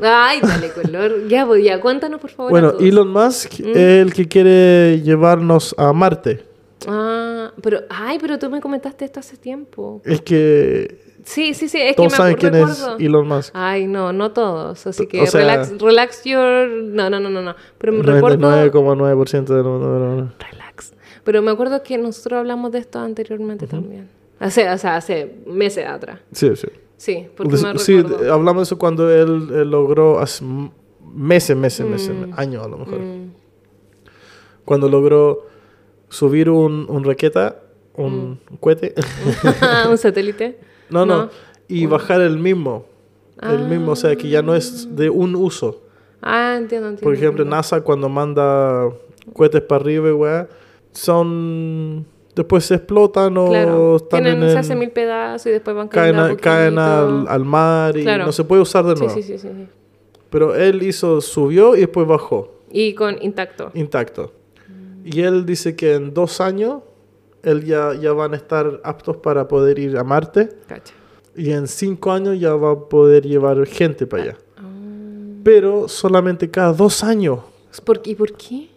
[SPEAKER 2] Ay, dale color. [LAUGHS] ya, pues, ya, cuéntanos por favor.
[SPEAKER 1] Bueno,
[SPEAKER 2] a todos.
[SPEAKER 1] Elon Musk
[SPEAKER 2] Mm.
[SPEAKER 1] es el que quiere llevarnos a Marte.
[SPEAKER 2] Ah, pero, ay, pero tú me comentaste esto hace tiempo.
[SPEAKER 1] Es que
[SPEAKER 2] Sí, sí, sí, es
[SPEAKER 1] todos
[SPEAKER 2] que me
[SPEAKER 1] saben
[SPEAKER 2] acu-
[SPEAKER 1] quién
[SPEAKER 2] recuerdo. Ah,
[SPEAKER 1] es Elon Musk.
[SPEAKER 2] Ay, no, no todos. Así que
[SPEAKER 1] O sea-
[SPEAKER 2] relax, relax your. No, no, no, no, no. Pero me recuerdo.
[SPEAKER 1] 99,9% de los números.
[SPEAKER 2] Relax. Pero me acuerdo que nosotros hablamos de esto anteriormente también. Hace, o sea, hace meses atrás.
[SPEAKER 1] Sí, sí.
[SPEAKER 2] Sí, porque me
[SPEAKER 1] sí, eh,
[SPEAKER 2] recuerdo.
[SPEAKER 1] de- hablamos de eso cuando él, eh, logró hace m- meses, meses, meses, años a lo mejor.
[SPEAKER 2] Mm,
[SPEAKER 1] Cuando logró subir un, un raqueta, un cohete. [LAUGHS]
[SPEAKER 2] [LAUGHS] ¿Un satélite?
[SPEAKER 1] no, no,
[SPEAKER 2] Mm. No.
[SPEAKER 1] Y bajar el mismo. El mismo, o sea, que ya no es de un uso.
[SPEAKER 2] Ah, entiendo, entiendo.
[SPEAKER 1] Por ejemplo, NASA cuando manda cohetes para arriba, y weá, son... Después se explotan o
[SPEAKER 2] claro.
[SPEAKER 1] están
[SPEAKER 2] Tienen,
[SPEAKER 1] en
[SPEAKER 2] se
[SPEAKER 1] el-
[SPEAKER 2] hacen mil pedazos y después van
[SPEAKER 1] caen,
[SPEAKER 2] cayendo.
[SPEAKER 1] a-
[SPEAKER 2] a
[SPEAKER 1] caen al,
[SPEAKER 2] poquito.
[SPEAKER 1] al mar y
[SPEAKER 2] Claro.
[SPEAKER 1] no se puede usar de
[SPEAKER 2] Sí,
[SPEAKER 1] nuevo.
[SPEAKER 2] sí, sí, sí, sí.
[SPEAKER 1] Pero él hizo, subió y después bajó,
[SPEAKER 2] Y con intacto.
[SPEAKER 1] intacto. Y él dice que en dos años él ya, ya van a estar aptos para poder ir a Marte
[SPEAKER 2] Cacha.
[SPEAKER 1] y en cinco años ya va a poder llevar gente para allá.
[SPEAKER 2] Ah.
[SPEAKER 1] Pero solamente cada dos años,
[SPEAKER 2] ¿Por- ¿Y por qué?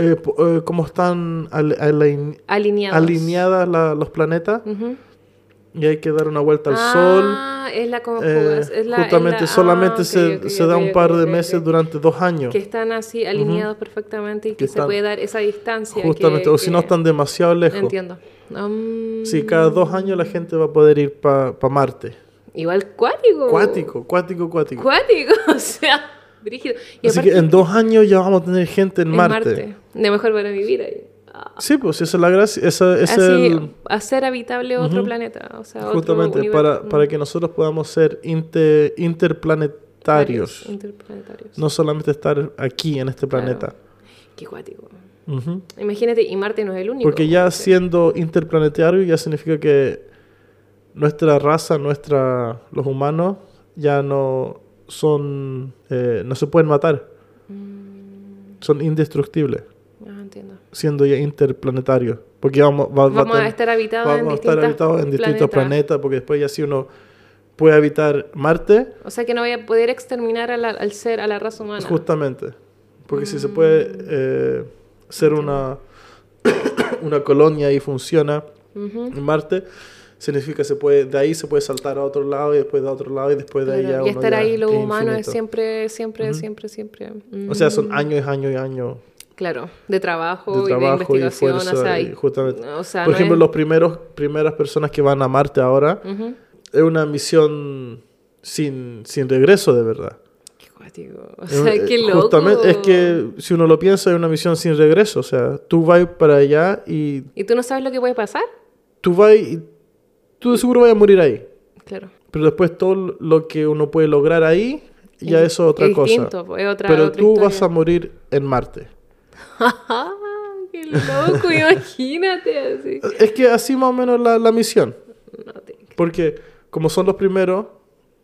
[SPEAKER 1] eh, po- eh, como están al- alain-
[SPEAKER 2] Alineados.
[SPEAKER 1] alineadas la- los planetas
[SPEAKER 2] Ujú.
[SPEAKER 1] y hay que dar una vuelta al
[SPEAKER 2] ah,
[SPEAKER 1] Sol.
[SPEAKER 2] es la como
[SPEAKER 1] Eh,
[SPEAKER 2] es la- es
[SPEAKER 1] justamente
[SPEAKER 2] la-
[SPEAKER 1] solamente
[SPEAKER 2] ah,
[SPEAKER 1] se,
[SPEAKER 2] ok, ok,
[SPEAKER 1] se
[SPEAKER 2] ok,
[SPEAKER 1] da un
[SPEAKER 2] ok,
[SPEAKER 1] par de
[SPEAKER 2] ok, ok.
[SPEAKER 1] meses durante dos años.
[SPEAKER 2] Que están así alineados perfectamente y que,
[SPEAKER 1] Que
[SPEAKER 2] se
[SPEAKER 1] están-
[SPEAKER 2] puede dar esa distancia. que-
[SPEAKER 1] justamente, o si no
[SPEAKER 2] que-
[SPEAKER 1] están demasiado lejos.
[SPEAKER 2] Entiendo. Mm,
[SPEAKER 1] Sí, cada dos años la gente va a poder ir para Marte.
[SPEAKER 2] Igual cuático.
[SPEAKER 1] Cuático, cuático, cuático.
[SPEAKER 2] Cuático, [LAUGHS] o sea, brígido. Y
[SPEAKER 1] Así
[SPEAKER 2] aparte,
[SPEAKER 1] que en dos años ya vamos a tener gente en
[SPEAKER 2] en
[SPEAKER 1] Marte.
[SPEAKER 2] De mejor para vivir ahí. Ah,
[SPEAKER 1] Sí, pues esa es la gracia. Esa, es
[SPEAKER 2] así,
[SPEAKER 1] el,
[SPEAKER 2] hacer habitable otro planeta. O Ah, sea, otro
[SPEAKER 1] justamente
[SPEAKER 2] universo. mm,
[SPEAKER 1] para, para que nosotros podamos ser inte- interplanetarios.
[SPEAKER 2] Interplanetarios.
[SPEAKER 1] No solamente estar aquí en este planeta.
[SPEAKER 2] Qué cuático.
[SPEAKER 1] Ujú.
[SPEAKER 2] Imagínate, y Marte no es el único.
[SPEAKER 1] Porque ya siendo interplanetario ya significa que nuestra raza, nuestra, los humanos, ya no son, eh, no se pueden matar. Son indestructibles,
[SPEAKER 2] Mm, Ah, entiendo.
[SPEAKER 1] siendo ya interplanetarios. Porque vamos, va- va
[SPEAKER 2] Vamos a
[SPEAKER 1] tener-
[SPEAKER 2] estar habitados en
[SPEAKER 1] vamos a
[SPEAKER 2] distintos
[SPEAKER 1] estar habitados en distintos planetas. porque después ya si uno puede habitar Marte,
[SPEAKER 2] O sea que no voy a poder exterminar a la- al ser, a la raza humana.
[SPEAKER 1] justamente. Porque si
[SPEAKER 2] Mm.
[SPEAKER 1] se puede eh, ser una, [COUGHS] una colonia y funciona,
[SPEAKER 2] Ujú.
[SPEAKER 1] en Marte significa se puede de ahí se puede saltar a otro lado y después de otro lado y después de ahí
[SPEAKER 2] Claro,
[SPEAKER 1] ya
[SPEAKER 2] Y
[SPEAKER 1] uno
[SPEAKER 2] estar
[SPEAKER 1] ya
[SPEAKER 2] ahí lo
[SPEAKER 1] es
[SPEAKER 2] humano es
[SPEAKER 1] infinito.
[SPEAKER 2] siempre, siempre, siempre, siempre. Mm.
[SPEAKER 1] o sea son años y años y años
[SPEAKER 2] Claro, de trabajo,
[SPEAKER 1] de trabajo
[SPEAKER 2] y
[SPEAKER 1] y,
[SPEAKER 2] de investigación.
[SPEAKER 1] fuerza
[SPEAKER 2] o sea,
[SPEAKER 1] y
[SPEAKER 2] y-
[SPEAKER 1] justamente
[SPEAKER 2] o sea,
[SPEAKER 1] por
[SPEAKER 2] no
[SPEAKER 1] ejemplo
[SPEAKER 2] es-
[SPEAKER 1] los primeros primeras personas que van a Marte ahora
[SPEAKER 2] Ujú.
[SPEAKER 1] es una misión sin, sin regreso de verdad
[SPEAKER 2] Qué cuático. [LAUGHS] O
[SPEAKER 1] Es un-
[SPEAKER 2] sea, qué
[SPEAKER 1] eh,
[SPEAKER 2] loco.
[SPEAKER 1] justamente es que si uno lo piensa es una misión sin regreso o sea tú vas para allá y
[SPEAKER 2] ¿Y tú no sabes lo que puede pasar?
[SPEAKER 1] tú vas y tú de seguro vas a morir ahí
[SPEAKER 2] Claro.
[SPEAKER 1] Pero después todo lo que uno puede lograr ahí, ya eso es otra
[SPEAKER 2] es
[SPEAKER 1] cosa.
[SPEAKER 2] distinto, pues, es otra,
[SPEAKER 1] Pero
[SPEAKER 2] otra
[SPEAKER 1] tú
[SPEAKER 2] historia.
[SPEAKER 1] vas a morir en Marte.
[SPEAKER 2] [LAUGHS] ¡Qué
[SPEAKER 1] [LAUGHS]
[SPEAKER 2] loco! imagínate así.
[SPEAKER 1] Es que así más o menos la, la misión.
[SPEAKER 2] No te-
[SPEAKER 1] Porque como son los primeros,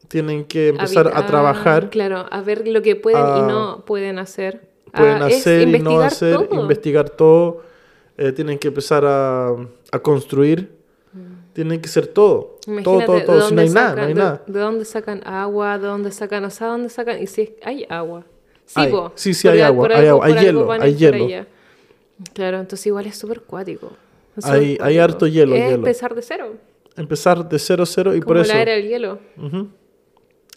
[SPEAKER 1] tienen que empezar
[SPEAKER 2] Habit-
[SPEAKER 1] a
[SPEAKER 2] ah,
[SPEAKER 1] trabajar.
[SPEAKER 2] Claro, a ver lo que pueden y
[SPEAKER 1] a-
[SPEAKER 2] no pueden hacer.
[SPEAKER 1] Pueden
[SPEAKER 2] Ah, es
[SPEAKER 1] hacer y no
[SPEAKER 2] investigar
[SPEAKER 1] hacer,
[SPEAKER 2] todo.
[SPEAKER 1] investigar todo. eh, tienen que empezar a, a construir. Tienen que ser todo.
[SPEAKER 2] Mm. Imagínate
[SPEAKER 1] todo, todo, todo.
[SPEAKER 2] de
[SPEAKER 1] Si no hay
[SPEAKER 2] dónde
[SPEAKER 1] nada, no
[SPEAKER 2] sacan-
[SPEAKER 1] hay
[SPEAKER 2] de-
[SPEAKER 1] nada.
[SPEAKER 2] De dónde sacan agua, de dónde sacan, o sea, dónde sacan, y si es- hay agua. Sí,
[SPEAKER 1] Hay,
[SPEAKER 2] po,
[SPEAKER 1] sí, sí,
[SPEAKER 2] por
[SPEAKER 1] hay
[SPEAKER 2] al-
[SPEAKER 1] agua,
[SPEAKER 2] por
[SPEAKER 1] hay
[SPEAKER 2] algo-
[SPEAKER 1] agua, hay
[SPEAKER 2] por algo
[SPEAKER 1] hielo,
[SPEAKER 2] van a
[SPEAKER 1] hay
[SPEAKER 2] ir para
[SPEAKER 1] hielo.
[SPEAKER 2] allá. Claro, entonces igual es súper cuático. Es
[SPEAKER 1] Hay-
[SPEAKER 2] súper
[SPEAKER 1] hay
[SPEAKER 2] cuático.
[SPEAKER 1] harto hielo,
[SPEAKER 2] Es
[SPEAKER 1] hielo.
[SPEAKER 2] empezar de cero,
[SPEAKER 1] Empezar de cero, cero y
[SPEAKER 2] como
[SPEAKER 1] por eso.
[SPEAKER 2] la era del hielo.
[SPEAKER 1] Ujú.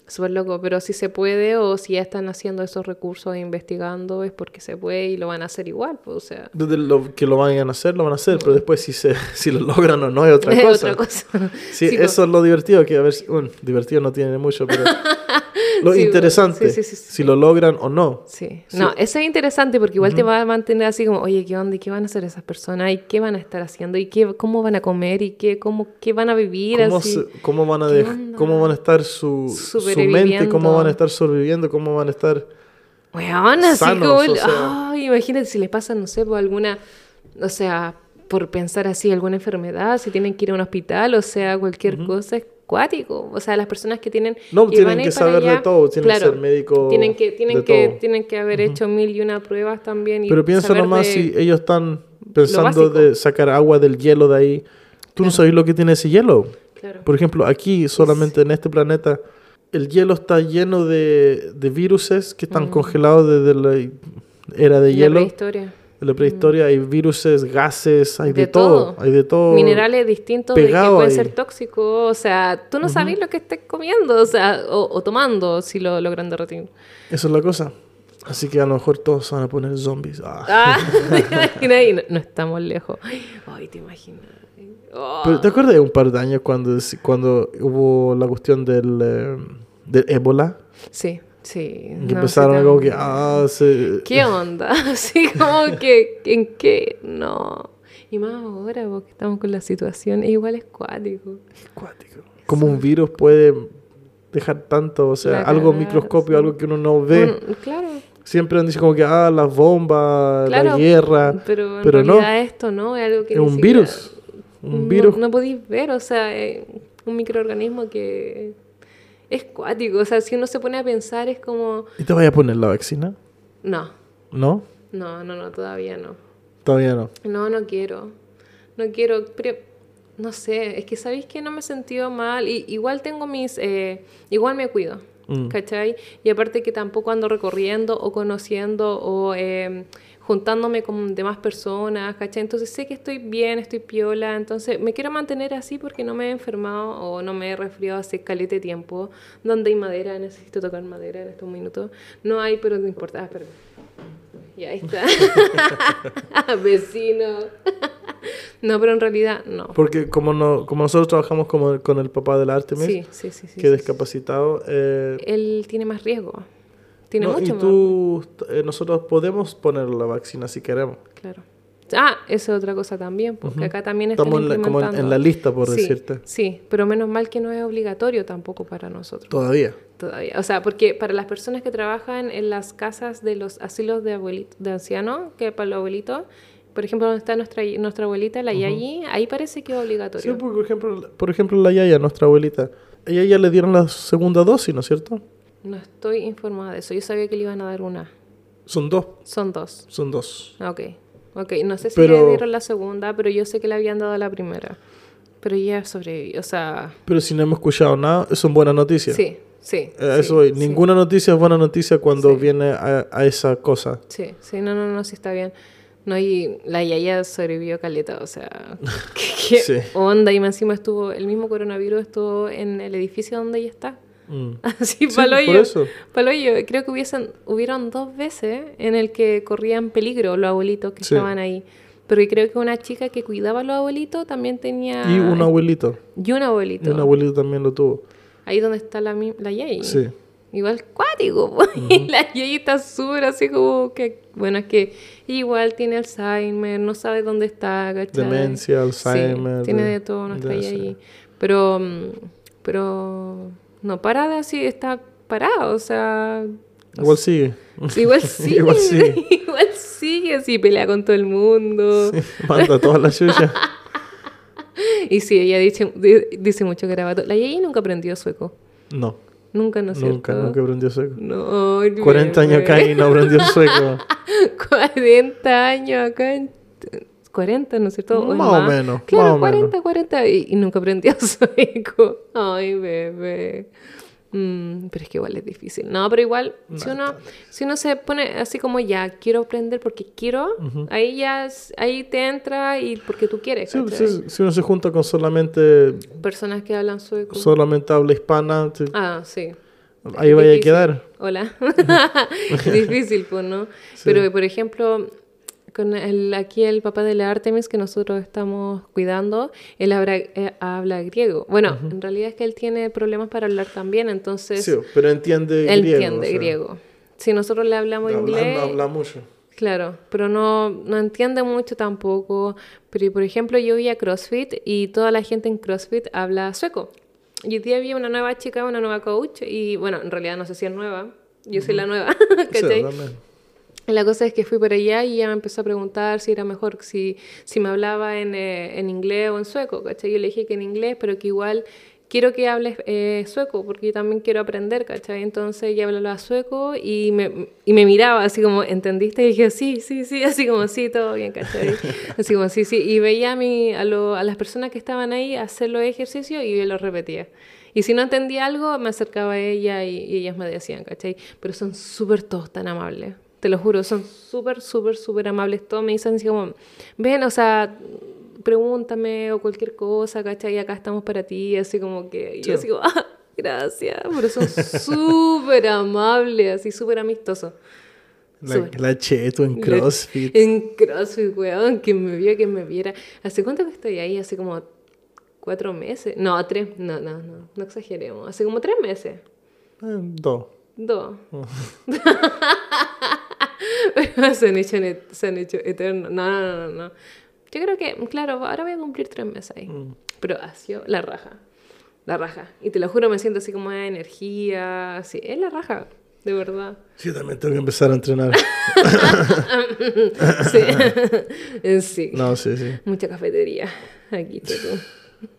[SPEAKER 2] Súper loco, pero si se puede o si ya están haciendo esos recursos e investigando es porque se puede y lo van a hacer igual, pues, o sea...
[SPEAKER 1] Desde lo que lo vayan a hacer, lo van a hacer, pero después si, se, [LAUGHS] si lo logran o no es otra
[SPEAKER 2] [LAUGHS] es
[SPEAKER 1] cosa.
[SPEAKER 2] otra cosa.
[SPEAKER 1] Sí,
[SPEAKER 2] [LAUGHS] Sí, pues. po.
[SPEAKER 1] eso es lo divertido, que a ver si, bueno, divertido no tiene mucho,
[SPEAKER 2] [LAUGHS]
[SPEAKER 1] pero lo
[SPEAKER 2] Sí, po.
[SPEAKER 1] interesante,
[SPEAKER 2] Sí, sí, sí, sí.
[SPEAKER 1] si lo logran o no.
[SPEAKER 2] Sí. No, eso es interesante porque igual te va a mantener así como, oye, ¿qué onda? ¿Y qué van a hacer esas personas? ¿Y qué van a estar haciendo? ¿Y qué, cómo van a comer? ¿Y qué, cómo, qué van a vivir?
[SPEAKER 1] ¿Cómo,
[SPEAKER 2] así?
[SPEAKER 1] se- cómo van a
[SPEAKER 2] ¿Qué
[SPEAKER 1] dej-
[SPEAKER 2] onda?
[SPEAKER 1] cómo van a estar su, su mente,
[SPEAKER 2] Sobreviviendo.
[SPEAKER 1] cómo van a estar sobreviviendo, cómo van a estar...
[SPEAKER 2] Weón, así
[SPEAKER 1] Sanos,
[SPEAKER 2] como...
[SPEAKER 1] o
[SPEAKER 2] el-
[SPEAKER 1] sea.
[SPEAKER 2] Ay, imagínate si les pasa, no sé, por alguna... O sea, por pensar así, alguna enfermedad, si tienen que ir a un hospital, o sea, cualquier cosa, es cuático. O sea, las personas que tienen...
[SPEAKER 1] No,
[SPEAKER 2] y
[SPEAKER 1] tienen
[SPEAKER 2] van a
[SPEAKER 1] que
[SPEAKER 2] ir para
[SPEAKER 1] saber de
[SPEAKER 2] allá,
[SPEAKER 1] todo, tienen que
[SPEAKER 2] claro,
[SPEAKER 1] ser médicos
[SPEAKER 2] Tienen que, tienen
[SPEAKER 1] de
[SPEAKER 2] que,
[SPEAKER 1] todo.
[SPEAKER 2] tienen que haber hecho mil y una pruebas también. Y
[SPEAKER 1] Pero piensa
[SPEAKER 2] saber
[SPEAKER 1] nomás
[SPEAKER 2] de-
[SPEAKER 1] si ellos están pensando
[SPEAKER 2] básico.
[SPEAKER 1] de sacar agua del hielo de ahí. Tú no sabes lo que tiene ese hielo.
[SPEAKER 2] Claro.
[SPEAKER 1] Por ejemplo, aquí, solamente en este planeta, el hielo está lleno de, de viruses que están congelados desde la era de
[SPEAKER 2] Mm. la
[SPEAKER 1] hielo,
[SPEAKER 2] prehistoria.
[SPEAKER 1] de la prehistoria. Hay viruses, gases, hay de,
[SPEAKER 2] De
[SPEAKER 1] todo.
[SPEAKER 2] todo.
[SPEAKER 1] Hay de todo.
[SPEAKER 2] minerales distintos de que
[SPEAKER 1] pegado
[SPEAKER 2] pueden
[SPEAKER 1] ahí.
[SPEAKER 2] ser tóxicos. O sea, tú no sabes lo que estés comiendo o, sea, o, o tomando si lo logran derretir.
[SPEAKER 1] Eso es la cosa. Así que a lo mejor todos se van a poner zombies. Ah.
[SPEAKER 2] Ah, [LAUGHS] te imaginas, y no, no estamos lejos. Ay, te imaginas. Oh,
[SPEAKER 1] Pero, ¿Te acuerdas de un par de años cuando, dec- cuando hubo la cuestión del, eh, del ébola?
[SPEAKER 2] sí, sí.
[SPEAKER 1] Que
[SPEAKER 2] no, sí,
[SPEAKER 1] empezaron
[SPEAKER 2] tam-
[SPEAKER 1] como que, ah, se-
[SPEAKER 2] ¿Qué onda? [LAUGHS] Así como que, ¿en qué? No. Y más ahora, porque estamos con la situación, es igual es cuático.
[SPEAKER 1] Cuático. Como un virus puede dejar tanto, o sea,
[SPEAKER 2] La
[SPEAKER 1] algo
[SPEAKER 2] cagada,
[SPEAKER 1] microscopio,
[SPEAKER 2] sí.
[SPEAKER 1] algo que uno no ve.
[SPEAKER 2] Un- claro.
[SPEAKER 1] Siempre han dicho como que, ah, las bombas, la
[SPEAKER 2] Claro,
[SPEAKER 1] guerra.
[SPEAKER 2] Pero en
[SPEAKER 1] Ah, pero no.
[SPEAKER 2] realidad esto no es algo que
[SPEAKER 1] Es
[SPEAKER 2] ni
[SPEAKER 1] un
[SPEAKER 2] siquiera-
[SPEAKER 1] virus. Un virus.
[SPEAKER 2] No, no podéis ver, o sea, eh, un microorganismo que es cuático. O sea, si uno se pone a pensar es como,
[SPEAKER 1] ¿Y te vaya a poner la vacuna?
[SPEAKER 2] no,
[SPEAKER 1] ¿No?
[SPEAKER 2] no, no, no, todavía no.
[SPEAKER 1] Todavía no.
[SPEAKER 2] No, no quiero. No quiero, pero no sé, es que sabéis que no me he sentido mal. Y, igual tengo mis, eh, igual me cuido,
[SPEAKER 1] Mm.
[SPEAKER 2] ¿cachai? Y aparte que tampoco ando recorriendo o conociendo o eh, juntándome con demás personas, ¿cachai? Entonces sé que estoy bien, estoy piola, entonces me quiero mantener así porque no me he enfermado o no me he resfriado hace calete de tiempo. Donde hay madera, necesito tocar madera en estos minutos. No hay, pero no importa. Ah, perdón. Y ahí está. [LAUGHS] Vecino. [LAUGHS] no, pero en realidad no.
[SPEAKER 1] Porque como, no, como nosotros trabajamos como- con el papá del Artemis,
[SPEAKER 2] Sí, sí, sí. sí,
[SPEAKER 1] que es
[SPEAKER 2] sí.
[SPEAKER 1] discapacitado, eh,
[SPEAKER 2] Él tiene más riesgo. Tiene
[SPEAKER 1] no,
[SPEAKER 2] mucho
[SPEAKER 1] y tú, eh, nosotros podemos poner la vacuna si queremos.
[SPEAKER 2] más. Claro. Ah, esa es otra cosa también, porque acá también están
[SPEAKER 1] Estamos en la- como en- en
[SPEAKER 2] implementando.
[SPEAKER 1] la lista, por
[SPEAKER 2] Sí,
[SPEAKER 1] decirte.
[SPEAKER 2] Sí, pero menos mal que no es obligatorio tampoco para nosotros
[SPEAKER 1] Todavía.
[SPEAKER 2] todavía. O sea, porque para las personas que trabajan en las casas de los asilos de, abuelito, de ancianos, que para los abuelitos, por ejemplo, donde está nuestra, nuestra abuelita, la Yayi, ahí parece que es
[SPEAKER 1] Sí,
[SPEAKER 2] obligatorio.
[SPEAKER 1] porque, por ejemplo, por ejemplo, la Yaya, nuestra abuelita, a ella ya le dieron la segunda dosis, ¿no es cierto?
[SPEAKER 2] No estoy informada de eso. Yo sabía que le iban a dar una.
[SPEAKER 1] Son dos,
[SPEAKER 2] Son dos.
[SPEAKER 1] son dos.
[SPEAKER 2] Ah, Ok. Ok. No sé si
[SPEAKER 1] Pero-
[SPEAKER 2] le dieron la segunda, pero yo sé que le habían dado la primera. Pero ella sobrevivió. O sea.
[SPEAKER 1] Pero si no hemos escuchado nada, son buenas noticias.
[SPEAKER 2] Sí, sí.
[SPEAKER 1] Eh,
[SPEAKER 2] sí,
[SPEAKER 1] eso voy.
[SPEAKER 2] sí.
[SPEAKER 1] Ninguna noticia es buena noticia cuando
[SPEAKER 2] Sí.
[SPEAKER 1] viene a, a esa cosa.
[SPEAKER 2] Sí, sí, no, no, no, sí está bien. No, y la Yaya sobrevivió caleta,
[SPEAKER 1] [LAUGHS]
[SPEAKER 2] o sea, qué
[SPEAKER 1] Sí.
[SPEAKER 2] onda. Y más encima estuvo, el mismo coronavirus estuvo en el edificio donde ella está. [LAUGHS]
[SPEAKER 1] Mm.
[SPEAKER 2] Así,
[SPEAKER 1] Sí,
[SPEAKER 2] palo
[SPEAKER 1] por
[SPEAKER 2] yo.
[SPEAKER 1] eso.
[SPEAKER 2] Palo yo. Creo que hubiesen, hubieron dos veces en el que corrían peligro los abuelitos que
[SPEAKER 1] Sí.
[SPEAKER 2] estaban ahí. Porque creo que una chica que cuidaba a los abuelitos también tenía...
[SPEAKER 1] Y un abuelito.
[SPEAKER 2] Y un
[SPEAKER 1] Y
[SPEAKER 2] abuelito.
[SPEAKER 1] un abuelito también lo tuvo.
[SPEAKER 2] Ahí donde está la, mi- la Yay.
[SPEAKER 1] Sí.
[SPEAKER 2] Igual cuático, po. [LAUGHS] Y la Yeye está súper así como que... Bueno, es que igual tiene Alzheimer, no sabe dónde está, ¿cachai?
[SPEAKER 1] Demencia,
[SPEAKER 2] Sí,
[SPEAKER 1] Alzheimer,
[SPEAKER 2] tiene
[SPEAKER 1] de-
[SPEAKER 2] de todo nuestra
[SPEAKER 1] de-
[SPEAKER 2] Yeye.
[SPEAKER 1] sí.
[SPEAKER 2] Pero... mm, Pero... No para de así, está parada, o sea...
[SPEAKER 1] Igual
[SPEAKER 2] [LAUGHS]
[SPEAKER 1] sigue.
[SPEAKER 2] Igual sigue,
[SPEAKER 1] [LAUGHS] Igual
[SPEAKER 2] [LAUGHS] igual
[SPEAKER 1] sigue.
[SPEAKER 2] sigue, así, pelea con todo el mundo.
[SPEAKER 1] Manda toda
[SPEAKER 2] [LAUGHS]
[SPEAKER 1] la suya.
[SPEAKER 2] Y sí, ella dice, di- dice mucho garabato. La Yeye nunca aprendió sueco.
[SPEAKER 1] No,
[SPEAKER 2] Nunca, ¿no es
[SPEAKER 1] nunca,
[SPEAKER 2] cierto?
[SPEAKER 1] nunca aprendió sueco.
[SPEAKER 2] No,
[SPEAKER 1] 40 años acá y no aprendió
[SPEAKER 2] [LAUGHS]
[SPEAKER 1] sueco.
[SPEAKER 2] 40 años acá. en- 40, ¿no es cierto? es
[SPEAKER 1] Más o menos, más
[SPEAKER 2] Claro,
[SPEAKER 1] o menos.
[SPEAKER 2] 40, 40. Y, y nunca aprendí a [LAUGHS] sueco. Ay, bebé. Mm, pero es que igual es difícil. No, pero igual, si, uno, si uno se pone así como ya, quiero aprender porque quiero, ahí ya, es- ahí te entra y porque tú quieres.
[SPEAKER 1] Sí,
[SPEAKER 2] ¿cachai?
[SPEAKER 1] sí, si uno se junta con solamente,
[SPEAKER 2] Personas que hablan sueco.
[SPEAKER 1] solamente habla hispana, sí,
[SPEAKER 2] ah, sí.
[SPEAKER 1] ahí vaya a
[SPEAKER 2] Difícil.
[SPEAKER 1] quedar. [LAUGHS]
[SPEAKER 2] Hola. Difícil, pues, ¿no? Pero, por ejemplo, con el, aquí el papá de la Artemis que nosotros estamos cuidando, él habla, eh, habla griego. Bueno, en realidad es que él tiene problemas para hablar también, entonces
[SPEAKER 1] Sí, pero entiende
[SPEAKER 2] él
[SPEAKER 1] griego.
[SPEAKER 2] entiende
[SPEAKER 1] o sea,
[SPEAKER 2] griego. Si nosotros le hablamos
[SPEAKER 1] habla-
[SPEAKER 2] inglés,
[SPEAKER 1] no habla mucho.
[SPEAKER 2] Claro, pero no, no entiende mucho tampoco. Pero, por ejemplo, yo vi a CrossFit y toda la gente en CrossFit habla sueco. Y hoy día vi una nueva chica, una nueva coach, y bueno, en realidad no sé si es nueva, yo soy la nueva, [LAUGHS]
[SPEAKER 1] Sí,
[SPEAKER 2] ¿cachai?
[SPEAKER 1] también.
[SPEAKER 2] La cosa es que fui para allá y ella me empezó a preguntar si era mejor, si, si me hablaba en, eh, en inglés o en sueco, ¿cachai? Yo le dije que en inglés, pero que igual quiero que hables eh, sueco, porque yo también quiero aprender, ¿cachai? Entonces ella hablaba sueco y me, y me miraba así como, ¿entendiste? Y dije, sí, sí, sí, así como, sí, todo bien, ¿cachai? Así como, sí, sí. Y veía a, mi, a, lo, a las personas que estaban ahí hacer los ejercicios y yo los repetía. Y si no entendía algo, me acercaba a ella y, y ellas me decían, ¿cachai? Pero son súper todos tan amables. Te lo juro, son súper, súper, súper amables. Todos me dicen así como, ven, o sea, pregúntame o cualquier cosa, ¿cachai? Acá estamos para ti, así como que y yo así como, ah, gracias, pero son súper amables, así súper amistosos.
[SPEAKER 1] La, súper. la cheto en CrossFit.
[SPEAKER 2] La, en CrossFit, weón, quien me vio, quien me viera. ¿Hace cuánto que estoy ahí? Hace como cuatro meses. No, tres, no, no, no, no exageremos. Hace como tres meses.
[SPEAKER 1] Eh, dos.
[SPEAKER 2] Dos. Oh. [LAUGHS] pero se han, hecho, se han hecho eterno. No, no, no, no. Yo creo que, claro, ahora voy a cumplir tres meses ahí. Mm. Pero ha sido la raja. La raja. Y te lo juro, me siento así como de energía. Así. Es la raja, de verdad. [LAUGHS]
[SPEAKER 1] Sí, también tengo que empezar a entrenar.
[SPEAKER 2] sí. [LAUGHS] sí.
[SPEAKER 1] No, sí, sí.
[SPEAKER 2] Mucha cafetería. Aquí tú.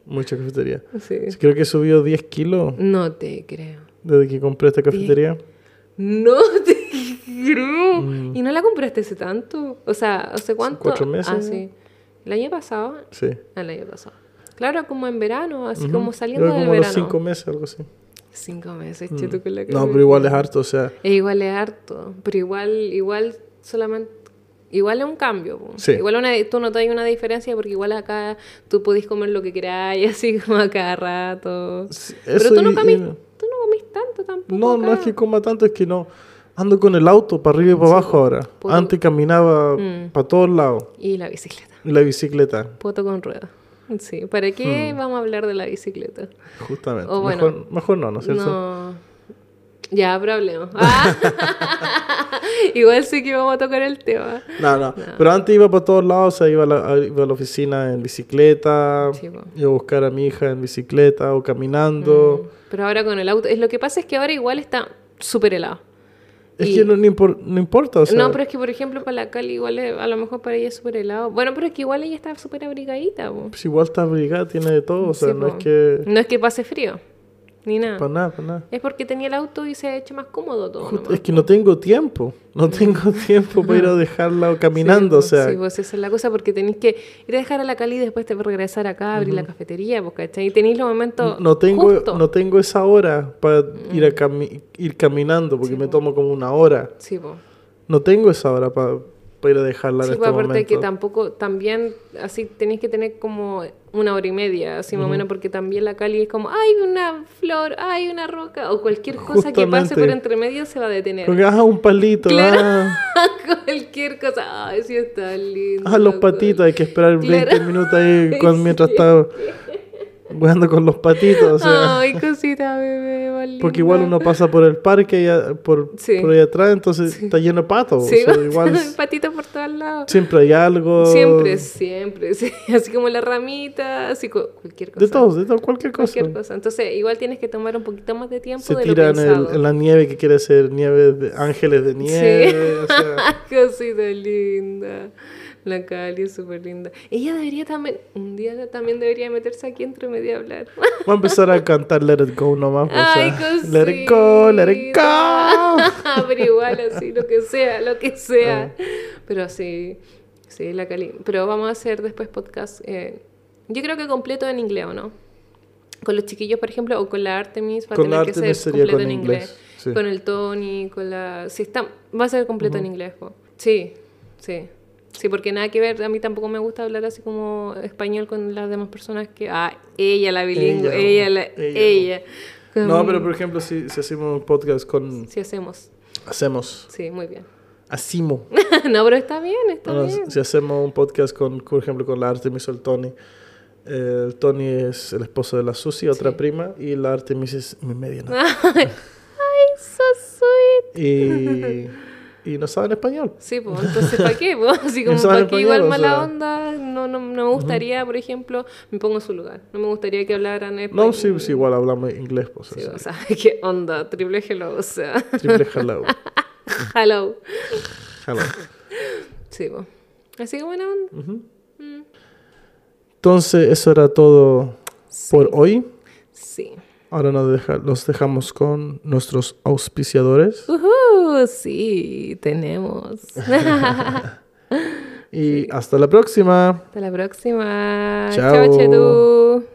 [SPEAKER 1] Mucha cafetería.
[SPEAKER 2] Sí.
[SPEAKER 1] Creo que subió 10 kilos.
[SPEAKER 2] No te creo.
[SPEAKER 1] Desde que compré esta cafetería.
[SPEAKER 2] ¿Diez? No [LAUGHS] te creo. Mm. ¿Y no la compraste hace tanto? O sea, ¿hace cuánto?
[SPEAKER 1] Cuatro meses.
[SPEAKER 2] Ah, sí. ¿El año pasado? Ah,
[SPEAKER 1] Sí.
[SPEAKER 2] El año pasado. Claro, como en verano, así uh -huh. como saliendo
[SPEAKER 1] Creo que
[SPEAKER 2] del
[SPEAKER 1] como
[SPEAKER 2] verano.
[SPEAKER 1] Los cinco meses, algo así.
[SPEAKER 2] Cinco meses, chito, con la
[SPEAKER 1] No, pero igual es harto, o sea.
[SPEAKER 2] E igual es harto, pero igual, igual solamente. Igual es un cambio. Po.
[SPEAKER 1] Sí.
[SPEAKER 2] Igual una, tú notas una diferencia porque igual acá tú podés comer lo que queráis, [LAUGHS] así como a cada rato.
[SPEAKER 1] Sí,
[SPEAKER 2] pero tú no,
[SPEAKER 1] y-
[SPEAKER 2] comís,
[SPEAKER 1] y no.
[SPEAKER 2] tú no comís tanto tampoco.
[SPEAKER 1] No, no es
[SPEAKER 2] acá.
[SPEAKER 1] que coma tanto, es que no. Ando con el auto para arriba y para abajo ahora.
[SPEAKER 2] Puedo-
[SPEAKER 1] Antes caminaba
[SPEAKER 2] Mm.
[SPEAKER 1] para todos lados.
[SPEAKER 2] Y la bicicleta.
[SPEAKER 1] Y La bicicleta,
[SPEAKER 2] Poto con rueda. Sí. ¿Para qué
[SPEAKER 1] Hmm.
[SPEAKER 2] vamos a hablar de la bicicleta?
[SPEAKER 1] justamente.
[SPEAKER 2] O Oh, bueno.
[SPEAKER 1] mejor, mejor no, ¿no es cierto?
[SPEAKER 2] No. Ya, pero hablemos. Ah. [LAUGHS] Igual sí que vamos a tocar el tema.
[SPEAKER 1] No, no. Pero antes iba para todos lados, o sea, iba a la, a- iba a la oficina en bicicleta,
[SPEAKER 2] Sí, po.
[SPEAKER 1] iba a buscar a mi hija en bicicleta o caminando.
[SPEAKER 2] Pero ahora con el auto. Es lo que pasa es que ahora igual está súper helado.
[SPEAKER 1] Es
[SPEAKER 2] Y-
[SPEAKER 1] que no, no impor- no importa, o sea,
[SPEAKER 2] no, pero es que por ejemplo para la Cali igual es- a lo mejor para ella es súper helado. Bueno, pero es que igual ella está súper abrigadita. po.
[SPEAKER 1] pues igual está abrigada, tiene de todo, o sea,
[SPEAKER 2] Sí,
[SPEAKER 1] no
[SPEAKER 2] po.
[SPEAKER 1] es que...
[SPEAKER 2] No es que pase frío. Ni nada.
[SPEAKER 1] Para nada, para nada.
[SPEAKER 2] Es porque tenía el auto y se ha hecho más cómodo todo.
[SPEAKER 1] Justo-
[SPEAKER 2] nomás.
[SPEAKER 1] es que no tengo tiempo,
[SPEAKER 2] [LAUGHS]
[SPEAKER 1] no tengo tiempo para ir a dejarla o caminando,
[SPEAKER 2] Sí,
[SPEAKER 1] o sea,
[SPEAKER 2] Sí, pues esa es la cosa, porque tenéis que ir a dejar a la Cali y después te regresar acá, abrir la cafetería, pues, ¿cachai? Y tenéis los momentos.
[SPEAKER 1] no tengo
[SPEAKER 2] justos.
[SPEAKER 1] no tengo esa hora para ir
[SPEAKER 2] Mm.
[SPEAKER 1] a cami- ir caminando porque me tomo como una hora.
[SPEAKER 2] Sí, pues.
[SPEAKER 1] No tengo esa hora para ir a dejarla
[SPEAKER 2] Sí,
[SPEAKER 1] en este
[SPEAKER 2] pues, aparte
[SPEAKER 1] momento.
[SPEAKER 2] que tampoco, también, así tenéis que tener como una hora y media, así más o menos, porque también la Cali es como, hay una flor, hay una roca, o cualquier cosa que
[SPEAKER 1] Justamente.
[SPEAKER 2] pase por entre medio se va a detener.
[SPEAKER 1] Porque, ah, un palito,
[SPEAKER 2] Claro.
[SPEAKER 1] ah,
[SPEAKER 2] [LAUGHS] cualquier cosa, ay, sí está lindo.
[SPEAKER 1] ah, los
[SPEAKER 2] [LAUGHS] loco".
[SPEAKER 1] patitos, hay que esperar 20
[SPEAKER 2] Claro.
[SPEAKER 1] minutos ahí con- mientras
[SPEAKER 2] [LAUGHS] Sí.
[SPEAKER 1] está jugando con los patitos, o sea,
[SPEAKER 2] Ay, cosita, bebé, más
[SPEAKER 1] porque
[SPEAKER 2] linda.
[SPEAKER 1] igual uno pasa por el parque, y a- por,
[SPEAKER 2] Sí.
[SPEAKER 1] por ahí atrás, entonces está lleno de patos, o
[SPEAKER 2] Sí,
[SPEAKER 1] sea,
[SPEAKER 2] [LAUGHS]
[SPEAKER 1] igual
[SPEAKER 2] patitos por todos lados.
[SPEAKER 1] siempre hay algo,
[SPEAKER 2] Siempre, siempre, [LAUGHS] sí. Así como la ramita, así cu- cualquier cosa.
[SPEAKER 1] de todo, de todo, cualquier cosa.
[SPEAKER 2] Cualquier cosa. Entonces, igual tienes que tomar un poquito más de tiempo
[SPEAKER 1] Se
[SPEAKER 2] de lo
[SPEAKER 1] tiran en,
[SPEAKER 2] pensado. [LAUGHS]
[SPEAKER 1] el- en la nieve que quiere ser nieve, de, ángeles de nieve, o
[SPEAKER 2] [LAUGHS]
[SPEAKER 1] sea,
[SPEAKER 2] Cosita linda. La Cali es súper linda. Ella debería también, un día también debería meterse aquí entre medio a hablar.
[SPEAKER 1] voy a empezar a cantar Let It Go nomás, o sea,
[SPEAKER 2] Ay,
[SPEAKER 1] Let It Go, Let It Go. Ah.
[SPEAKER 2] cosita. [LAUGHS] Pero igual así, lo que sea, lo que sea. Pero sí, sí, la Cali. Pero vamos a hacer después podcast. eh, yo creo que completo en inglés, ¿o no? Con los chiquillos, por ejemplo, o con la Artemis va a
[SPEAKER 1] Con
[SPEAKER 2] tener
[SPEAKER 1] la
[SPEAKER 2] que
[SPEAKER 1] Artemis
[SPEAKER 2] ser
[SPEAKER 1] sería
[SPEAKER 2] completo
[SPEAKER 1] con
[SPEAKER 2] en inglés.
[SPEAKER 1] inglés, sí.
[SPEAKER 2] Con el Tony, con la... Sí, está... va a ser completo en inglés. po. Sí, sí. Sí, porque nada que ver, a mí tampoco me gusta hablar así como español con las demás personas que... Ah, ella la bilingüe,
[SPEAKER 1] Ella,
[SPEAKER 2] ella, la...
[SPEAKER 1] ella.
[SPEAKER 2] Ella.
[SPEAKER 1] No,
[SPEAKER 2] Con-
[SPEAKER 1] pero por ejemplo, si, si hacemos un podcast con.
[SPEAKER 2] si hacemos.
[SPEAKER 1] Hacemos.
[SPEAKER 2] Sí, muy bien. [LAUGHS]
[SPEAKER 1] Hacimo.
[SPEAKER 2] no, pero está bien, está
[SPEAKER 1] No,
[SPEAKER 2] bien.
[SPEAKER 1] si hacemos un podcast con, por ejemplo, con la Artemis o el Tony. Eh, el Tony es el esposo de la Susi, otra
[SPEAKER 2] Sí. Ah.
[SPEAKER 1] prima, y la Artemis es mi media. ¿no?
[SPEAKER 2] Ay, so sweet. [LAUGHS]
[SPEAKER 1] Y, y no saben español.
[SPEAKER 2] Sí, pues, entonces, ¿para qué?
[SPEAKER 1] [LAUGHS]
[SPEAKER 2] po? Así como,
[SPEAKER 1] Eso habla
[SPEAKER 2] ¿para qué igual
[SPEAKER 1] español, o
[SPEAKER 2] mala
[SPEAKER 1] sea.
[SPEAKER 2] onda? No, no, no me gustaría, por ejemplo, me pongo en su lugar. No me gustaría que hablaran español.
[SPEAKER 1] No, sí, sí, igual hablamos inglés, pues.
[SPEAKER 2] Sí,
[SPEAKER 1] o sea,
[SPEAKER 2] o sea, [LAUGHS] ¿qué onda? Triple hello, o sea, [LAUGHS]
[SPEAKER 1] Triple hello.
[SPEAKER 2] hello.
[SPEAKER 1] hello.
[SPEAKER 2] Sí, pues. Así que buena onda.
[SPEAKER 1] Entonces, eso era todo por hoy.
[SPEAKER 2] Sí.
[SPEAKER 1] Ahora nos deja- los dejamos con nuestros auspiciadores.
[SPEAKER 2] Ujú, sí, tenemos. Hasta
[SPEAKER 1] Y hasta la próxima.
[SPEAKER 2] la próxima.
[SPEAKER 1] Chao.
[SPEAKER 2] Chao, Chetu.